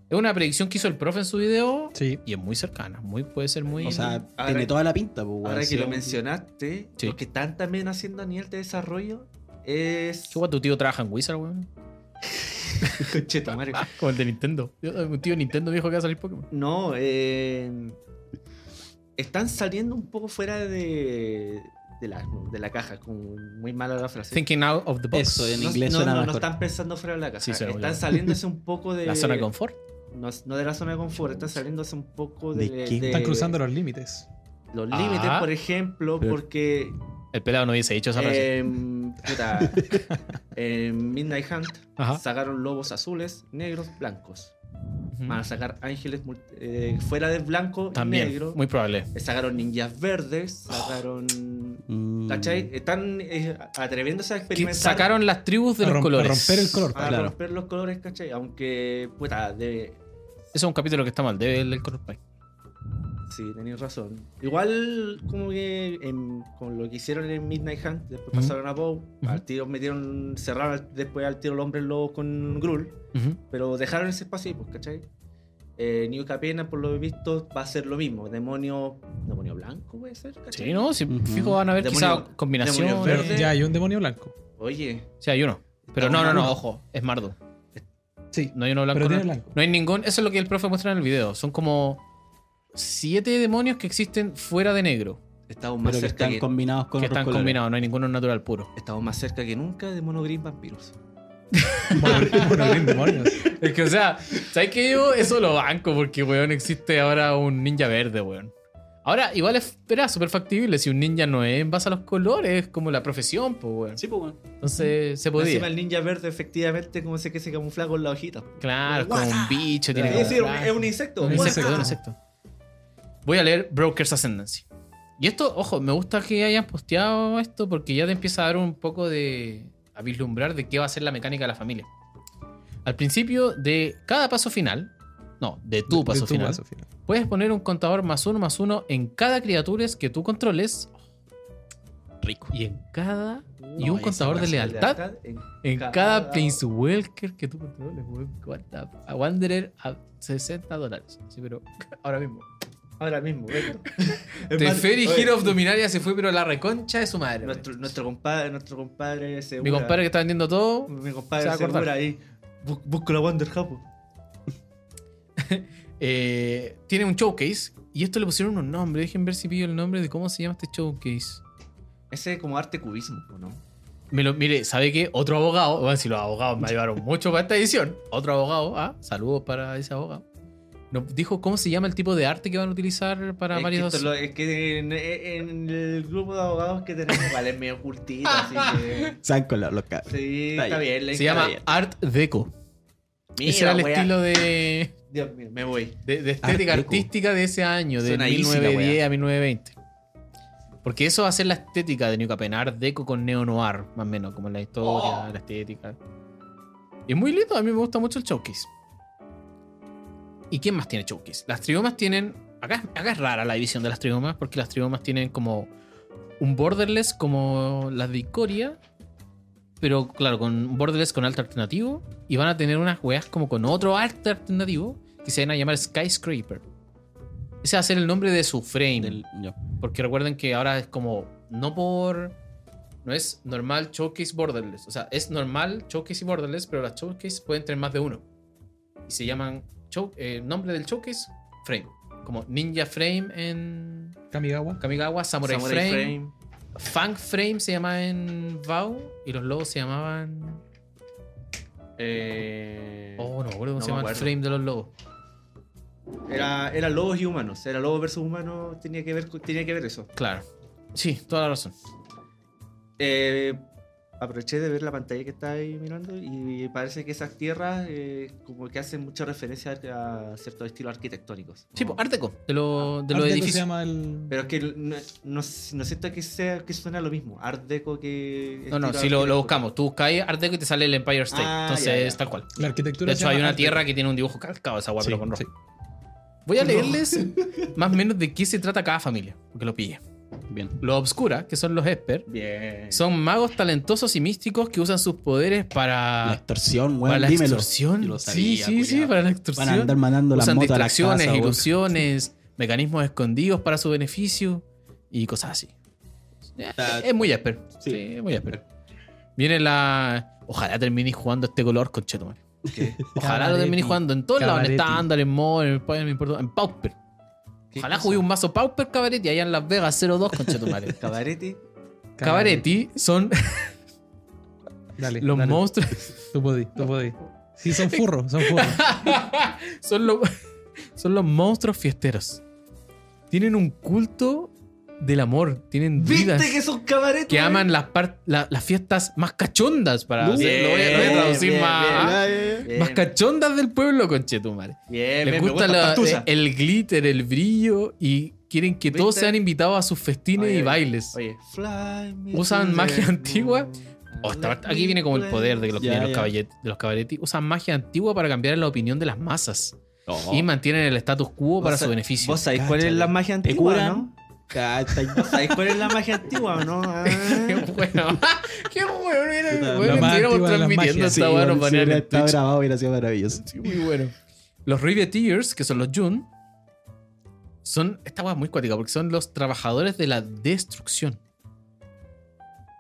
Speaker 2: Es una predicción que hizo el profe en su video
Speaker 4: Sí.
Speaker 2: y es muy cercana, muy, puede ser muy...
Speaker 3: O sea,
Speaker 1: Ahora-
Speaker 3: tiene toda la pinta, pues, weón.
Speaker 1: Ahora
Speaker 3: Sí,
Speaker 1: que lo
Speaker 3: weón.
Speaker 1: mencionaste,
Speaker 2: Sí.
Speaker 1: lo que están también haciendo a nivel de desarrollo es.
Speaker 2: ¿Qué guay, tu tío trabaja en Wizard, weón?
Speaker 1: Conchetumare.
Speaker 3: Ah.
Speaker 2: eh, Como el de Nintendo. Yo- Un tío de Nintendo viejo que va a salir Pokémon.
Speaker 1: No, eh, están saliendo un poco fuera de, de, la, de la caja. Como muy mala la frase.
Speaker 2: Thinking out of the box.
Speaker 3: Eso, en
Speaker 1: no,
Speaker 3: inglés
Speaker 1: no,
Speaker 3: suena
Speaker 1: no, no
Speaker 3: mejor.
Speaker 1: están pensando fuera de la caja.
Speaker 2: Sí, suena muy
Speaker 1: están
Speaker 2: bien.
Speaker 1: saliéndose un poco de.
Speaker 2: La zona de confort.
Speaker 1: No, no de la zona de confort, están saliéndose un poco de.
Speaker 3: ¿De qué?
Speaker 2: Eh,
Speaker 4: Están cruzando los límites.
Speaker 1: los
Speaker 2: Ah.
Speaker 1: límites, por ejemplo,
Speaker 3: Pero-
Speaker 1: porque.
Speaker 2: El pelado no hubiese dicho esa frase.
Speaker 1: em, puta, en Midnight Hunt
Speaker 2: Ajá.
Speaker 1: sacaron lobos azules, negros, blancos.
Speaker 2: Ujú.
Speaker 1: Van a sacar ángeles mul- eh, fuera de blanco
Speaker 2: También,
Speaker 1: y negro.
Speaker 2: muy Oh. probable.
Speaker 1: Eh, Sacaron ninjas verdes, sacaron.
Speaker 3: Mm.
Speaker 1: ¿Cachai? Están eh, atreviéndose a
Speaker 2: Que
Speaker 1: experimentar.
Speaker 2: sacaron las tribus de
Speaker 4: A
Speaker 2: los
Speaker 4: rom- a
Speaker 2: colores.
Speaker 4: romper el color.
Speaker 1: a
Speaker 3: claro.
Speaker 1: romper los colores, ¿cachai? Aunque, puta, de,
Speaker 2: Eso es un capítulo que está mal, debe el del color pie.
Speaker 1: Sí, tenéis razón. Igual como que en- con lo que hicieron en Midnight Hunt, después
Speaker 2: Ujú.
Speaker 1: pasaron a Bow, al
Speaker 2: Ujú.
Speaker 1: tiro metieron, cerraron al- después al tiro el hombre lobo con Gruul,
Speaker 2: Ujú.
Speaker 1: pero dejaron ese espacio ahí, pues, ¿cachai? Eh, New Capena, por lo visto, va a ser lo mismo. Demonio. Demonio blanco puede ser, ¿cachai?
Speaker 2: Sí, ¿no? Si
Speaker 3: Ujú.
Speaker 2: fijo van a haber
Speaker 1: Demonio-
Speaker 2: quizás combinaciones.
Speaker 1: demonio
Speaker 4: Pero
Speaker 1: Verde.
Speaker 4: ya hay un demonio blanco.
Speaker 1: Oye,
Speaker 2: Sí, hay uno. Pero
Speaker 1: Estamos
Speaker 2: no, no,
Speaker 1: hablando.
Speaker 2: no, ojo, es Mardo.
Speaker 4: Sí.
Speaker 2: No hay uno blanco.
Speaker 4: Pero
Speaker 2: no,
Speaker 4: tiene blanco.
Speaker 2: no hay ningún. Eso es lo que el profe muestra en el video. Son como siete demonios que existen fuera de negro.
Speaker 1: estamos más,
Speaker 3: Pero que
Speaker 1: cerca
Speaker 3: están
Speaker 1: que,
Speaker 3: combinados con
Speaker 2: que
Speaker 3: otros
Speaker 2: están
Speaker 3: colores.
Speaker 2: combinados, no hay ninguno natural puro.
Speaker 1: estamos más cerca que nunca de Mono Green Vampiros.
Speaker 4: Mono- monogreen demonios.
Speaker 2: Es que, o sea, ¿sabes qué yo? Eso lo banco porque, weón, existe ahora un ninja verde, weón. Ahora, igual es, era súper factible si un ninja no es en base a los colores, es como la profesión, pues, weón.
Speaker 3: Sí, pues, bueno.
Speaker 2: Entonces, se
Speaker 1: Encima
Speaker 2: podía.
Speaker 1: el ninja verde, efectivamente, como sé que se camufla con la hojita.
Speaker 2: Claro, es como un bicho, tiene
Speaker 1: Es decir, un-
Speaker 2: camuflaje.
Speaker 1: es un insecto.
Speaker 2: Un
Speaker 1: guasa.
Speaker 2: insecto, un insecto. Voy a leer Broker's Ascendancy. Y esto, ojo, me gusta que hayan posteado esto porque ya te empieza a dar un poco de. a vislumbrar de qué va a ser la mecánica de la familia. Al principio de cada paso final, no, de tu paso
Speaker 4: De tu
Speaker 2: final,
Speaker 4: paso final.
Speaker 2: puedes poner un contador más uno más uno en cada criatura que tú controles
Speaker 3: Rico.
Speaker 2: y en cada. y
Speaker 1: No,
Speaker 2: un
Speaker 1: esa
Speaker 2: contador de
Speaker 1: frase
Speaker 2: lealtad
Speaker 1: en
Speaker 2: en cada Prince Welker que tú controles, weón. Guarda, A Wanderer a 60 dólares. Sí, pero ahora mismo.
Speaker 1: Ahora mismo, vengo.
Speaker 2: The Fairy
Speaker 1: Oye,
Speaker 2: Hero of Dominaria se fue, pero la reconcha de su madre.
Speaker 1: Nuestro, nuestro compadre, nuestro compadre segura.
Speaker 2: Mi compadre que está vendiendo todo.
Speaker 1: mi
Speaker 2: se
Speaker 1: compadre
Speaker 2: va a
Speaker 1: segura
Speaker 2: acordar.
Speaker 1: ahí. "Bu- Busco la Wander Japo.
Speaker 2: eh, tiene un showcase. Y esto le pusieron unos nombres. Dejen ver si pillo el nombre de cómo se llama este showcase.
Speaker 1: Ese es como arte cubismo, ¿o ¿no?
Speaker 2: Me lo- mire, ¿sabe qué? Otro abogado, bueno, si los abogados me ayudaron mucho para esta edición, otro abogado, ah, saludos para ese abogado, nos dijo cómo se llama el tipo de arte que van a utilizar para
Speaker 1: es, que
Speaker 2: varios...
Speaker 1: esto lo- es que en, en el grupo de abogados que tenemos, vale, es medio cultito, así que.
Speaker 3: Se han colado los cabros.
Speaker 1: Sí,
Speaker 3: Está
Speaker 1: está bien. le
Speaker 2: Se llama
Speaker 1: encargo.
Speaker 2: Art Deco.
Speaker 1: Mira,
Speaker 2: Ese era el
Speaker 1: wea.
Speaker 2: estilo de,
Speaker 1: Dios mío, me voy.
Speaker 2: de- de estética
Speaker 3: Art Deco.
Speaker 2: artística de ese año, de
Speaker 1: Suena easy la
Speaker 2: 1910
Speaker 1: wea.
Speaker 2: a 1920. Porque eso va a ser la estética de New Capen, Art Deco con Neo Noir, más o menos, como la historia, la estética. Y es muy lindo, a mí me gusta mucho el showcase. ¿Y quién más tiene showcase? Las triomas tienen. Acá, acá es rara la división de las triomas, porque las triomas tienen como un borderless como las de Icoria, pero claro, con un borderless con arte alternativo. Y van a tener unas weas como con otro arte alternativo que se van a llamar Skyscraper. Ese va a ser el nombre de su frame.
Speaker 3: Del- ya.
Speaker 2: Porque recuerden que ahora es como, no por... No es normal showcase borderless. O sea, es normal showcase y borderless, pero las showcase pueden tener más de uno. Y se llaman... show- eh, nombre del showcase, frame. Como Ninja Frame en
Speaker 4: Kamigawa.
Speaker 2: Kamigawa, Samurai,
Speaker 1: Samurai
Speaker 2: frame, Funk Frame se llamaba en Vau y los lobos se llamaban...
Speaker 1: Eh,
Speaker 2: Oh, no me acuerdo cómo
Speaker 1: No
Speaker 2: se
Speaker 1: me
Speaker 2: llama el
Speaker 1: acuerdo.
Speaker 2: frame de los lobos.
Speaker 1: era, era lobos y humanos. Era lobos versus humanos. Tenía que ver, tenía que ver eso.
Speaker 2: Claro. Sí, toda la razón.
Speaker 1: Eh, aproveché de ver la pantalla que está ahí mirando y parece que esas tierras eh, como que hacen mucha referencia a ciertos estilos arquitectónicos.
Speaker 2: Sí, pues,
Speaker 1: Como-
Speaker 2: Art Deco, de, lo- de
Speaker 4: Art
Speaker 2: los
Speaker 4: Deco
Speaker 2: edificios.
Speaker 4: se llama el...
Speaker 1: Pero es que no, no- no siento que sea que suena lo mismo. Art Deco que...
Speaker 2: No, no,
Speaker 1: estilo
Speaker 2: sí lo, lo
Speaker 1: arquitectónico.
Speaker 2: buscamos. Tú buscáis Art Deco y te sale el Empire State.
Speaker 1: Ah,
Speaker 2: Entonces
Speaker 1: ya, ya.
Speaker 2: es tal cual.
Speaker 4: La arquitectura
Speaker 2: De
Speaker 4: se
Speaker 2: hecho,
Speaker 4: llama
Speaker 2: hay una
Speaker 4: arte.
Speaker 2: tierra que tiene un dibujo calcado esa guapa,
Speaker 4: Sí,
Speaker 2: pero con rojo.
Speaker 4: sí.
Speaker 2: Voy a
Speaker 4: Con rojo.
Speaker 2: leerles más o menos de qué se trata cada familia, porque lo pille.
Speaker 3: Bien.
Speaker 2: Los Obscura, que son los Esper,
Speaker 1: Bien.
Speaker 2: son magos talentosos y místicos que usan sus poderes
Speaker 3: la
Speaker 2: para,
Speaker 3: extorsión,
Speaker 2: para
Speaker 3: weón.
Speaker 2: la
Speaker 3: dímelo.
Speaker 2: extorsión.
Speaker 3: Yo lo
Speaker 2: sí,
Speaker 3: sabía,
Speaker 2: sí, sí,
Speaker 3: culiao.
Speaker 2: para la
Speaker 3: Van a
Speaker 2: extorsión.
Speaker 3: andar mandando las
Speaker 2: Usan
Speaker 3: motos a la casa,
Speaker 2: distracciones,
Speaker 3: weón.
Speaker 2: ilusiones, mecanismos escondidos para su beneficio y cosas así. Eh,
Speaker 3: sea,
Speaker 2: Es muy esper. Sí,
Speaker 3: sí.
Speaker 2: es muy esper. Viene la. Ojalá termine jugando este color, conchetumare. Ojalá lo termine
Speaker 4: Cabaretti.
Speaker 2: jugando en todos lados. En
Speaker 4: Cabaretti.
Speaker 2: estándar, en mod, en, Pau- no me importa, en pauper. Ojalá jugué un mazo Pauper Cabaretti allá en Las Vegas 02 con Chetumare.
Speaker 1: Cabarete.
Speaker 2: Cabaretti son
Speaker 4: Dale,
Speaker 2: los
Speaker 4: dale.
Speaker 2: monstruos.
Speaker 4: Tú podí, tú podí. Sí, son furros, son furros.
Speaker 2: son, los, son los monstruos fiesteros. Tienen un culto del amor. Tienen
Speaker 1: ¿Viste
Speaker 2: vidas
Speaker 1: que son cabaretes?
Speaker 2: que aman las, par- la- las fiestas más cachondas. Para
Speaker 3: Bien,
Speaker 2: hacerlo, voy a- lo voy a
Speaker 1: bien,
Speaker 2: traducir
Speaker 1: bien,
Speaker 2: más. ah,
Speaker 1: bien.
Speaker 2: más cachondas del pueblo, conchetumare.
Speaker 1: Bien,
Speaker 2: Les
Speaker 1: bien, me
Speaker 2: gusta
Speaker 1: gustan
Speaker 2: la- eh,
Speaker 1: patusas.
Speaker 2: el glitter, el brillo y quieren que todos
Speaker 1: ¿Viste?
Speaker 2: sean invitados a sus festines
Speaker 1: Oye,
Speaker 2: y
Speaker 1: oye,
Speaker 2: bailes.
Speaker 1: Oye, fly me
Speaker 2: Usan
Speaker 1: to the
Speaker 2: magia
Speaker 1: moon.
Speaker 2: antigua. Oh, esta parte- aquí viene como el poder de los, de
Speaker 3: Ya,
Speaker 2: los
Speaker 3: ya.
Speaker 2: caballet- de los cabaretti. Usan magia antigua para cambiar la opinión de las masas
Speaker 3: Oh.
Speaker 2: y mantienen el status quo
Speaker 1: Vos
Speaker 2: para
Speaker 1: sa-
Speaker 2: su beneficio.
Speaker 1: ¿Vos sabés cuál es
Speaker 3: Cáchale.
Speaker 1: la magia
Speaker 3: ¿Te
Speaker 1: antigua,
Speaker 3: curan?
Speaker 1: no?
Speaker 3: Cacha,
Speaker 1: ¿Vos sabés cuál es la magia antigua, no? Ah.
Speaker 2: Qué bueno. Qué bueno. Mira,
Speaker 3: Puta,
Speaker 2: bueno,
Speaker 4: la
Speaker 2: estuviéramos
Speaker 4: más antigua de las
Speaker 2: transmitiendo
Speaker 4: magias.
Speaker 2: esta weá, nos
Speaker 3: bueno, si
Speaker 2: ponían
Speaker 3: hubiera
Speaker 2: en
Speaker 3: estado
Speaker 2: Twitch.
Speaker 3: grabado hubiera sido maravilloso.
Speaker 2: Sí, muy bueno. Los Riveteers, que son los Jun, son. Esta hueá es muy cuática porque son los trabajadores de la destrucción.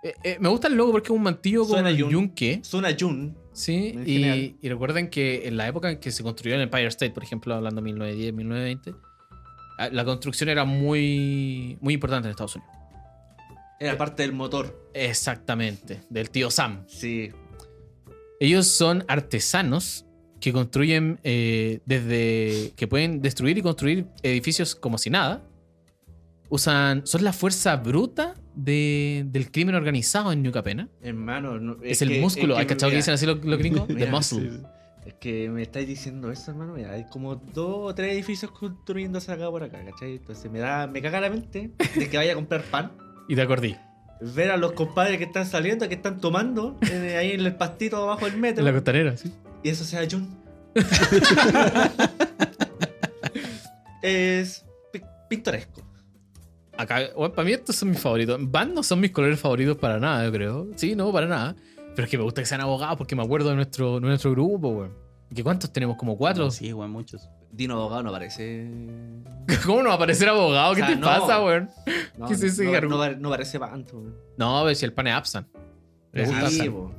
Speaker 2: Eh, eh, me gusta el logo porque es un mantillo con
Speaker 1: Suena
Speaker 2: un
Speaker 1: yun.
Speaker 2: yunque.
Speaker 1: Suna Jun.
Speaker 2: Sí,
Speaker 1: En general.
Speaker 2: y, y recuerden que en la época en que se construyó el Empire State, por ejemplo, hablando 1910, 1920, ah, la construcción era muy, muy importante en Estados Unidos. Eh.
Speaker 1: Era parte del motor.
Speaker 2: Exactamente, del tío Sam.
Speaker 1: Sí.
Speaker 2: Ellos son artesanos que construyen eh, desde. que pueden destruir y construir edificios como si nada. Usan. son la fuerza bruta de- del crimen organizado en New Capena.
Speaker 1: Hermano, no-
Speaker 2: Es, el
Speaker 1: que-
Speaker 2: músculo.
Speaker 1: es
Speaker 2: ¿Hay cachado que
Speaker 1: mira,
Speaker 2: dicen así los, los gringos? The
Speaker 1: mira,
Speaker 2: muscle.
Speaker 1: sí. Es que me estáis diciendo eso, hermano. Mira, hay como dos o tres edificios construyéndose acá por acá, ¿cachai? Entonces me da, me caga la mente de que vaya a comprar pan.
Speaker 2: Y te acordé.
Speaker 1: Ver a los compadres que están saliendo, que están tomando eh, ahí en el pastito abajo del metro.
Speaker 2: En la costanera, sí.
Speaker 1: Y eso sea Jun. es pi- pintoresco.
Speaker 2: Acá, bueno, para mí estos son mis favoritos. Van no son mis colores favoritos para nada, yo creo. Sí, no, para nada. Pero es que me gusta que sean abogados porque me acuerdo de nuestro, nuestro grupo, weón. ¿Que ¿Cuántos tenemos? ¿Como cuatro?
Speaker 3: Sí, weón, muchos.
Speaker 1: Dino Abogado no aparece.
Speaker 2: ¿Cómo no va a aparecer abogado? ¿Qué
Speaker 1: O sea,
Speaker 2: te
Speaker 1: no.
Speaker 2: pasa, weón?
Speaker 1: No,
Speaker 2: ¿Qué es ese
Speaker 1: no,
Speaker 2: garbo?
Speaker 1: no pare- no parece tanto. weón.
Speaker 2: No, a ver si el pan es Absan. Me
Speaker 1: Ah, Sí,
Speaker 2: gusta Absan.
Speaker 1: po.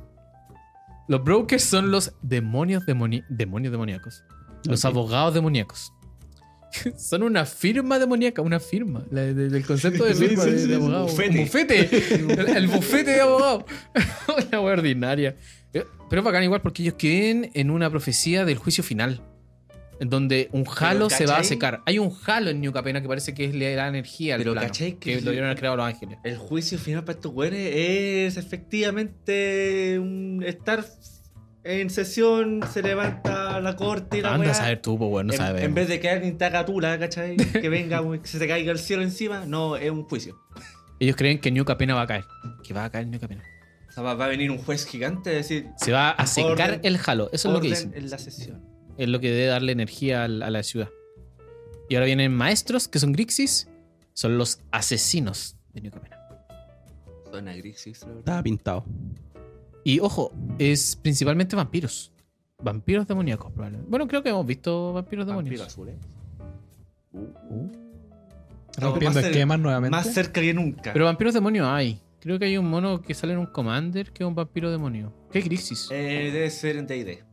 Speaker 2: Los brokers son los demonios, demoni- demonios demoníacos. Los
Speaker 3: Ok.
Speaker 2: abogados demoníacos. son una firma demoníaca, una firma. La de- de- del concepto de
Speaker 3: Sí,
Speaker 2: firma
Speaker 3: sí,
Speaker 2: de,
Speaker 3: sí,
Speaker 2: de
Speaker 3: sí.
Speaker 2: abogado.
Speaker 1: Bufete.
Speaker 2: Un bufete. el, el bufete de abogado. una wea ordinaria. Eh, Pero es bacán igual porque ellos creen en una profecía del juicio final. En donde un jalo se va a
Speaker 1: ¿cachai?
Speaker 2: secar. Hay un jalo en New Capena que parece que es la energía al
Speaker 1: Pero
Speaker 2: plano,
Speaker 1: ¿cachai que-
Speaker 2: que lo dieron a crear los ángeles.
Speaker 1: El juicio final para estos güeyes es efectivamente un estar en sesión, se levanta la corte y la
Speaker 2: Anda
Speaker 1: weá.
Speaker 2: a saber tú, pues, weón, no
Speaker 1: en,
Speaker 2: sabes.
Speaker 1: en vez de que alguien te haga tula, ¿cachai? Que venga, weón, que se te caiga el cielo encima. No, es un juicio.
Speaker 2: Ellos creen que New Capena va a caer. Que va a caer New Capena.
Speaker 1: O sea, va, va a venir un juez gigante a decir.
Speaker 2: Se va a secar
Speaker 1: Orden-
Speaker 2: el jalo. Eso es lo que
Speaker 1: "Orden
Speaker 2: dicen.
Speaker 1: en la sesión.
Speaker 2: Es lo que debe darle energía al- a la ciudad. Y ahora vienen maestros, que son Grixis. Son los asesinos de New Capena.
Speaker 1: Zona Grixis, la
Speaker 2: Ah,
Speaker 1: verdad.
Speaker 3: Estaba pintado.
Speaker 2: Y ojo, es principalmente vampiros. Vampiros demoníacos, probablemente. Bueno, creo que hemos visto vampiros
Speaker 1: Vampiro
Speaker 2: demoníacos.
Speaker 1: azul, ¿eh?
Speaker 4: Rompiendo
Speaker 1: Más cerca-
Speaker 4: esquemas nuevamente.
Speaker 1: Más cerca que nunca.
Speaker 2: Pero vampiros demonios hay. Creo que hay un mono que sale en un Commander que es un vampiro demonio. ¿Qué es Grixis?
Speaker 1: Eh, debe ser en DD.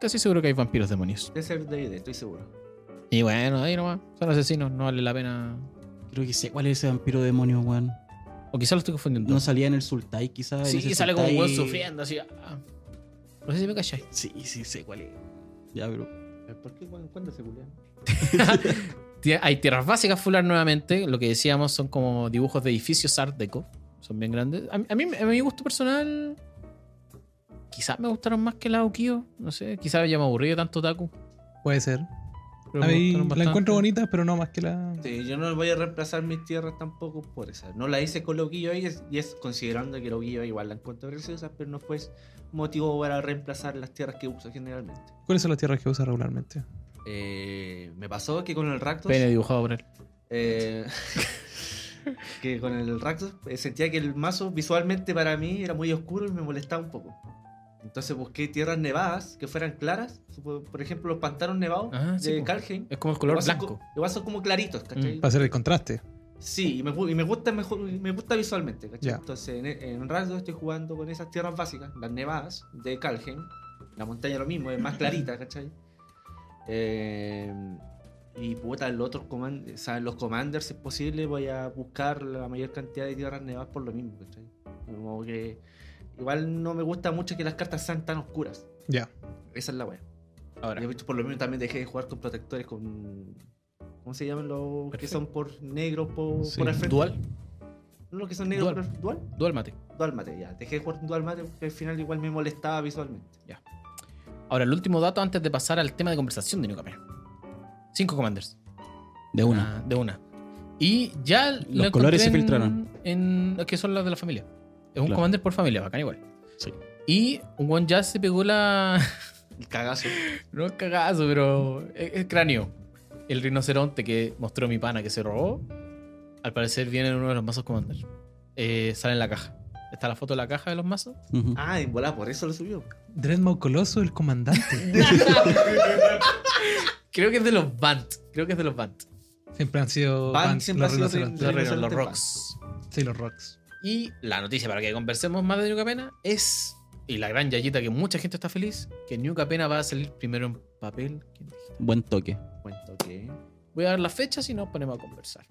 Speaker 2: Casi seguro que hay vampiros demonios.
Speaker 1: Debe ser en DD, estoy seguro.
Speaker 2: Y bueno, ahí nomás. Son asesinos, no vale la pena.
Speaker 3: Creo que sé cuál es ese vampiro demonio, weón.
Speaker 2: O quizás lo estoy confundiendo.
Speaker 3: No salía en el Sultai, quizás. en
Speaker 2: Sí,
Speaker 3: ese
Speaker 2: sale como un
Speaker 3: Sultai-
Speaker 2: weón sufriendo así. ah. No sé si me calláis.
Speaker 3: Sí, sí, sé cuál es. Ya, pero.
Speaker 1: ¿Por qué? ¿Cuándo se culean?
Speaker 2: Tie- Hay tierras básicas fular nuevamente. Lo que decíamos son como dibujos de edificios art deco. Son bien grandes. A, mí- a mí, a mi gusto personal, quizás me gustaron más que la Ukio. No sé, quizás ya me aburrido tanto Taku.
Speaker 4: Puede ser.
Speaker 2: pero
Speaker 4: A
Speaker 2: me
Speaker 4: mí
Speaker 2: gustaron
Speaker 4: la
Speaker 2: bastante.
Speaker 4: encuentro bonita, pero no más que la.
Speaker 1: Sí, yo no voy a reemplazar mis tierras tampoco por esas. No la hice con Loquillo y es, y es considerando que Loquillo igual la encuentro preciosa, pero no fue motivo para reemplazar las tierras que uso generalmente.
Speaker 4: ¿Cuáles son las tierras que usa regularmente?
Speaker 1: Eh, me pasó que con el Rakdos.
Speaker 2: Pene dibujado por él.
Speaker 1: eh, que con el Rakdos eh, sentía que el mazo visualmente para mí era muy oscuro y me molestaba un poco. Entonces busqué tierras nevadas que fueran claras. Supo- Por ejemplo, los pantanos nevados
Speaker 2: Ah, sí,
Speaker 1: de
Speaker 2: po.
Speaker 1: Kalheim.
Speaker 2: Es como el color
Speaker 1: Los vasos
Speaker 2: blanco.
Speaker 1: co- Los vasos como claritos, ¿cachai?
Speaker 2: Mm.
Speaker 4: Para hacer el contraste.
Speaker 1: Sí, y me, gu- y me gusta mejor, me gusta visualmente, ¿cachai?
Speaker 4: Ya.
Speaker 1: Entonces en, en Rasgo estoy jugando con esas tierras básicas, las nevadas de Calgen, la montaña lo mismo, es más clarita, ¿cachai? Eh, Y puta, el otro command- o sea, los commanders, si es posible, voy a buscar la mayor cantidad de tierras nevadas por lo mismo, ¿cachai? Como que igual no me gusta mucho que las cartas sean tan oscuras.
Speaker 4: Ya.
Speaker 1: Esa es la wea.
Speaker 2: Ahora,
Speaker 1: Yo, de hecho, por lo menos también dejé de jugar con protectores con. ¿Cómo se llaman los que son por negro por,
Speaker 3: Sí.
Speaker 1: por al frente?
Speaker 2: dual,
Speaker 1: ¿No los que son negros
Speaker 2: Dual.
Speaker 1: por al- dual?
Speaker 2: dual mate.
Speaker 1: Dual mate, ya. Dejé de jugar con dual mate porque al final igual me molestaba visualmente.
Speaker 2: Ahora, el último dato antes de pasar al tema de conversación de Nukame. Cinco commanders.
Speaker 3: De una.
Speaker 2: Ah, de una. Y ya lo
Speaker 3: colores
Speaker 2: encontré
Speaker 3: se
Speaker 2: en-
Speaker 3: filtraron.
Speaker 2: En, es que son los de la familia. Es un
Speaker 3: Claro.
Speaker 2: commander por familia, bacán igual.
Speaker 3: Sí.
Speaker 2: Y un buen ya se pegó la.
Speaker 1: El cagazo.
Speaker 2: no es cagazo, pero. Es, es cráneo. El rinoceronte que mostró mi pana que se robó. Al parecer viene en uno de los mazos commander. Eh, sale en la caja. Está la foto de la caja de los mazos.
Speaker 3: Ujú.
Speaker 1: Ah, en volá, por eso lo subió.
Speaker 4: Dreadmau Coloso, el comandante.
Speaker 2: Creo que es de los Bant. Creo que es de los Bant.
Speaker 4: siempre han sido.
Speaker 1: Van
Speaker 4: van-
Speaker 1: siempre
Speaker 4: los
Speaker 1: ha sido
Speaker 4: rinocerontes.
Speaker 2: Los,
Speaker 1: Rinoceronte
Speaker 2: renos, los
Speaker 1: Bant.
Speaker 2: Rocks.
Speaker 4: Sí, los rocks.
Speaker 2: Y la noticia para que conversemos más de New Capena es, y la gran yayita que mucha gente está feliz, que New Capena va a salir primero en papel. que en digital.
Speaker 3: Buen toque.
Speaker 1: Cuento que.
Speaker 2: Voy a dar las fechas y nos ponemos a conversar.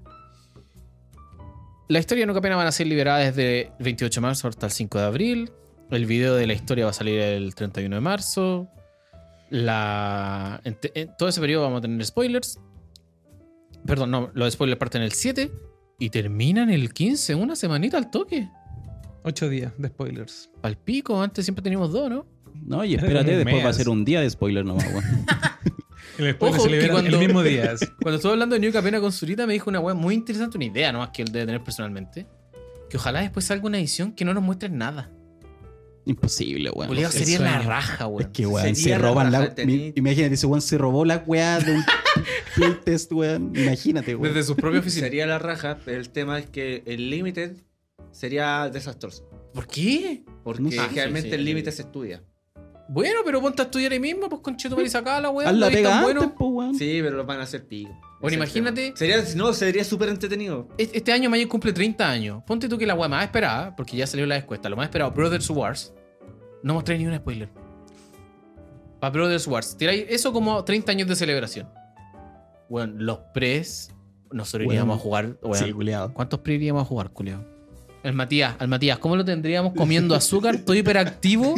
Speaker 2: La historia de New Capena van a ser liberada desde el 28 de marzo hasta el 5 de abril. El video de la historia va a salir el 31 de marzo. La, en, te- en todo ese periodo vamos a tener spoilers. Perdón, no, los spoilers parten el 7 y terminan el 15, una semanita al toque.
Speaker 4: Ocho días de spoilers.
Speaker 2: Al pico, antes siempre teníamos dos, ¿no?
Speaker 3: No, y
Speaker 4: Era
Speaker 3: espérate,
Speaker 4: como un
Speaker 3: después va a
Speaker 4: mes.
Speaker 3: ser un día de spoiler nomás, weón.
Speaker 4: El spoiler
Speaker 2: Ojo,
Speaker 4: se
Speaker 2: que
Speaker 4: libera
Speaker 2: cuando-
Speaker 4: el mismo día.
Speaker 2: Cuando estuve hablando de New Capena con Zurita, me dijo una wea muy interesante, una idea nomás que él debe tener personalmente. Que ojalá después salga una edición que no nos muestre nada.
Speaker 3: Imposible, weón.
Speaker 2: Boludo,
Speaker 4: el
Speaker 2: sería la
Speaker 4: sueño.
Speaker 2: raja,
Speaker 3: Es
Speaker 2: weón.
Speaker 3: que, weón,
Speaker 1: Sería
Speaker 3: se
Speaker 1: la
Speaker 3: roban la.
Speaker 1: raja, tení-
Speaker 3: mi- Imagínate, ese weón se robó la weá de un playtest, weón. Imagínate, weón.
Speaker 2: Desde sus propios oficinas.
Speaker 1: Sería la raja, pero el tema es que el Limited sería desastroso.
Speaker 2: ¿Por qué?
Speaker 1: Porque
Speaker 3: No sé,
Speaker 1: generalmente
Speaker 3: sí,
Speaker 1: el
Speaker 3: sí.
Speaker 1: Limited se estudia.
Speaker 2: Bueno, pero ponte a estudiar ahí mismo, pues conchetumar y sacar la wea.
Speaker 3: Haz
Speaker 2: ¿no
Speaker 3: la
Speaker 2: es
Speaker 3: pega
Speaker 2: tan
Speaker 3: antes,
Speaker 2: bueno?
Speaker 3: po, weón.
Speaker 1: Sí, pero lo van a hacer pico.
Speaker 2: Bueno,
Speaker 1: Ese es el
Speaker 2: imagínate-
Speaker 1: tema. Sería, no, sería súper entretenido.
Speaker 2: Es- Este año Magic cumple 30 años. Ponte tú que la wea más esperada, porque ya salió la encuesta, lo más esperado, Brothers Wars, no mostré ni un spoiler. Para Brothers Wars, tiráis eso como 30 años de celebración. Bueno, los pres, nosotros
Speaker 3: Weón.
Speaker 2: iríamos a jugar. weón.
Speaker 3: Sí, culiado.
Speaker 2: ¿Cuántos pre iríamos a jugar, culeo? El Matías, al Matías, ¿cómo lo tendríamos comiendo azúcar? Estoy hiperactivo.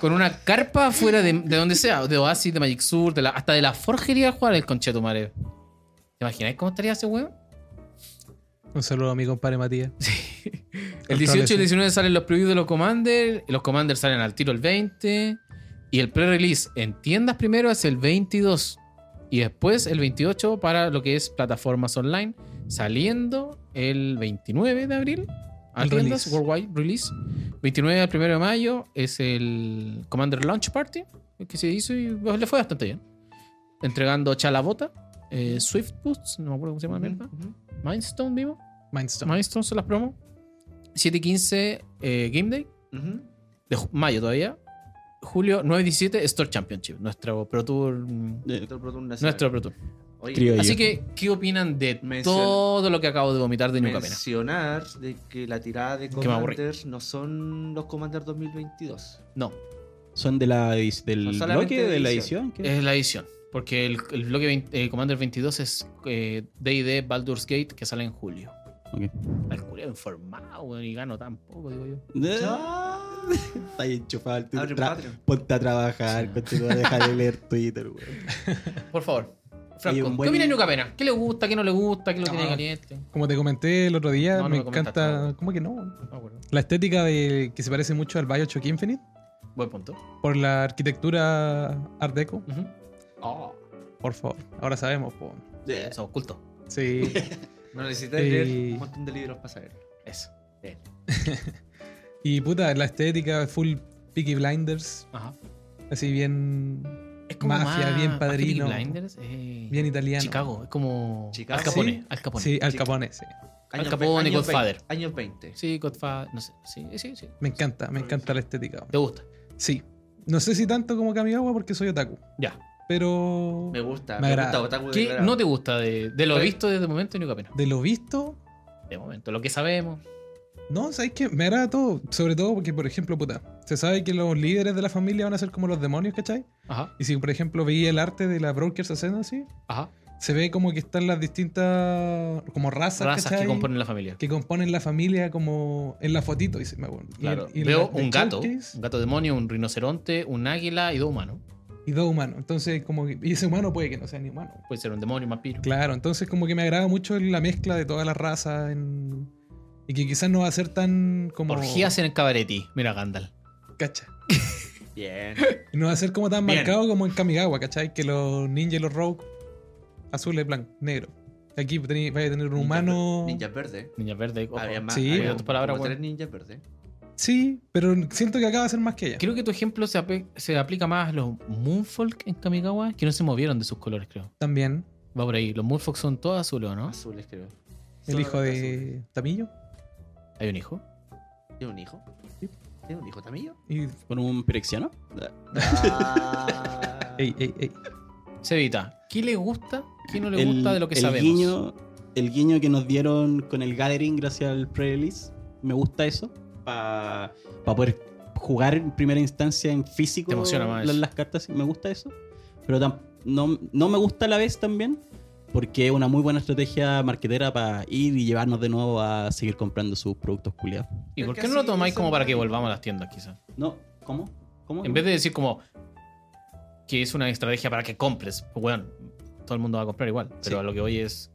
Speaker 2: Con una carpa fuera de, de donde sea, de Oasis, de Magic Sur, de la- hasta de la forjería a jugar el concheto, madre. ¿Te imagináis cómo estaría ese weón?
Speaker 4: Un saludo a mi compadre Matías.
Speaker 2: El 18 y el 19 salen los previews de los Commanders. Los Commanders salen al tiro el 20. Y el pre-release en tiendas primero es el 22. Y después el 28 para lo que es plataformas online. Saliendo el 29 de abril. A
Speaker 4: El
Speaker 2: tiendas,
Speaker 4: release.
Speaker 2: worldwide release. 29 al 1 de mayo es el Commander Launch Party. el Que se hizo y pues, le fue bastante bien. Entregando Chalabota. eh, Swift Boots, no me acuerdo cómo se llama la mierda. Mindstone vivo.
Speaker 4: Mindstone.
Speaker 2: Milestone son las promos. 7 y 15 eh, Game Day
Speaker 1: Ujú.
Speaker 2: de ju- mayo todavía. Julio 9 y 17 Store Championship, nuestro Pro Tour. mm,
Speaker 3: Eh,
Speaker 1: Otro Platoon nacional.
Speaker 2: Nuestro Pro Tour.
Speaker 1: Oye,
Speaker 3: criollo.
Speaker 2: Así que, ¿qué opinan de
Speaker 1: Mencion-
Speaker 2: todo lo que acabo de vomitar de Nuca Pena?
Speaker 1: mencionar de que la tirada de
Speaker 2: Que me aburrí.
Speaker 1: Commanders no son los Commanders 2022.
Speaker 2: No,
Speaker 3: ¿Son de la, edi-
Speaker 1: Son
Speaker 3: del
Speaker 1: solamente
Speaker 3: bloque? ¿De la
Speaker 1: de
Speaker 3: edición? ¿Qué?
Speaker 2: es la edición. Eh, Porque el, el bloque 20 eh, Commander 22 es eh, DD Baldur's Gate que sale en julio.
Speaker 3: Ok.
Speaker 2: Al julio informado, weón, y gano tampoco, digo yo.
Speaker 3: ¿Eh? Está ahí enchufado el
Speaker 1: Abre
Speaker 3: tra-
Speaker 1: Patreon.
Speaker 3: Ponte a trabajar,
Speaker 2: Sí.
Speaker 3: continúa, deja de leer Twitter, weón.
Speaker 2: Por favor,
Speaker 3: Oye,
Speaker 2: Franco,
Speaker 3: un
Speaker 2: ¿qué
Speaker 3: buen- Ah.
Speaker 2: opina de Nuca Pena? ¿Qué le gusta, qué no le gusta, qué lo tiene
Speaker 4: No.
Speaker 2: caliente?
Speaker 4: Como te comenté el otro día,
Speaker 2: No, no
Speaker 4: me
Speaker 2: me comentaste
Speaker 4: encanta.
Speaker 2: nada.
Speaker 4: ¿Cómo que no?
Speaker 2: No me acuerdo.
Speaker 4: La estética de que se parece mucho al Bioshock Infinite
Speaker 2: Buen punto.
Speaker 4: por la arquitectura Art Deco.
Speaker 2: Ujú.
Speaker 3: Ah.
Speaker 2: Oh,
Speaker 4: Por favor, ahora sabemos. po.
Speaker 2: eso, oculto.
Speaker 4: Sí,
Speaker 1: No necesitas
Speaker 4: Y-
Speaker 1: leer un montón de libros para saber.
Speaker 2: Eso.
Speaker 4: y puta, la estética full Peaky Blinders,
Speaker 2: Ajá.
Speaker 4: así bien
Speaker 2: Es
Speaker 4: Mafia, bien
Speaker 2: más
Speaker 4: padrino.
Speaker 2: Peaky Blinders, eh,
Speaker 4: bien italiano.
Speaker 2: Chicago, es como
Speaker 1: Chicago.
Speaker 2: Al Capone,
Speaker 1: Sí.
Speaker 2: Al Capone.
Speaker 4: Sí, Al
Speaker 1: Chica-
Speaker 4: Capone, sí.
Speaker 2: Al Capone,
Speaker 1: ve- años
Speaker 2: Godfather.
Speaker 1: 20, Años 20.
Speaker 2: Sí, Godfather, no sé, sí, sí, sí.
Speaker 4: Me encanta, me encanta la estética.
Speaker 2: ¿Te gusta?
Speaker 4: Sí. No sé si tanto como Kamigawa porque soy otaku,
Speaker 2: Ya.
Speaker 4: pero
Speaker 1: Me gusta.
Speaker 4: Me
Speaker 1: Me,
Speaker 4: agrada.
Speaker 1: gusta Otaku
Speaker 2: ¿Qué
Speaker 1: declarado.
Speaker 2: no te gusta de, de lo
Speaker 1: Pues-
Speaker 2: visto desde el momento y nunca pena?
Speaker 4: de lo visto,
Speaker 2: De momento, lo que sabemos.
Speaker 4: no, ¿sabes qué? Me agrada todo, sobre todo porque, por ejemplo, puta, se sabe que los líderes de la familia van a ser como los demonios, ¿cachai?
Speaker 2: Ajá,
Speaker 4: Y si, por ejemplo, veía el arte de la Brokers Ascendancy,
Speaker 2: ajá.
Speaker 4: se ve como que están las distintas como razas,
Speaker 2: Razas que
Speaker 4: ¿cachai?
Speaker 2: componen la familia.
Speaker 4: que componen la familia como en la fotito. Y se, me acuerdo. Y
Speaker 2: Claro.
Speaker 4: el- y
Speaker 2: Veo
Speaker 4: la-
Speaker 2: un
Speaker 4: el
Speaker 2: gato,
Speaker 4: showcase
Speaker 2: un gato demonio, un rinoceronte, un águila y dos humanos.
Speaker 4: Y dos humanos. Entonces, como que- y ese humano puede que no sea ni humano.
Speaker 2: Puede ser un demonio, un vampiro.
Speaker 4: Claro, entonces como que me agrada mucho la mezcla de todas las razas en- y que quizás no va a ser tan como...
Speaker 2: Orgías en el cabaretí. Mira Gandalf.
Speaker 4: Cacha.
Speaker 1: Bien.
Speaker 4: Y no va a ser como tan
Speaker 1: Bien.
Speaker 4: marcado como en Kamigawa, ¿cachai? Que los ninjas y los rogue, azules, blanco, negro. Aquí tení- vais a tener un humano...
Speaker 1: Ninja verde.
Speaker 2: Niña verde. ojo.
Speaker 1: Había más.
Speaker 4: Sí,
Speaker 1: había
Speaker 4: pero
Speaker 2: tus palabras,
Speaker 1: como
Speaker 2: weón.
Speaker 1: tres ninjas verdes.
Speaker 4: Sí, pero siento que acaba de ser más que ella.
Speaker 2: Creo que tu ejemplo se, ape- se aplica más a los Moonfolk en Kamigawa, que no se movieron de sus colores, creo.
Speaker 4: También
Speaker 2: Va por ahí. Los Moonfolk son todos azules, ¿o ¿no?
Speaker 1: Azules, creo.
Speaker 4: el
Speaker 1: Solo
Speaker 4: hijo
Speaker 1: los
Speaker 4: de Tamillo
Speaker 2: Hay un hijo.
Speaker 1: azules. ¿Tiene un hijo? ¿Tiene un hijo también?
Speaker 4: y...
Speaker 3: ¿Con un pirexiano?
Speaker 1: Ah.
Speaker 4: Ey, ey, ey.
Speaker 2: Cevita, ¿qué le gusta? ¿Qué no le
Speaker 3: El-
Speaker 2: gusta de lo que
Speaker 3: el
Speaker 2: sabemos?
Speaker 3: Guiño, el guiño que nos dieron con el Gathering gracias al pre-release. Me gusta eso. Para poder jugar en primera instancia en físico
Speaker 2: Te emociona más
Speaker 3: la-
Speaker 2: eso.
Speaker 3: las cartas. Me gusta eso. Pero tam- no, no me gusta a la vez también. Porque es una muy buena estrategia marquetera para ir y llevarnos de nuevo a seguir comprando sus productos culiados.
Speaker 2: ¿Y por
Speaker 1: Es que
Speaker 2: qué no lo
Speaker 1: así
Speaker 2: tomáis
Speaker 1: es
Speaker 2: como
Speaker 1: el
Speaker 2: para que
Speaker 1: marketing.
Speaker 2: volvamos a las tiendas, quizás?
Speaker 3: No, ¿cómo? ¿Cómo?
Speaker 2: En vez de decir como que es una estrategia para que compres, pues bueno, todo el mundo va a comprar igual. Pero
Speaker 3: Sí.
Speaker 2: a lo que voy es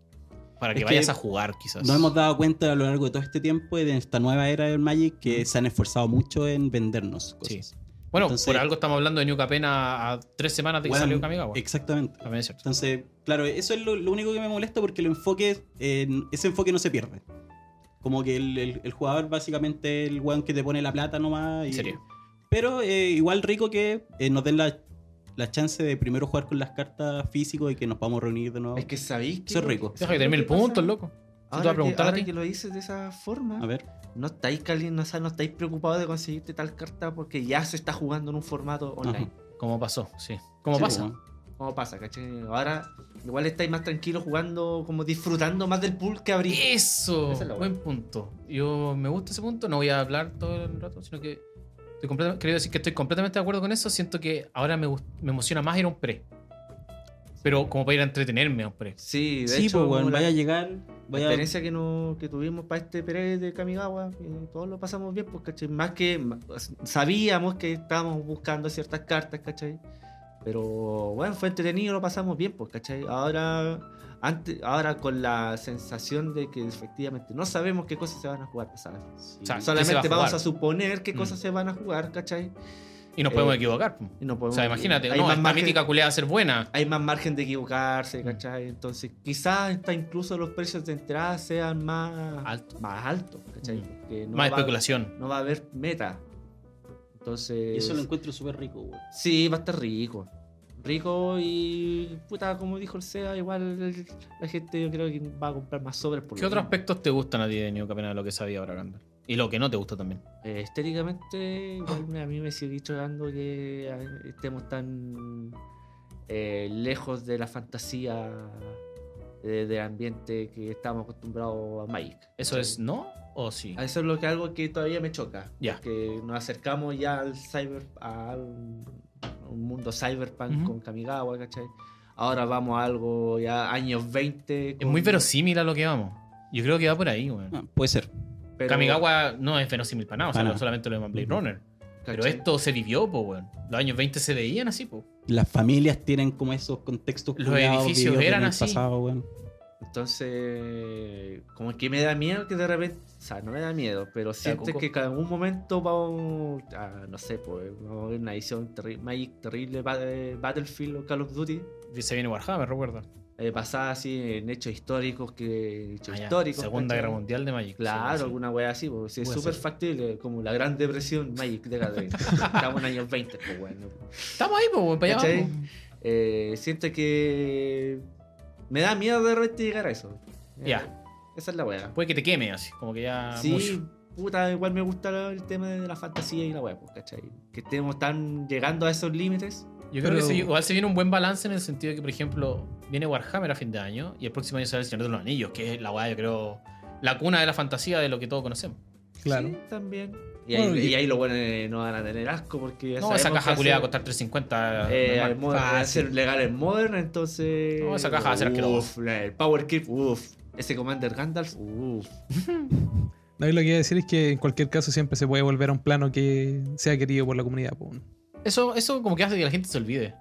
Speaker 2: para que
Speaker 3: Es que
Speaker 2: vayas a jugar, quizás.
Speaker 3: Nos hemos dado cuenta a lo largo de todo este tiempo y de esta nueva era del Magic que se han esforzado mucho en vendernos cosas.
Speaker 2: Sí. Bueno,
Speaker 3: Entonces-
Speaker 2: por algo estamos hablando de New Capena a tres semanas de que
Speaker 3: Bueno,
Speaker 2: salió Kamigawa.
Speaker 3: Exactamente.
Speaker 2: También es cierto.
Speaker 3: Entonces, claro, eso es lo, lo único que me molesta porque el enfoque, eh, ese enfoque no se pierde. Como que el, el- el jugador básicamente es el weón que te pone la plata nomás.
Speaker 2: En
Speaker 3: y-
Speaker 2: serio.
Speaker 3: Pero eh, igual rico que eh, nos den la, la chance de primero jugar con las cartas físico y que nos podamos reunir de nuevo.
Speaker 1: Es que sabéis que.
Speaker 3: Eso es rico.
Speaker 2: Deja que termine el punto, loco. Yo te voy
Speaker 1: Ahora,
Speaker 2: a preguntar
Speaker 1: que,
Speaker 2: a
Speaker 1: ahora
Speaker 2: ti.
Speaker 1: que lo dices de esa forma,
Speaker 3: A ver,
Speaker 1: no estáis cali- no, o sea, no estáis preocupados de conseguirte tal carta porque ya se está jugando en un formato online.
Speaker 2: ¿Cómo pasó? Sí. ¿Cómo
Speaker 3: Sí,
Speaker 2: pasa?
Speaker 1: pues,
Speaker 3: weón.
Speaker 1: ¿Cómo pasa, cachai? Ahora igual estáis más tranquilos jugando, como disfrutando más del pool que abrí.
Speaker 2: Eso,
Speaker 1: Esa es la
Speaker 2: buen punto. Yo me gusta ese punto, no voy a hablar todo el rato, sino que estoy completam- quería decir que estoy completamente de acuerdo con eso. Siento que ahora me, gust- me emociona más ir a un pre. Pero como para ir a entretenerme a un pre.
Speaker 1: Sí, de
Speaker 3: Sí,
Speaker 1: hecho,
Speaker 3: pues, weón,
Speaker 1: como la-
Speaker 3: vaya a llegar.
Speaker 1: La
Speaker 3: Vaya,
Speaker 1: experiencia que, no, que tuvimos para este Pérez de Kamigawa, que todos lo pasamos bien, pues, ¿cachai? Más que ma- pues, sabíamos que estábamos buscando ciertas cartas, ¿cachai? Pero bueno, fue entretenido, lo pasamos bien, pues, ¿cachai? Ahora, antes, ahora con la sensación de que efectivamente no sabemos qué cosas se van a jugar, pues, ¿sabes?
Speaker 2: O sea, Ah, ¿qué se va a
Speaker 1: Solamente vamos
Speaker 2: jugar?
Speaker 1: a suponer qué
Speaker 2: Mm.
Speaker 1: cosas se van a jugar, ¿cachai?
Speaker 2: Y nos podemos
Speaker 1: Eh,
Speaker 2: equivocar. po.
Speaker 1: Y no
Speaker 2: O
Speaker 1: podemos,
Speaker 2: sea, imagínate,
Speaker 1: hay
Speaker 2: no,
Speaker 1: más
Speaker 2: esta
Speaker 1: margen-
Speaker 2: mítica culea va a ser buena.
Speaker 1: hay más margen de equivocarse,
Speaker 2: Mm.
Speaker 1: ¿cachai? Entonces, quizás hasta incluso los precios de entrada sean más
Speaker 2: Alto.
Speaker 1: más altos, ¿cachai?
Speaker 2: Mm.
Speaker 1: Porque no
Speaker 2: Más
Speaker 1: va,
Speaker 2: especulación.
Speaker 1: no va a haber meta.
Speaker 3: y
Speaker 1: Entonces,
Speaker 3: eso lo encuentro súper rico, weón.
Speaker 1: sí, va a estar rico. Rico y puta, como dijo el SEA, igual la gente yo creo que va a comprar más sobres por
Speaker 2: ¿Qué
Speaker 1: lo
Speaker 2: otros
Speaker 1: mismo.
Speaker 2: aspectos te gustan a ti de New Capena de lo que sabía ahora, Gandalf? Y lo que no te gusta también.
Speaker 1: Eh, estéticamente, igual me- a mí me sigue chocando que eh, estemos tan eh, lejos de la fantasía eh, del ambiente que estamos acostumbrados a Magic.
Speaker 2: ¿Eso
Speaker 1: ¿cachai?
Speaker 2: es no o sí?
Speaker 1: Eso es lo que algo que todavía me choca.
Speaker 2: Ya.
Speaker 1: Que nos acercamos ya al cyber, a un, un mundo cyberpunk
Speaker 2: Ujú.
Speaker 1: con Kamigawa, ¿cachai? Ahora vamos a algo ya años 20.
Speaker 2: Es
Speaker 1: con-
Speaker 2: muy verosímil a lo que vamos. Yo creo que va por ahí, weón.
Speaker 3: Ah, puede ser.
Speaker 1: pero-
Speaker 2: Kamigawa no es verosímil para nada, o sea,
Speaker 3: Para
Speaker 2: no
Speaker 3: nada.
Speaker 2: solamente lo de Blade
Speaker 3: Ujú.
Speaker 2: Runner. Pero
Speaker 1: ¿cachai?
Speaker 2: esto se vivió, po, weón. Los años 20 se veían así, po.
Speaker 3: Las familias tienen como esos contextos.
Speaker 2: Los
Speaker 3: culiados
Speaker 2: edificios
Speaker 3: vividos en
Speaker 2: eran
Speaker 3: el
Speaker 2: así.
Speaker 3: pasado, weón.
Speaker 1: Entonces, como que me da miedo que de repente, o sea, no me da miedo, pero sientes
Speaker 2: cuco.
Speaker 1: que en algún momento vamos a, no sé, pues, vamos a una edición terri- Magic terrible, ba- eh, Battlefield o Call of Duty,
Speaker 2: Se viene Warhammer, recuerda.
Speaker 1: eh, basada así en hechos históricos, que hechos
Speaker 2: Ah, ya.
Speaker 1: históricos.
Speaker 2: Segunda
Speaker 1: ¿cachai?
Speaker 2: Guerra Mundial de Magic.
Speaker 1: Claro,
Speaker 2: sí, sí.
Speaker 1: alguna wea así, porque si es
Speaker 2: Puede
Speaker 1: súper
Speaker 2: ser.
Speaker 1: factible, como la Gran Depresión, Magic década de Estamos en años 20, pues bueno.
Speaker 2: Estamos ahí, po, weón, para allá
Speaker 1: ¿Cachai?
Speaker 2: Pues vamos.
Speaker 1: Eh, siento que me da miedo de repente llegar a eso. Eh,
Speaker 2: Ya.
Speaker 1: Esa es la wea.
Speaker 2: Puede que te queme así, como que ya
Speaker 1: Sí,
Speaker 2: mucho.
Speaker 1: puta, igual me gusta el tema de la fantasía y la wea, pues, ¿cachai? Que estemos tan llegando a esos límites.
Speaker 2: Yo creo
Speaker 4: Pero-
Speaker 2: que se- igual se viene un buen balance en el sentido de que, por ejemplo, viene Warhammer a fin de año y el próximo año sale el Señor de los Anillos, que es la weá, yo creo, la cuna de la fantasía de lo que todos conocemos.
Speaker 4: Claro.
Speaker 1: Sí, también. Y ahí,
Speaker 2: Bueno, y-
Speaker 1: y ahí los buenos eh, no van a tener asco porque. ya
Speaker 2: No, esa
Speaker 1: sabemos
Speaker 2: caja
Speaker 1: que
Speaker 2: culiada va a
Speaker 1: hacer-
Speaker 2: costar 350.
Speaker 1: Eh,
Speaker 2: normal,
Speaker 1: al mod-
Speaker 2: fácil.
Speaker 1: hacer legal en Modern, entonces.
Speaker 2: No, esa caja va a ser
Speaker 1: Uf,
Speaker 2: asquerosa.
Speaker 1: la- el Power Creep, uff. Ese Commander Gandalf, uff.
Speaker 4: David lo que iba a decir es que en cualquier caso siempre se puede volver a un plano que sea querido por la comunidad. po.
Speaker 2: Eso, eso como que hace que la gente se olvide.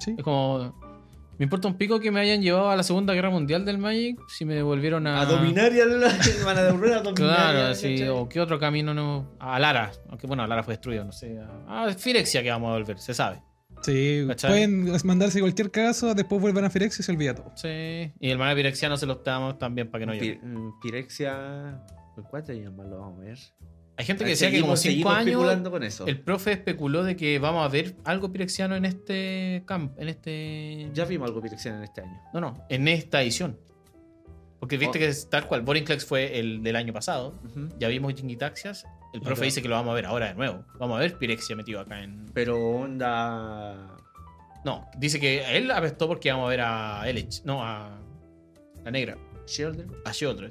Speaker 4: Sí.
Speaker 2: Es como. Me importa un pico que me hayan llevado a la Segunda Guerra Mundial del Magic si me devolvieron a.
Speaker 1: A dominar y al- van a devolver a dominar.
Speaker 2: Ah. Claro,
Speaker 1: ya,
Speaker 2: sí.
Speaker 1: ¿cachai?
Speaker 2: O qué otro camino no. A Lara. Aunque bueno, Lara fue destruido, no sé. A, a Phyrexia que vamos a devolver, se sabe.
Speaker 4: Sí,
Speaker 2: ¿Cachai?
Speaker 4: pueden mandarse cualquier caso, después vuelven a Firex y se olvida todo.
Speaker 2: Sí. Y el mana Pirexiano se los damos también para que no
Speaker 1: Pi-
Speaker 2: llegue.
Speaker 1: mm, Pirexia. ¿Por cuántos años más lo vamos a ver?
Speaker 2: Hay gente
Speaker 1: Ahí
Speaker 2: que decía que
Speaker 1: seguimos-
Speaker 2: como 5
Speaker 1: seguimos
Speaker 2: años.
Speaker 1: especulando con eso.
Speaker 2: El profe especuló de que vamos a ver algo Pirexiano en este camp, en este.
Speaker 1: Ya vimos algo Pirexiano en este año.
Speaker 2: No, no, en esta edición. Porque viste
Speaker 1: Oh.
Speaker 2: que es tal cual, Borinclex fue el del año pasado.
Speaker 1: Ujú.
Speaker 2: Ya vimos Jingitaxias. El profe
Speaker 4: Claro.
Speaker 2: dice que lo vamos a ver ahora de nuevo. Vamos a ver Pirexia metido acá en.
Speaker 1: Pero onda.
Speaker 2: No, dice que él apestó porque vamos a ver a Elech. No, a. La negra.
Speaker 1: Shielder.
Speaker 2: A Sheodred.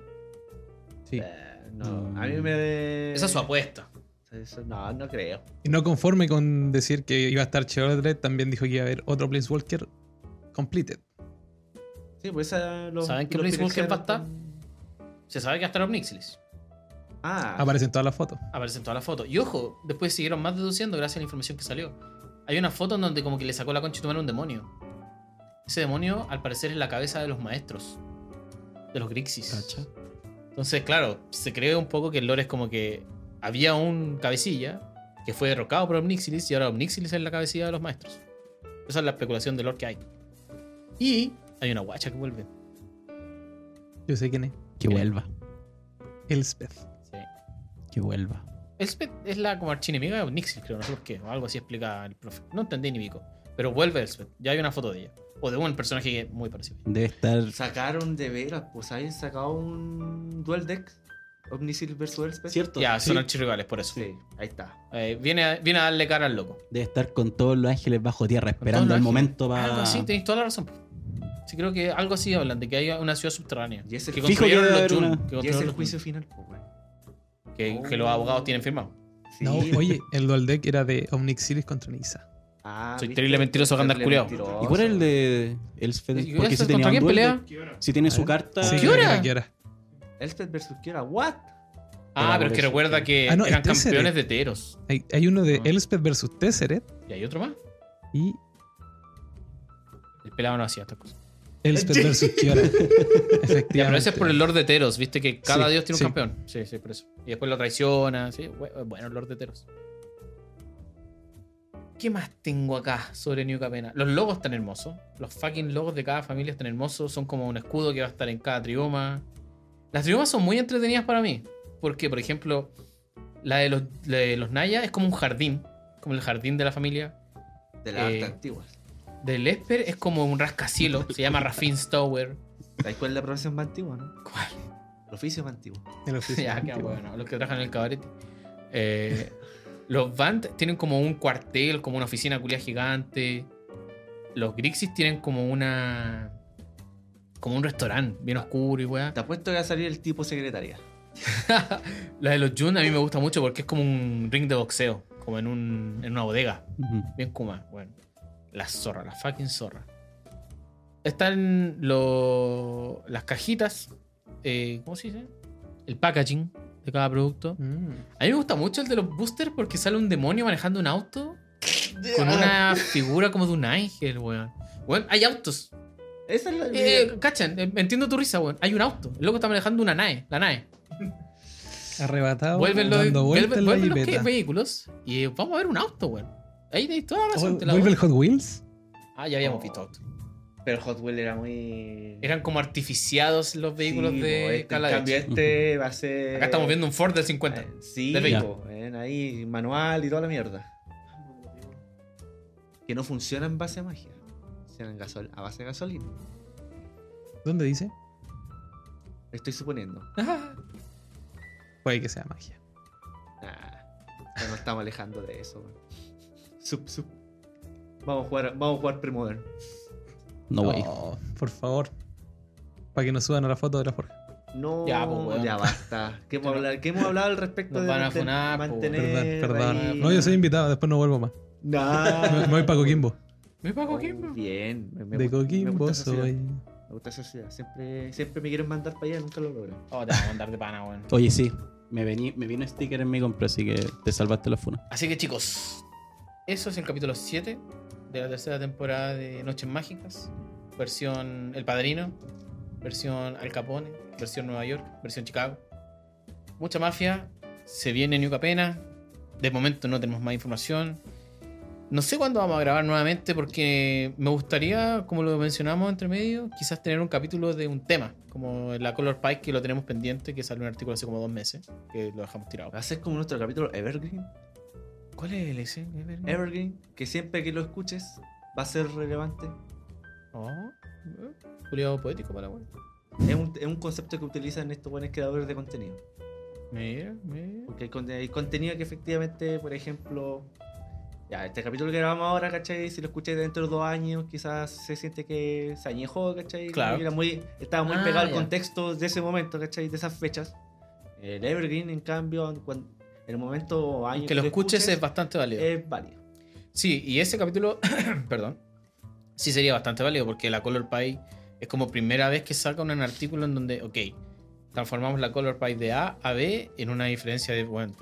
Speaker 3: Sí.
Speaker 1: Eh, no, a
Speaker 2: Mm.
Speaker 1: mí me.
Speaker 2: Esa es su apuesta.
Speaker 1: Eso- no, no creo.
Speaker 4: Y no conforme con decir que iba a estar Cheodred, también dijo que iba a haber otro Planeswalker completed.
Speaker 1: Sí, pues esa. Los,
Speaker 2: ¿Saben qué
Speaker 1: los
Speaker 2: Prince Walker
Speaker 1: pirexianos
Speaker 2: va a estar?
Speaker 1: están-
Speaker 2: Se sabe que hasta los Omnixilis.
Speaker 1: Ah,
Speaker 4: Aparecen todas las fotos.
Speaker 2: Aparecen todas las fotos. Y ojo, después siguieron más deduciendo gracias a la información que salió. Hay una foto en donde como que le sacó la concha y tomaron un demonio. Ese demonio, al parecer, es la cabeza de los maestros. De los Grixis.
Speaker 3: Cacha.
Speaker 2: Entonces, claro, se cree un poco que el lore es como que había un cabecilla que fue derrocado por Omnixilis y ahora Omnixilis es la cabecilla de los maestros. Esa es la especulación del lore que hay. Y hay una guacha que vuelve.
Speaker 4: Yo sé quién es.
Speaker 3: Que vuelva.
Speaker 4: Elspeth.
Speaker 2: Sí.
Speaker 3: Que vuelva.
Speaker 2: Elspeth es la como archienemiga de Nixil, creo, no sé por qué, o algo así explica el profe. No entendí ni pico. Pero vuelve Elspeth, ya hay una foto de ella. O de un personaje que es muy parecido.
Speaker 3: Debe estar.
Speaker 1: sacaron de veras, pues habían sacado un dual deck Omnisil vs Elspeth.
Speaker 3: Cierto.
Speaker 2: Ya, son
Speaker 3: Sí.
Speaker 2: archirrivales, por eso.
Speaker 1: Sí, ahí está.
Speaker 2: Eh, viene, a, viene a darle cara al loco.
Speaker 3: Debe estar con todos los ángeles bajo tierra, esperando
Speaker 2: Entonces,
Speaker 3: el momento para.
Speaker 2: Algo así, tenéis toda la razón. Sí, creo que algo así hablan, de que hay una ciudad subterránea.
Speaker 1: Y es el-
Speaker 2: que
Speaker 1: Fijo
Speaker 2: construyeron
Speaker 3: que debe
Speaker 2: los Jun,
Speaker 3: haber una-
Speaker 1: Y
Speaker 2: que
Speaker 1: es
Speaker 2: construyeron
Speaker 1: el
Speaker 2: los
Speaker 1: juicio
Speaker 2: Jun,
Speaker 1: final, pues, güey.
Speaker 2: que, que los abogados tienen firmado.
Speaker 1: Sí.
Speaker 4: No, oye, el dual deck era de Omnixilis contra Nisa.
Speaker 1: Ah,
Speaker 2: Soy
Speaker 1: ¿viste?
Speaker 2: terrible mentiroso, Gandalf
Speaker 1: Terrible
Speaker 2: culiao.
Speaker 1: mentiroso.
Speaker 3: ¿Y cuál es el de Elspeth?
Speaker 2: ¿Y
Speaker 3: Porque
Speaker 2: Elspeth
Speaker 3: si tenía
Speaker 2: contra
Speaker 3: un
Speaker 2: quién
Speaker 3: duel
Speaker 2: pelea?
Speaker 3: deck, Si tiene su carta.
Speaker 4: Sí,
Speaker 2: ¿Qué hora?
Speaker 4: ¿Qué hora?
Speaker 1: Elspeth vs Kiora, ¿what?
Speaker 2: Ah, pero es que
Speaker 3: Eso,
Speaker 2: recuerda
Speaker 3: sí.
Speaker 2: que
Speaker 4: Ah, no,
Speaker 2: eran
Speaker 4: este es el-
Speaker 2: campeones de Teros.
Speaker 4: Hay, hay uno de
Speaker 2: Ah.
Speaker 4: Elspeth versus Tesseret
Speaker 2: ¿Y hay otro más?
Speaker 4: y
Speaker 2: El pelado no hacía estas cosas.
Speaker 4: Elspeth versus Kiora. Efectivamente.
Speaker 2: Ya, pero ese es por el Lord de Teros, viste que cada
Speaker 4: Este. Sí,
Speaker 2: dios tiene
Speaker 4: sí.
Speaker 2: un campeón. Sí, sí, por eso. Y después lo traiciona, sí. bu- Bueno, el Lord de Teros. ¿Qué más tengo acá sobre New Capena? Los logos están hermosos. Los fucking logos de cada familia están hermosos. Son como un escudo que va a estar en cada trioma. Las triomas son muy entretenidas para mí. Porque, por ejemplo, la de los, la de los Naya es como un jardín. Como el jardín de la familia.
Speaker 1: De las
Speaker 2: Eh.
Speaker 1: artes antiguas.
Speaker 2: Del Esper es como un rascacielos. Se llama Raffin's Tower.
Speaker 1: ¿Sabes cuál es la profesión más antigua, no?
Speaker 2: ¿Cuál?
Speaker 1: El oficio más antiguo.
Speaker 4: El oficio.
Speaker 2: ya, qué bueno. Los que trabajan en el cabaret. Eh, los Vant tienen como un cuartel, como una oficina culia gigante. Los Grixis tienen como una. como un restaurante bien oscuro y weá.
Speaker 1: Te apuesto que va a salir el tipo secretaria.
Speaker 2: La de los Jun a mí me gusta mucho porque es como un ring de boxeo, como en, un, en una bodega.
Speaker 3: Ujú.
Speaker 2: Bien Kuma, bueno. La zorra, la fucking zorra. Están lo- las cajitas. eh, ¿Cómo se dice? El packaging de cada producto.
Speaker 4: Mm.
Speaker 2: A mí me gusta mucho el de los boosters porque sale un demonio manejando un auto con
Speaker 1: Ah.
Speaker 2: una figura como de un ángel, weón. Weón, hay autos.
Speaker 1: Esa es la.
Speaker 2: Eh, eh, cachan, eh, entiendo tu risa, weón. Hay un auto. El loco está manejando una nave, la nave.
Speaker 4: Arrebatado.
Speaker 2: Vuelven los,
Speaker 4: dando vueltas
Speaker 2: vuelven-
Speaker 4: en la
Speaker 2: vuelven los que-
Speaker 4: jipeta.
Speaker 2: vehículos y eh, vamos a ver un auto, weón. Ahí tenéis toda la razón. te la
Speaker 4: Oh, ¿Vuelve
Speaker 2: doy.
Speaker 4: el Hot Wheels?
Speaker 2: Ah, ya
Speaker 1: Oh.
Speaker 2: habíamos visto autos.
Speaker 1: Pero Hot Wheels era muy.
Speaker 2: Eran como artificiados los vehículos
Speaker 1: Sí, po,
Speaker 2: de
Speaker 1: este, En
Speaker 2: Caladex.
Speaker 1: cambio, este va a ser.
Speaker 2: Acá estamos viendo un Ford del 50.
Speaker 1: Eh, Sí,
Speaker 2: Del
Speaker 1: po, ven ahí, manual y toda la mierda. Que no funciona en base a magia. Funciona en gasol- a base de gasolina.
Speaker 4: ¿Dónde dice?
Speaker 1: Estoy suponiendo.
Speaker 4: Puede que sea magia.
Speaker 1: Nah, ya nos estamos alejando de eso. man. Sup, sup. Vamos a jugar, vamos a jugar premodern.
Speaker 3: No way.
Speaker 4: Oh, por favor. Para que nos suban a la foto de la forja.
Speaker 1: No,
Speaker 2: Ya, pues, weón.
Speaker 1: ya basta. ¿Qué hemos, hablado, qué hemos hablado al respecto
Speaker 2: Nos
Speaker 1: de
Speaker 2: van a
Speaker 1: manten-
Speaker 2: funar, po,
Speaker 1: mantener
Speaker 4: Perdón,
Speaker 1: Eh, ahí-
Speaker 4: perdón. No, yo soy invitado, después no vuelvo más. Me,
Speaker 1: Nah.
Speaker 4: me voy para Coquimbo.
Speaker 2: ¿Me pago
Speaker 1: Oh,
Speaker 2: aquí, po?
Speaker 1: Bien, me, me
Speaker 4: De
Speaker 1: gusta- me gusta
Speaker 4: Coquimbo
Speaker 1: esa ciudad,
Speaker 4: soy.
Speaker 1: Me gusta esa ciudad. Siempre, siempre me quieren mandar para allá, nunca lo logro.
Speaker 2: Oh, te van a mandar de pana, weón.
Speaker 3: Oye, sí. Me, vení- me vino sticker en mi compra, así que te salvaste la funa.
Speaker 2: Así que chicos, eso es el capítulo 7 de la tercera temporada de Noches Mágicas. Versión El Padrino, versión Al Capone, versión Nueva York, versión Chicago. Mucha mafia, se viene New Capena. De momento no tenemos más información. No sé cuándo vamos a grabar nuevamente porque me gustaría, como lo mencionamos entre medio, quizás tener un capítulo de un tema, como la Color Pike que lo tenemos pendiente, que salió un artículo hace como dos meses, que lo dejamos tirado.
Speaker 1: Va a ser como nuestro capítulo Evergreen.
Speaker 2: Ah, ¿Cuál es el ese? Evergreen?
Speaker 1: Evergreen, que siempre que lo escuches va a ser relevante.
Speaker 2: Oh, culiado poético para la wea.
Speaker 1: Es un, es un concepto que utilizan estos buenos creadores de contenido.
Speaker 2: Mira, mira.
Speaker 1: Porque hay, conte- hay contenido que efectivamente, por ejemplo, ya este capítulo que grabamos ahora, ¿cachai? Si lo escucháis dentro de dos años, quizás se siente que se añejó, ¿cachai?
Speaker 2: Claro.
Speaker 1: Y Era muy, estaba muy
Speaker 2: Ah,
Speaker 1: pegado al
Speaker 2: ya.
Speaker 1: contexto de ese momento, ¿cachai? De esas fechas. El Evergreen, en cambio, en, cuan- en el momento o año
Speaker 2: Que lo escuches es bastante válido.
Speaker 1: es válido.
Speaker 2: Sí, y ese capítulo, perdón, sí sería bastante válido porque la Color Pie es como primera vez que saca un artículo en donde, ok, transformamos la Color Pie de A a B en una diferencia de, bueno,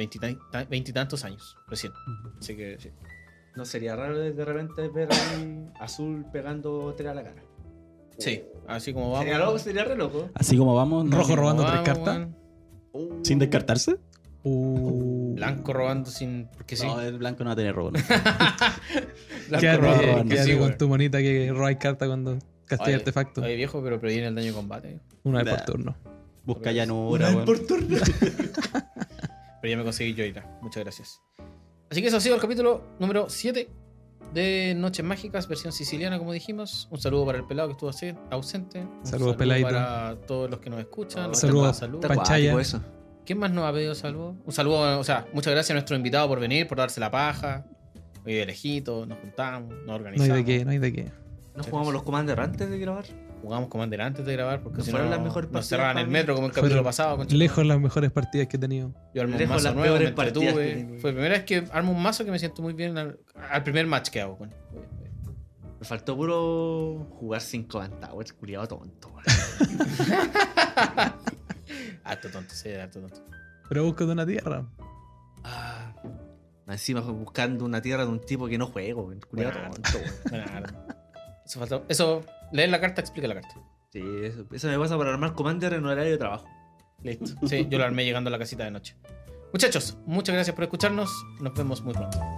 Speaker 2: veintitantos años recién. Así que, sí.
Speaker 1: No sería raro de de repente ver ahí azul pegando tela a la cara.
Speaker 2: Sí, así como vamos.
Speaker 1: Sería loco, sería re loco.
Speaker 3: Así como vamos. no-
Speaker 4: Rojo
Speaker 2: Como
Speaker 4: robando
Speaker 2: vamos,
Speaker 4: tres cartas.
Speaker 2: weón.
Speaker 3: ¿Sin descartarse?
Speaker 4: Uh,
Speaker 2: Blanco robando sin. Porque sí.
Speaker 3: No, eh, el blanco no va a tener robo. ¿no?
Speaker 2: Blanco
Speaker 4: Quédate,
Speaker 2: robando
Speaker 3: roban,
Speaker 2: porque
Speaker 4: quédate
Speaker 2: sí,
Speaker 4: con
Speaker 2: weón.
Speaker 4: tu monita que robáis carta cuando
Speaker 2: Oye,
Speaker 4: castillas artefacto.
Speaker 2: Oye, viejo, pero previene el daño de combate.
Speaker 4: Una vez
Speaker 3: Nah.
Speaker 4: por turno.
Speaker 3: Busca llanura, weón.
Speaker 1: turno.
Speaker 2: Pero ya me conseguí Joyra. Muchas gracias. Así que eso ha sido el capítulo número 7 de Noches Mágicas, versión siciliana, como dijimos. Un saludo para el pelado que estuvo ase- ausente. Un
Speaker 4: Saludos, peladito.
Speaker 2: Para todos los que nos escuchan.
Speaker 1: Oh,
Speaker 2: los
Speaker 4: saludo.
Speaker 2: temas de salud.
Speaker 4: Pa- Panchaya.
Speaker 1: eso.
Speaker 2: ¿Quién más nos ha pedido saludos? Un saludo, o sea, muchas gracias a nuestro invitado por venir, por darse la paja. Hoy de lejito, nos juntamos, nos
Speaker 4: No
Speaker 2: organizamos.
Speaker 4: hay de qué, no hay de qué.
Speaker 1: ¿No jugamos los Commander antes de grabar?
Speaker 2: Jugamos Commander antes de grabar porque
Speaker 1: No
Speaker 2: si no,
Speaker 1: fueron las mejores
Speaker 2: nos
Speaker 1: partidas
Speaker 2: cerraban
Speaker 1: para
Speaker 2: el
Speaker 1: mí.
Speaker 2: metro como el
Speaker 4: Fueron
Speaker 2: capítulo pasado. concha tu madre.
Speaker 4: Lejos las mejores partidas que he tenido.
Speaker 2: Yo armo un
Speaker 1: Lejos
Speaker 2: mazo
Speaker 1: las
Speaker 2: nuevo, me
Speaker 1: peores partidas que
Speaker 2: entretuve.
Speaker 1: tengo.
Speaker 2: Fue la primera vez que armo un mazo que me siento muy bien al, al primer match que hago. Con.
Speaker 1: Me faltó puro jugar 5 Tower, culiado tonto. weón.
Speaker 2: Harto tonto, sí, harto tonto.
Speaker 4: Pero búscate una tierra.
Speaker 1: Ah, encima fue buscando una tierra de un tipo que no juego, weón, culiado
Speaker 2: Buena
Speaker 1: tonto. weón.
Speaker 2: Bueno, eso falta. Eso, leer la carta explica la carta.
Speaker 1: Sí, eso, eso me pasa por armar Commander en horario de trabajo.
Speaker 2: Listo. Sí, yo lo armé llegando a la casita de noche. Muchachos, muchas gracias por escucharnos. Nos vemos muy pronto.